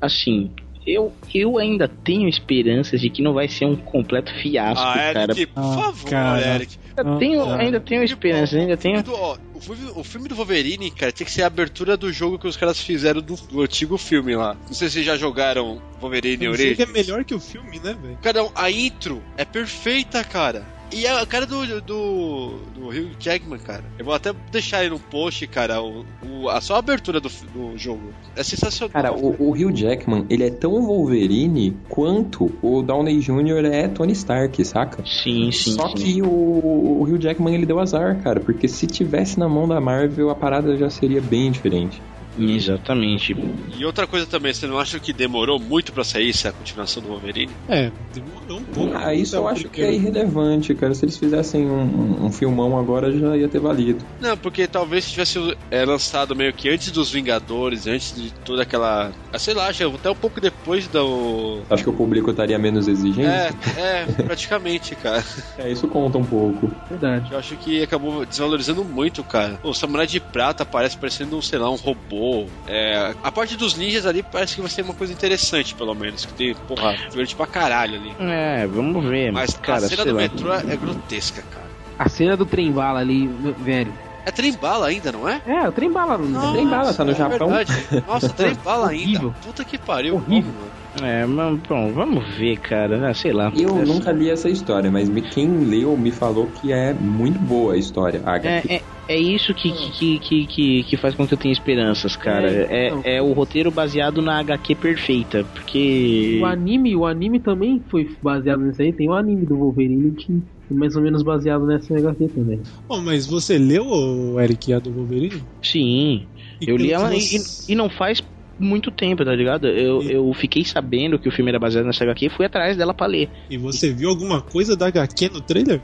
C: Assim, eu, eu ainda tenho esperanças de que não vai ser um completo fiasco,
F: Ah,
C: cara.
G: é-
F: Eric, por favor, Eric. Tipo,
C: Eu tenho, ainda tenho esperança, ainda tenho.
F: Do- ó, o, filme, o filme do Wolverine, cara, tinha que ser a abertura do jogo que os caras fizeram do, do antigo filme lá. Não sei se vocês já jogaram Wolverine
G: Eu sei que é
F: Origins.
G: melhor que o filme, né, velho?
F: Cara, a intro é perfeita, cara. E a cara do, do, do Hugh Jackman, cara. Eu vou até deixar aí no post, cara, o, o- a só a abertura do, do jogo. É sensacional.
I: Cara, o, o Hugh Jackman, ele é tão Wolverine quanto o Downey Jr. é Tony Stark, saca?
C: Sim, sim.
I: Só
C: sim.
I: que o, o Hugh Jackman, ele deu azar, cara, porque se tivesse na mão da Marvel, a parada já seria bem diferente.
C: Exatamente.
F: E outra coisa também, você não acha que demorou muito pra sair essa continuação do Wolverine?
G: É, demorou um pouco.
I: Ah, isso eu acho que é irrelevante, cara. Se eles fizessem um, um filmão agora, já ia ter valido.
F: Não, porque talvez se tivesse é, lançado meio que antes dos Vingadores, antes de toda aquela. Ah, sei lá, acho que até um pouco depois do.
I: Acho que o público estaria menos exigente.
F: É, é, praticamente, cara.
I: É, isso conta um pouco.
F: Verdade. Eu acho que acabou desvalorizando muito, cara. O Samurai de Prata parece parecendo, um, sei lá, um robô. É, a parte dos ninjas ali parece que vai ser uma coisa interessante, pelo menos. Que tem, porra, verde pra caralho ali.
C: É, vamos ver.
F: Mas
C: cara,
F: a cena
C: sei
F: do
C: lá.
F: metrô é grotesca, cara.
M: A cena do trem bala ali, velho.
F: É trem bala ainda, não é?
M: É, o trem bala.
F: Nossa,
M: o trem bala tá no
F: é
M: Japão.
F: verdade. Nossa, trem bala ainda.
M: Horrível.
F: Puta que pariu. mano.
C: É, mas bom, vamos ver, cara. Ah, sei lá.
I: Eu nunca li essa história, mas me- quem leu me falou que é muito boa a história. A
C: É, é, é isso que, que, que, que, que faz com que eu tenha esperanças, cara.
M: É,
C: É,
M: então.
C: é o roteiro baseado na HQ perfeita, porque.
M: O anime, o anime também foi baseado nisso aí. Tem o anime do Wolverine que é mais ou menos baseado nessa HQ também.
G: Bom, mas você leu, Eric, a do Wolverine?
C: Sim.
G: E
C: Eu
G: pelo
C: li
G: que
C: ela e,
G: você-
C: e não faz muito tempo, tá ligado? Eu, eu fiquei sabendo que o filme era baseado nessa HQ e fui atrás dela pra ler.
G: E você viu alguma coisa da HQ no trailer?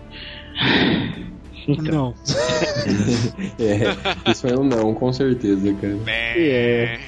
M: Então.
G: Não.
I: É, isso é um não, com certeza, cara.
C: É.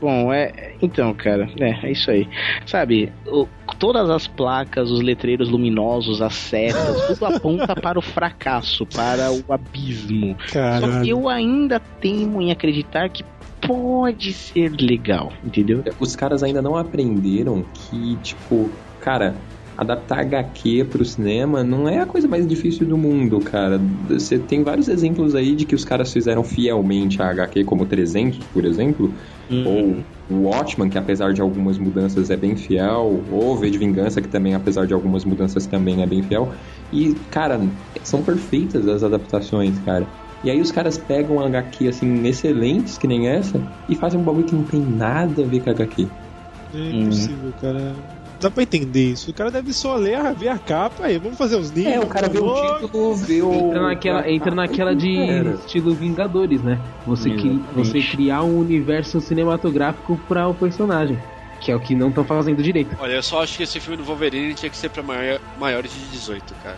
C: Bom, é. Então, cara, é, é isso aí. Sabe, o- todas as placas, os letreiros luminosos, as setas, tudo aponta para o fracasso, para o abismo. Só
G: Caralho.
C: que eu ainda temo em acreditar que pode ser legal, entendeu?
I: Os caras ainda não aprenderam que, tipo, cara, adaptar HQ pro cinema não é a coisa mais difícil do mundo, cara. Você tem vários exemplos aí de que os caras fizeram fielmente a HQ, como 300, por exemplo, ou o Watchman, que apesar de algumas mudanças é bem fiel, ou V de Vingança, que também, apesar de algumas mudanças, também é bem fiel. E, cara, são perfeitas as adaptações, cara. E aí os caras pegam HQ assim, excelentes, que nem essa, e fazem um bagulho que não tem nada a ver com HQ.
G: É impossível, cara. Dá pra entender isso. O cara deve só ler, a- ver a capa aí. Vamos fazer os ninjas.
I: É, o cara vê o título, vê o.
M: Entra naquela, entra naquela de
G: Era.
M: estilo Vingadores, né? Você, cri- você criar um universo cinematográfico pra o personagem. Que é o que não estão fazendo direito.
F: Olha, eu só acho que esse filme do Wolverine tinha que ser pra maior, maiores de 18, cara.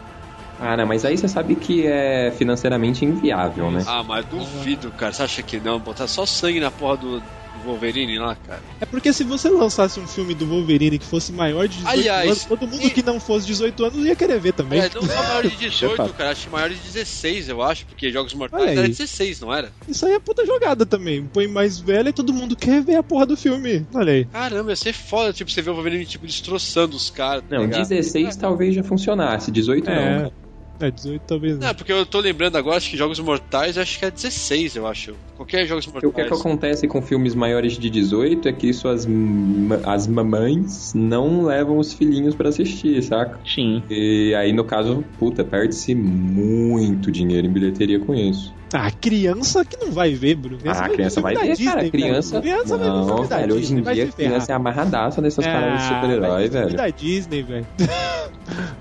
I: Cara, Ah, mas aí você sabe que é financeiramente inviável, né?
F: Ah, mas duvido, cara. Você acha que não? Botar só sangue na porra do, do Wolverine lá, cara.
G: É porque se você lançasse um filme do Wolverine que fosse maior de 18
F: Aliás,
G: anos, todo mundo que não fosse 18 anos ia querer ver também.
F: É, não só maior de
G: Isso
F: 18,
G: fato.
F: cara. Acho que maior de 16, eu acho, porque Jogos Mortais
G: Olha
F: era
G: aí.
F: 16, não era?
G: Isso aí é puta jogada também. Põe mais velha e todo mundo quer ver a porra do filme. Olha aí.
F: Caramba, ia ser foda, tipo, você vê o Wolverine, tipo, destroçando os caras. tá
I: Não,
F: ligado?
I: 16 talvez já funcionasse, 18
G: É.
I: não. cara.
G: É, 18 talvez não.
F: Não, porque eu tô lembrando agora, acho que Jogos Mortais, acho que é 16, eu acho. Qualquer Jogos
I: Porque
F: Mortais.
I: o que, é que acontece com filmes maiores de 18 é que suas ma- as mamães não levam os filhinhos pra assistir, saca?
C: Sim.
I: E aí, no caso, puta, perde-se muito dinheiro em bilheteria com isso.
G: Ah, criança que não vai ver, Bruno.
I: Ah, a criança vai ver, cara. Criança.
G: criança vai ver
I: não,
G: filme da
I: velho. Hoje em
G: Disney, vai
I: dia,
G: se ferrar.
I: criança é amarradaça nessas
G: Ah,
I: paradas de super-herói,
G: vai ver filme
I: velho.
G: da Disney, velho.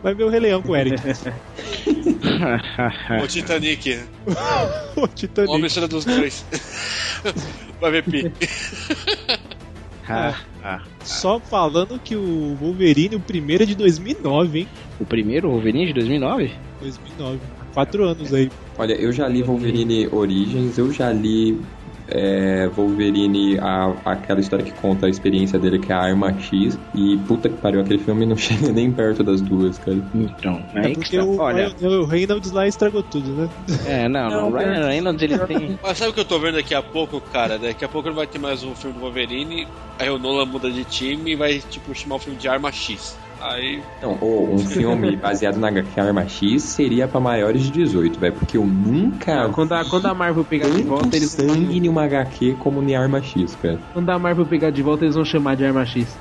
G: Vai ver o Rei Leão com o Eric.
F: O Titanic.
G: o Titanic.
F: Uma mistura dos dois. Vai ver Pi.
C: Ah, ah.
G: Só falando que o Wolverine, o primeiro é de 2009, hein?
C: O primeiro, o Wolverine de 2009?
G: 2009. Quatro anos aí.
I: Olha, eu já li Wolverine Origins, eu já li é, Wolverine, a- aquela história que conta a experiência dele, que é a Arma X. E puta que pariu, aquele filme não chega nem perto das duas, cara.
C: Então,
M: né?
G: É porque o, Ryan- o Reynolds lá estragou tudo, né?
C: É, não,
G: Não,
C: o Ryan
G: cara.
C: Reynolds ele tem.
F: né? Mas sabe o que eu tô vendo daqui a pouco, cara? Daqui a pouco não vai ter mais um filme do Wolverine, aí o Nolan muda de time e vai, tipo, chamar o filme de Arma X. Aí.
I: Não, ou um filme baseado na HQ Arma X seria pra maiores de 18, velho. Porque eu nunca.
M: Quando a, quando a Marvel pegar de volta, eles
I: sangue em uma HQ como em Arma X, cara.
M: quando a Marvel pegar de volta, eles vão chamar de Arma X.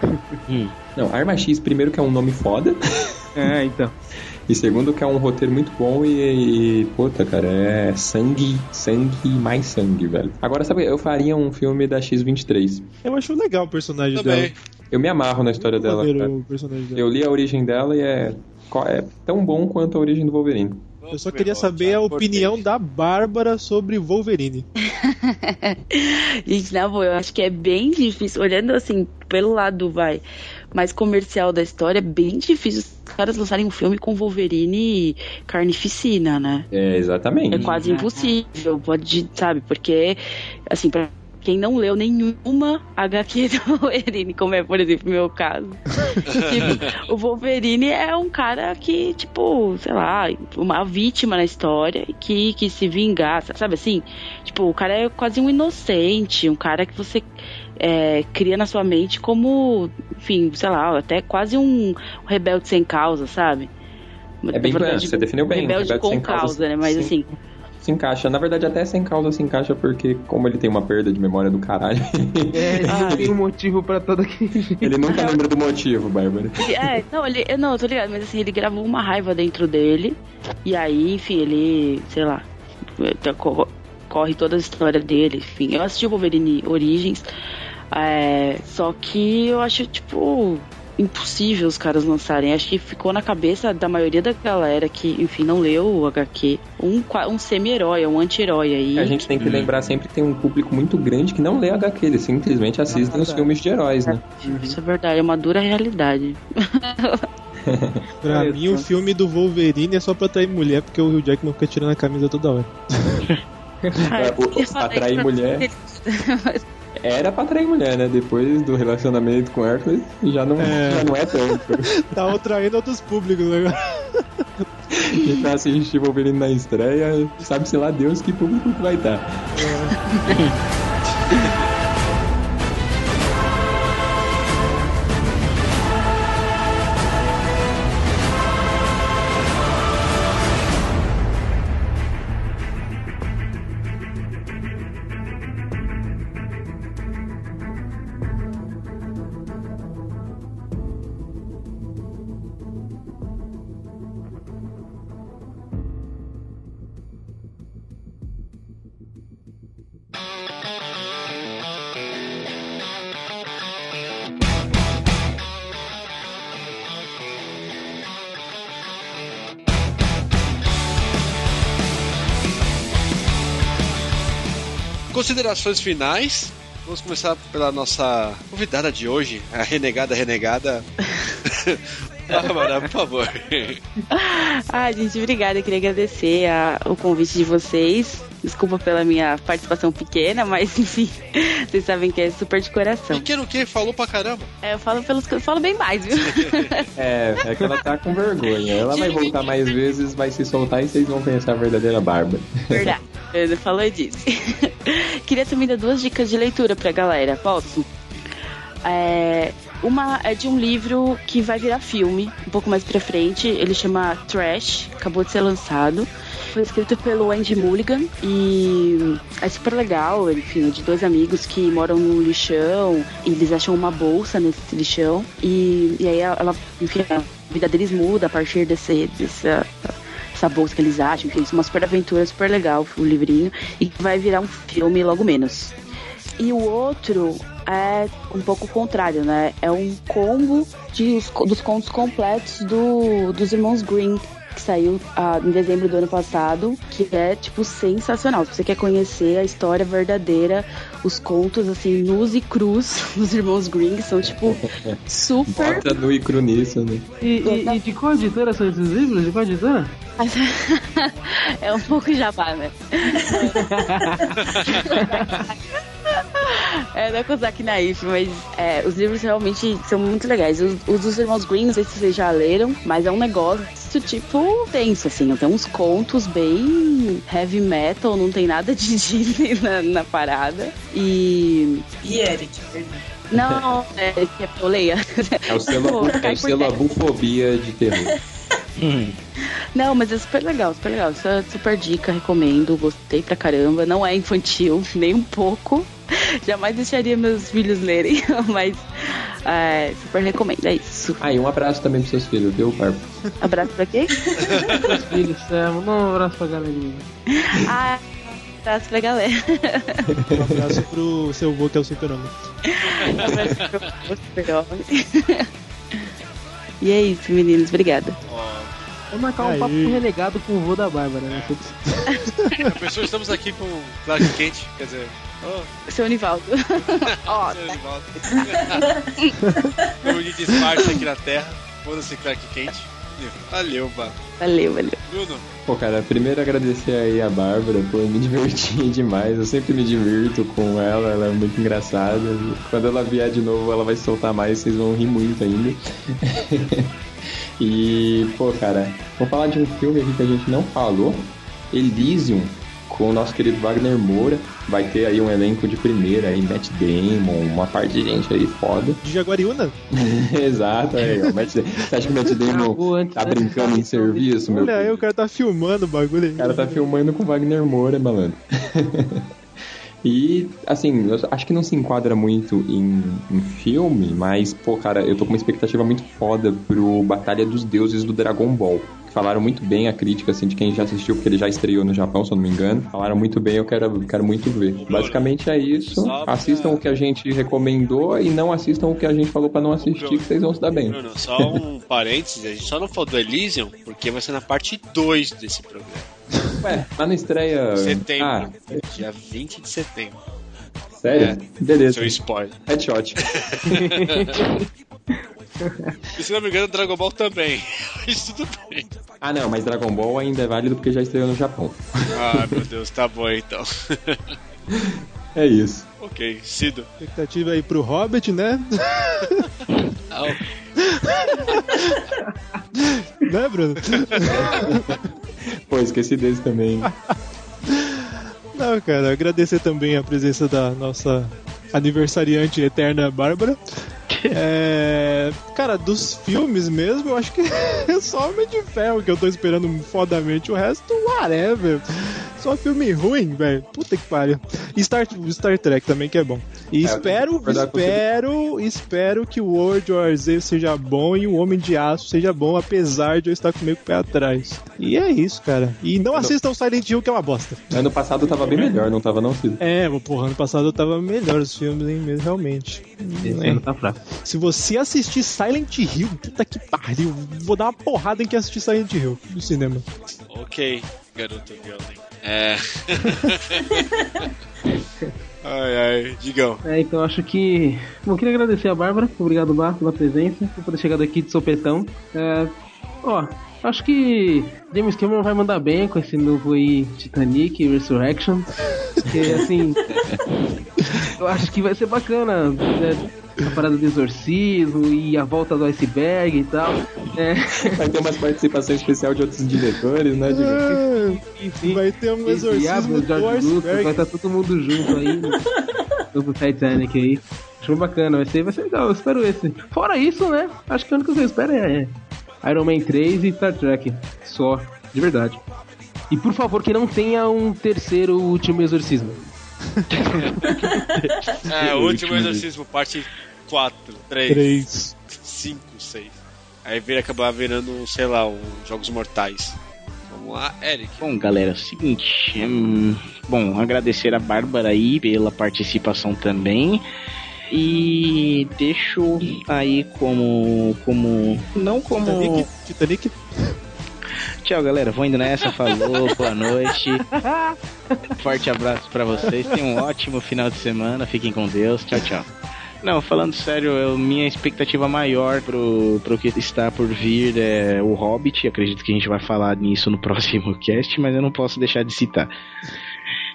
I: Hum. Não, Arma X, primeiro que é um nome foda.
M: É, então.
I: E segundo que é um roteiro muito bom e, e, puta, cara, é sangue, sangue e mais sangue, velho. Agora, sabe, eu faria um filme da X-23.
G: Eu acho legal né, o personagem dela.
I: Eu me amarro na história dela,
G: Maneiro né?
I: cara.
G: o personagem dela.
I: Eu li a origem dela e é, co- é tão bom quanto a origem do Wolverine.
G: Eu só queria saber a opinião da Bárbara sobre Wolverine.
K: Gente, na boa, eu acho que é bem difícil, olhando assim, pelo lado, vai, mais comercial da história, é bem difícil os caras lançarem um filme com Wolverine e carnificina, né?
I: É, exatamente.
K: É quase impossível, pode, sabe? Porque, assim, pra quem não leu nenhuma HQ do Wolverine, como é, por exemplo, meu caso. tipo, o Wolverine é um cara que, tipo, sei lá, uma vítima na história que, que se vingar, sabe assim? Tipo, o cara é quase um inocente, um cara que você é, cria na sua mente como, enfim, sei lá, até quase um rebelde sem causa, sabe?
I: É bem claro, você definiu bem.
K: Rebelde,
I: rebelde
K: com
I: sem
K: causa,
I: causa,
K: né? Mas
I: sim.
K: assim,
I: Se encaixa. Na verdade, até sem causa se encaixa, porque como ele tem uma perda de memória do caralho,
M: É,
K: Ah.
M: não tem um motivo pra todo aquele.
I: ele nunca lembra do motivo, Bárbara.
K: Ele- É, não, ele, eu não, eu tô ligado, mas assim, ele gravou uma raiva dentro dele. E aí, enfim, ele, sei lá, tá- co- corre toda a história dele. Enfim, eu assisti o Wolverine Origins, é, só que eu acho, tipo, impossível os caras lançarem. Acho que ficou na cabeça da maioria da galera que, enfim, não leu o HQ. Um, qua- um semi-herói, um anti-herói aí.
I: A gente tem que lembrar sempre que tem um público muito grande que não lê HQ, eles simplesmente assistem os filmes de heróis, né?
K: Isso é verdade, é uma dura realidade.
G: Pra mim, o filme do Wolverine é só pra atrair mulher, porque o Hugh Jackman fica tirando a camisa toda hora.
K: Ah,
I: Pra É, atrair mulher. Era pra atrair mulher, né? Depois do relacionamento com Hércules, já não é, já não é tanto.
G: Tá atraindo outros públicos agora.
I: Então assistir Wolverine na estreia, sabe-se lá Deus que público que vai tá. dar.
M: É.
F: Considerações finais. Vamos começar pela nossa convidada de hoje, a renegada renegada. Bárbara, por favor.
K: Ai, gente, obrigada. Eu queria agradecer a- o convite de vocês. Desculpa pela minha participação pequena, mas enfim, vocês sabem que é super de coração.
F: Pequeno que falou pra caramba.
K: É, eu falo pelos eu falo bem mais, viu?
I: É, é que ela tá com vergonha. Ela vai voltar mais vezes, vai se soltar e vocês vão conhecer a verdadeira Bárbara.
K: Verdade. Ele falou disso. Queria também dar duas dicas de leitura pra galera. Posso? É, uma é de um livro que vai virar filme um pouco mais pra frente. Ele chama Trash, acabou de ser lançado. Foi escrito pelo Andy Mulligan e é super legal. Enfim, é de dois amigos que moram num lixão e eles acham uma bolsa nesse lixão. E, e aí ela, enfim, a vida deles muda a partir desse, dessa essa bolsa que eles acham, que isso é uma super aventura super legal, o livrinho, e que vai virar um filme logo menos. E o outro é um pouco o contrário, né? É um combo de, os- dos contos completos do, dos irmãos Green, que saiu ah, em dezembro do ano passado, que é, tipo, sensacional. Se você quer conhecer a história verdadeira, os contos, assim, nus e cruz dos irmãos Green, que são, tipo, super
I: Bota nu e cru nisso, né?
M: E, e- e de qual editora são esses livros? De qual editora?
K: Mas- é um pouco jabá, né? É, não é Kozak Naif, mas é, os livros realmente são muito legais. Os, os dos Irmãos Green, não sei se vocês já leram, mas é um negócio, tipo, tenso, assim. Tem uns contos bem heavy metal, não tem nada de Disney na, na parada. E...
H: E Eric, perdão.
K: Não, é que é pra eu leia.
I: É o selo,
K: Vou
I: abu-
K: ficar
I: é o
K: por
I: selo abufobia de terror.
K: Hum. Não, mas é super legal, super legal. Isso é super dica, recomendo. Gostei pra caramba. Não é infantil, nem um pouco. Jamais deixaria meus filhos lerem, mas é, super recomendo. É isso.
I: Ah, e um abraço também pros seus filhos, viu, Bárbara?
K: Abraço pra quem?
M: Os filhos, é, manda um abraço pra galerinha.
K: Ah, abraço pra galera.
G: Um abraço pro seu vô que é o Cinturão.
K: Abraço pra você, ó. E é isso, meninos. Obrigada.
F: Ó,
M: Vamos marcar um papo renegado com o vô da Bárbara, né?
F: A pessoa estamos aqui com o Clark Kent, quer dizer. Oh.
K: Seu Nivaldo.
F: Ó. né? Filme de disfarce aqui na Terra. Foda-se Clark Kent. Valeu, Bá.
K: Valeu, valeu.
F: Bruno,
I: Pô, cara, primeiro agradecer aí a Bárbara por me divertir demais. Eu sempre me divirto com ela, ela é muito engraçada. Quando ela vier de novo, ela vai soltar mais, vocês vão rir muito ainda. e, pô, cara, vou falar de um filme aqui que a gente não falou: Elysium, com o nosso querido Wagner Moura. Vai ter aí um elenco de primeira aí, Matt Damon, uma parte de gente aí foda.
G: De Jaguariúna?
I: Exato, aí, ó, Matt Damon. Você acha que o Matt Damon tá brincando em serviço, meu
G: Olha aí, o cara tá filmando o bagulho aí.
I: o cara tá filmando com Wagner Moura, malandro. E, assim, eu acho que não se enquadra muito em, em filme, mas, pô, cara, eu tô com uma expectativa muito foda pro Batalha dos Deuses do Dragon Ball. que Falaram muito bem a crítica, assim, de quem já assistiu, porque ele já estreou no Japão, se eu não me engano. Falaram muito bem, eu quero, quero muito ver. Basicamente é isso. Assistam o que a gente recomendou e não assistam o que a gente falou pra não assistir, que vocês vão se dar bem.
F: Bruno, só um parênteses, a gente só não falou do Elysium, porque vai ser na parte 2 desse programa.
I: Ué, lá na estreia.
F: Setembro.
I: Ah,
F: Dia 20 de setembro.
I: sério? Beleza.
F: É, Seu spoiler.
I: Headshot.
F: e se não me engano, Dragon Ball também. Mas tudo bem.
I: ah, não, mas Dragon Ball ainda é válido porque já estreou no Japão.
F: Ah, meu Deus, tá bom então.
I: É isso.
F: ok, Cido.
G: Expectativa aí pro Hobbit, né?
F: Ah,
G: né, Bruno?
I: Pô, esqueci desse também.
G: Não, cara, agradecer também a presença da nossa aniversariante eterna Bárbara. É, cara, dos filmes mesmo, eu acho que é só Homem de Ferro que eu tô esperando fodamente. O resto, whatever. Só filme ruim, velho. Puta que pariu. E Star, Star Trek também, que é bom.
I: É, eu tenho
G: E
I: que
G: espero,
I: concordar com você.
G: espero, espero que o World War Z seja bom e o Homem de Aço seja bom, apesar de eu estar comigo com o pé atrás. E é isso, cara. E não assistam Silent Hill, que é uma bosta.
I: Ano passado tava bem melhor, não tava não, Cid?
G: É, mas, porra, ano passado eu tava melhor os filmes, hein, mesmo, realmente.
I: Esse ano tá fraco.
G: Se você assistir Silent Hill, puta que pariu, vou dar uma porrada em quem assistir Silent Hill no cinema.
F: Ok, garoto Golden. É. ai, ai, digão.
M: É, então acho que. Bom, queria agradecer a Bárbara, obrigado Bá pela presença, por ter chegado aqui de sopetão. É, ó, acho que James Cameron vai mandar bem com esse novo aí Titanic Resurrection. Porque assim. eu acho que vai ser bacana. né, A parada do exorcismo e a volta do iceberg e tal. É.
I: Vai ter umas participações especial de outros diretores, né, Diga?
G: Vai ter um
M: Esse
G: exorcismo
M: diabo, o
G: do
M: George Lucas, vai
G: Iceberg.
I: tá-
M: estar todo mundo junto aí né? no novo Titanic aí. Acho bacana, vai ser, vai ser legal, eu espero esse. Fora isso, né? Acho que o único que eu espero é é Iron Man 3 e Star Trek. Só, de verdade. E por favor, que não tenha um terceiro último exorcismo.
F: É, o último exorcismo, parte 4,
H: É
F: 3,
G: 3.
F: 5, 6. Aí vira acabar virando, sei lá, um Jogos Mortais. Vamos lá, Eric.
C: Bom, galera, é o seguinte. hum, bom, agradecer a Bárbara aí pela participação também. E deixo aí como. como. Não como.
G: Titanic, Titanic.
C: Tchau, galera. Vou indo nessa. Falou, boa noite. Forte abraço pra vocês. Tenham um ótimo final de semana. Fiquem com Deus. Tchau, tchau. Não, falando sério, eu- minha expectativa maior pro, pro que está por vir é o Hobbit. Acredito que a gente vai falar nisso no próximo cast, mas eu não posso deixar de citar.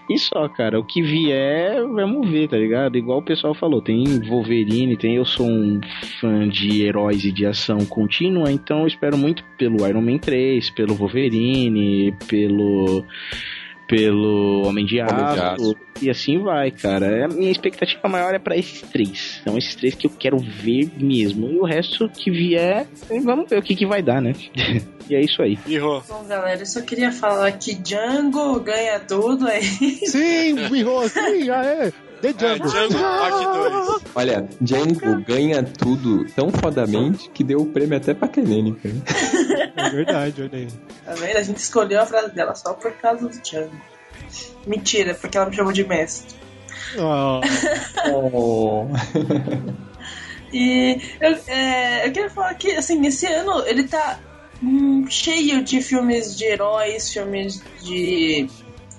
C: E só, cara, o que vier, vamos ver, tá ligado? Igual o pessoal falou, tem Wolverine, tem eu sou um fã de heróis e de ação contínua, então eu espero muito pelo Iron Man 3, pelo Wolverine, pelo pelo Homem de
I: Homem de
C: Aço,
I: Aço.
C: e assim vai, cara. A minha expectativa maior é pra esses três. São esses três que eu quero ver mesmo. E o resto que vier, vamos ver o que que vai dar, né? e é isso aí.
F: Mirro.
H: Bom, galera, eu só queria falar que Django ganha tudo é aí.
G: Sim, Mirro, sim, ah, é. The Ah!
F: É,
G: Jungle.
F: Django, parte 2.
I: Olha, Django ganha tudo tão fodamente que deu o prêmio até pra Kenene, cara.
G: É verdade, olha aí.
H: Tá vendo? A gente escolheu a frase dela só por causa do Django. Mentira, porque ela me chamou de mestre.
G: Ó,
I: Oh.
H: E eu, é, eu queria falar que, assim, esse ano ele tá hum, cheio de filmes de heróis, filmes de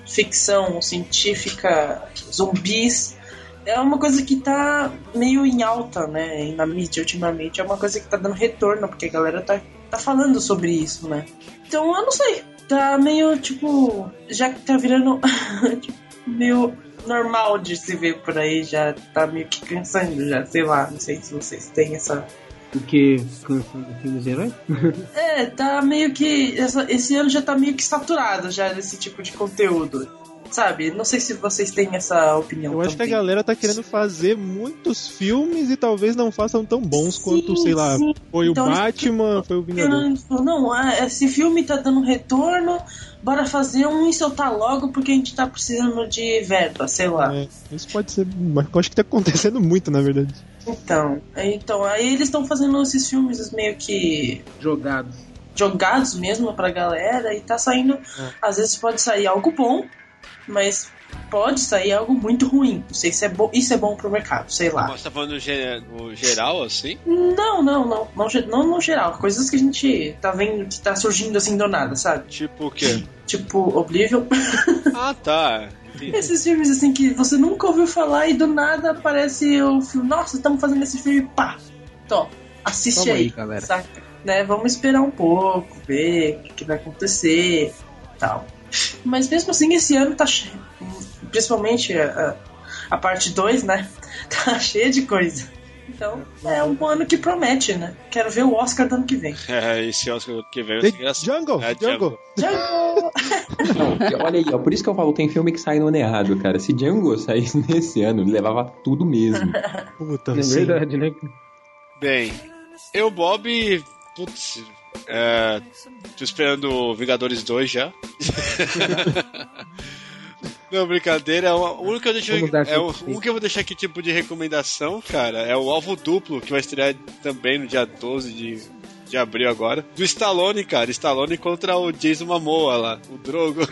H: ficção científica, zumbis. É uma coisa que tá meio em alta, né? Na mídia ultimamente. É uma coisa que tá dando retorno, porque a galera tá, tá falando sobre isso, né? Então eu não sei. Tá meio tipo. Já que tá virando tipo, meio normal de se ver por aí, já tá meio que cansando, já, sei lá, não sei se vocês têm essa
L: Porque canção de filmes de herói?
H: é, tá meio que. essa- Esse ano já tá meio que saturado já desse tipo de conteúdo. Sabe? Não sei se vocês têm essa opinião.
G: Eu acho que a
H: também.
G: galera tá querendo fazer muitos filmes e talvez não façam tão bons quanto, sei lá,
H: sim.
G: foi
H: Então,
G: o
H: eles
G: Batman, foi o
H: Eu
G: Vingador.
H: não, não, ah, esse filme tá dando retorno, bora fazer um e soltar logo porque a gente tá precisando de verba, sei lá.
G: É, isso pode ser. Mas eu acho que tá acontecendo muito, na verdade.
H: Então, então, aí eles estão fazendo esses filmes meio que.
L: Jogados.
H: Jogados mesmo pra galera e tá saindo. Às vezes pode sair algo bom, mas pode sair algo muito ruim. Não sei se é bom. Isso é bom pro mercado, sei lá.
F: Mas tá falando no, ge- no geral, assim?
H: Não, não, não. Não, ge- não no geral. Coisas que a gente tá vendo que tá surgindo assim do nada, sabe?
F: Tipo o quê?
H: Tipo Oblivion.
F: Ah, tá. Entendi.
H: Esses filmes assim que você nunca ouviu falar e do nada aparece o filme. Nossa, estamos fazendo esse filme, pá! Então, assiste
C: Toma
H: aí,
C: aí, galera.
H: saca? Né? Vamos esperar um pouco, ver o que, que vai acontecer tal. Mas mesmo assim, esse ano tá cheio. Principalmente a, a- a parte 2, né? Tá cheia de coisa. Então, é um ano que promete, né? Quero ver o Oscar do ano que vem.
F: É, esse Oscar que vem
G: The
F: vai ser engraçado.
G: Jungle,
F: É,
G: Jungle.
H: Django!
I: Não, olha aí, ó, por isso que eu falo, tem filme que sai no ano errado, cara. Se Django saísse nesse ano, levava tudo mesmo.
G: Puta,
L: É
G: sim.
L: verdade, né?
F: Bem, eu, Bob, putz, é, tô esperando o Vingadores 2 já. Não, brincadeira. é O único que eu deixo,
L: Vamos dar
F: é o,
L: tempo.
F: um que eu vou deixar aqui tipo de recomendação, cara, é o Alvo Duplo, que vai estrear também no dia 12 de, de abril agora. Do Stallone, cara. Stallone contra o Jason Momoa lá, o Drogo.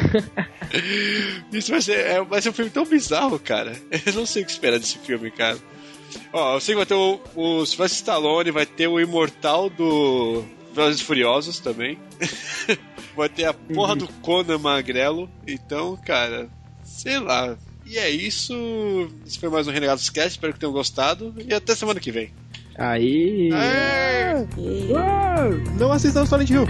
F: Isso vai ser, é- vai ser um filme tão bizarro, cara. Eu não sei o que esperar desse filme, cara. Ó, eu sei que vai ter o, o Sylvester Stallone, vai ter o Imortal do Velozes e Furiosos também. vai ter a porra
C: Uhum.
F: do Conan Magrelo. Então, cara, sei lá. E é isso. Esse foi mais um Renegados Cast. Espero que tenham gostado. E até semana que vem.
C: Aí.
G: Ah, Não assistam Silent Hill.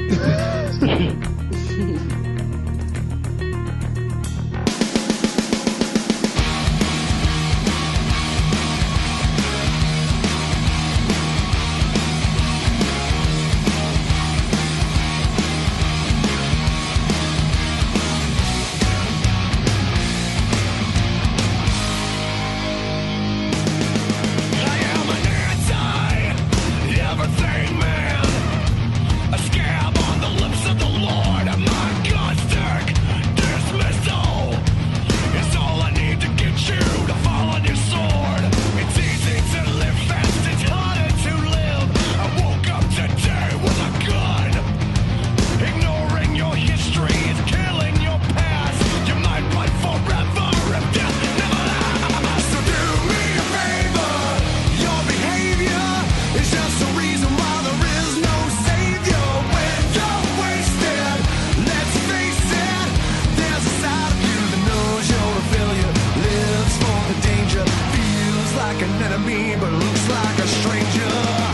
J: An enemy, but looks like a stranger.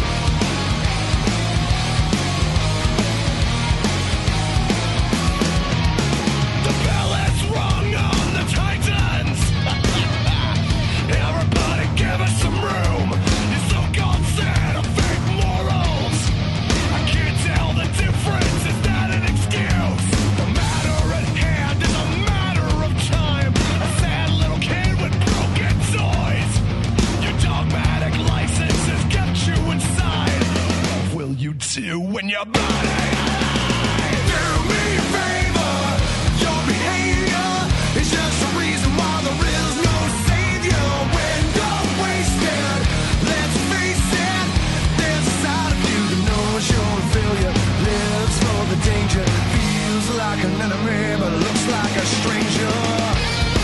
J: Will you do when your body do me a favor? Your behavior is just a reason why there is no savior when you're wasted. Let's face it, there's a side of you that knows you're a failure, lives for the danger, feels like an enemy but looks like a stranger. Your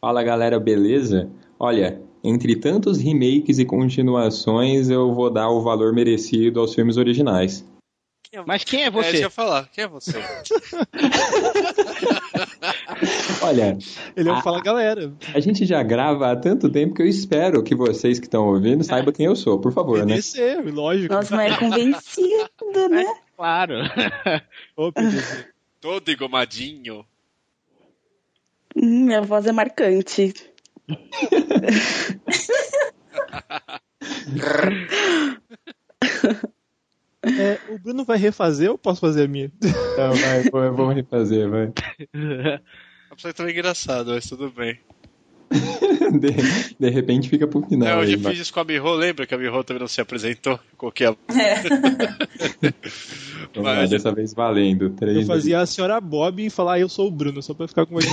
I: Fala galera, beleza? Olha, entre tantos remakes e continuações, eu vou dar o valor merecido aos filmes originais.
C: Mas quem é
F: É,
C: você?
F: deixa eu falar. Quem é você?
I: Olha,
G: Ele é
I: a-
G: um fala galera.
I: a gente já grava há tanto tempo que eu espero que vocês que estão ouvindo saibam quem eu sou, por favor, né?
G: Descer, lógico.
K: Nossa, mas é convencido,
A: É,
K: né?
C: Claro.
G: Ô, PDC.
F: Todo engomadinho.
K: Hum, minha voz é marcante.
G: É, o Bruno vai refazer ou posso fazer a minha?
I: Então, vai, vou- vamos refazer, vai.
F: A pessoa também é engraçada, mas tudo bem.
I: De, de repente fica pro final.
F: é, hoje
I: aí,
F: eu fiz isso com a Miho, lembra que a Miho também não se apresentou? Eu Coloquei a...
I: Vamos lá, dessa vez valendo. Três
G: Eu fazia a senhora Bob e falar, ah, eu sou o Bruno, só pra ficar com ele.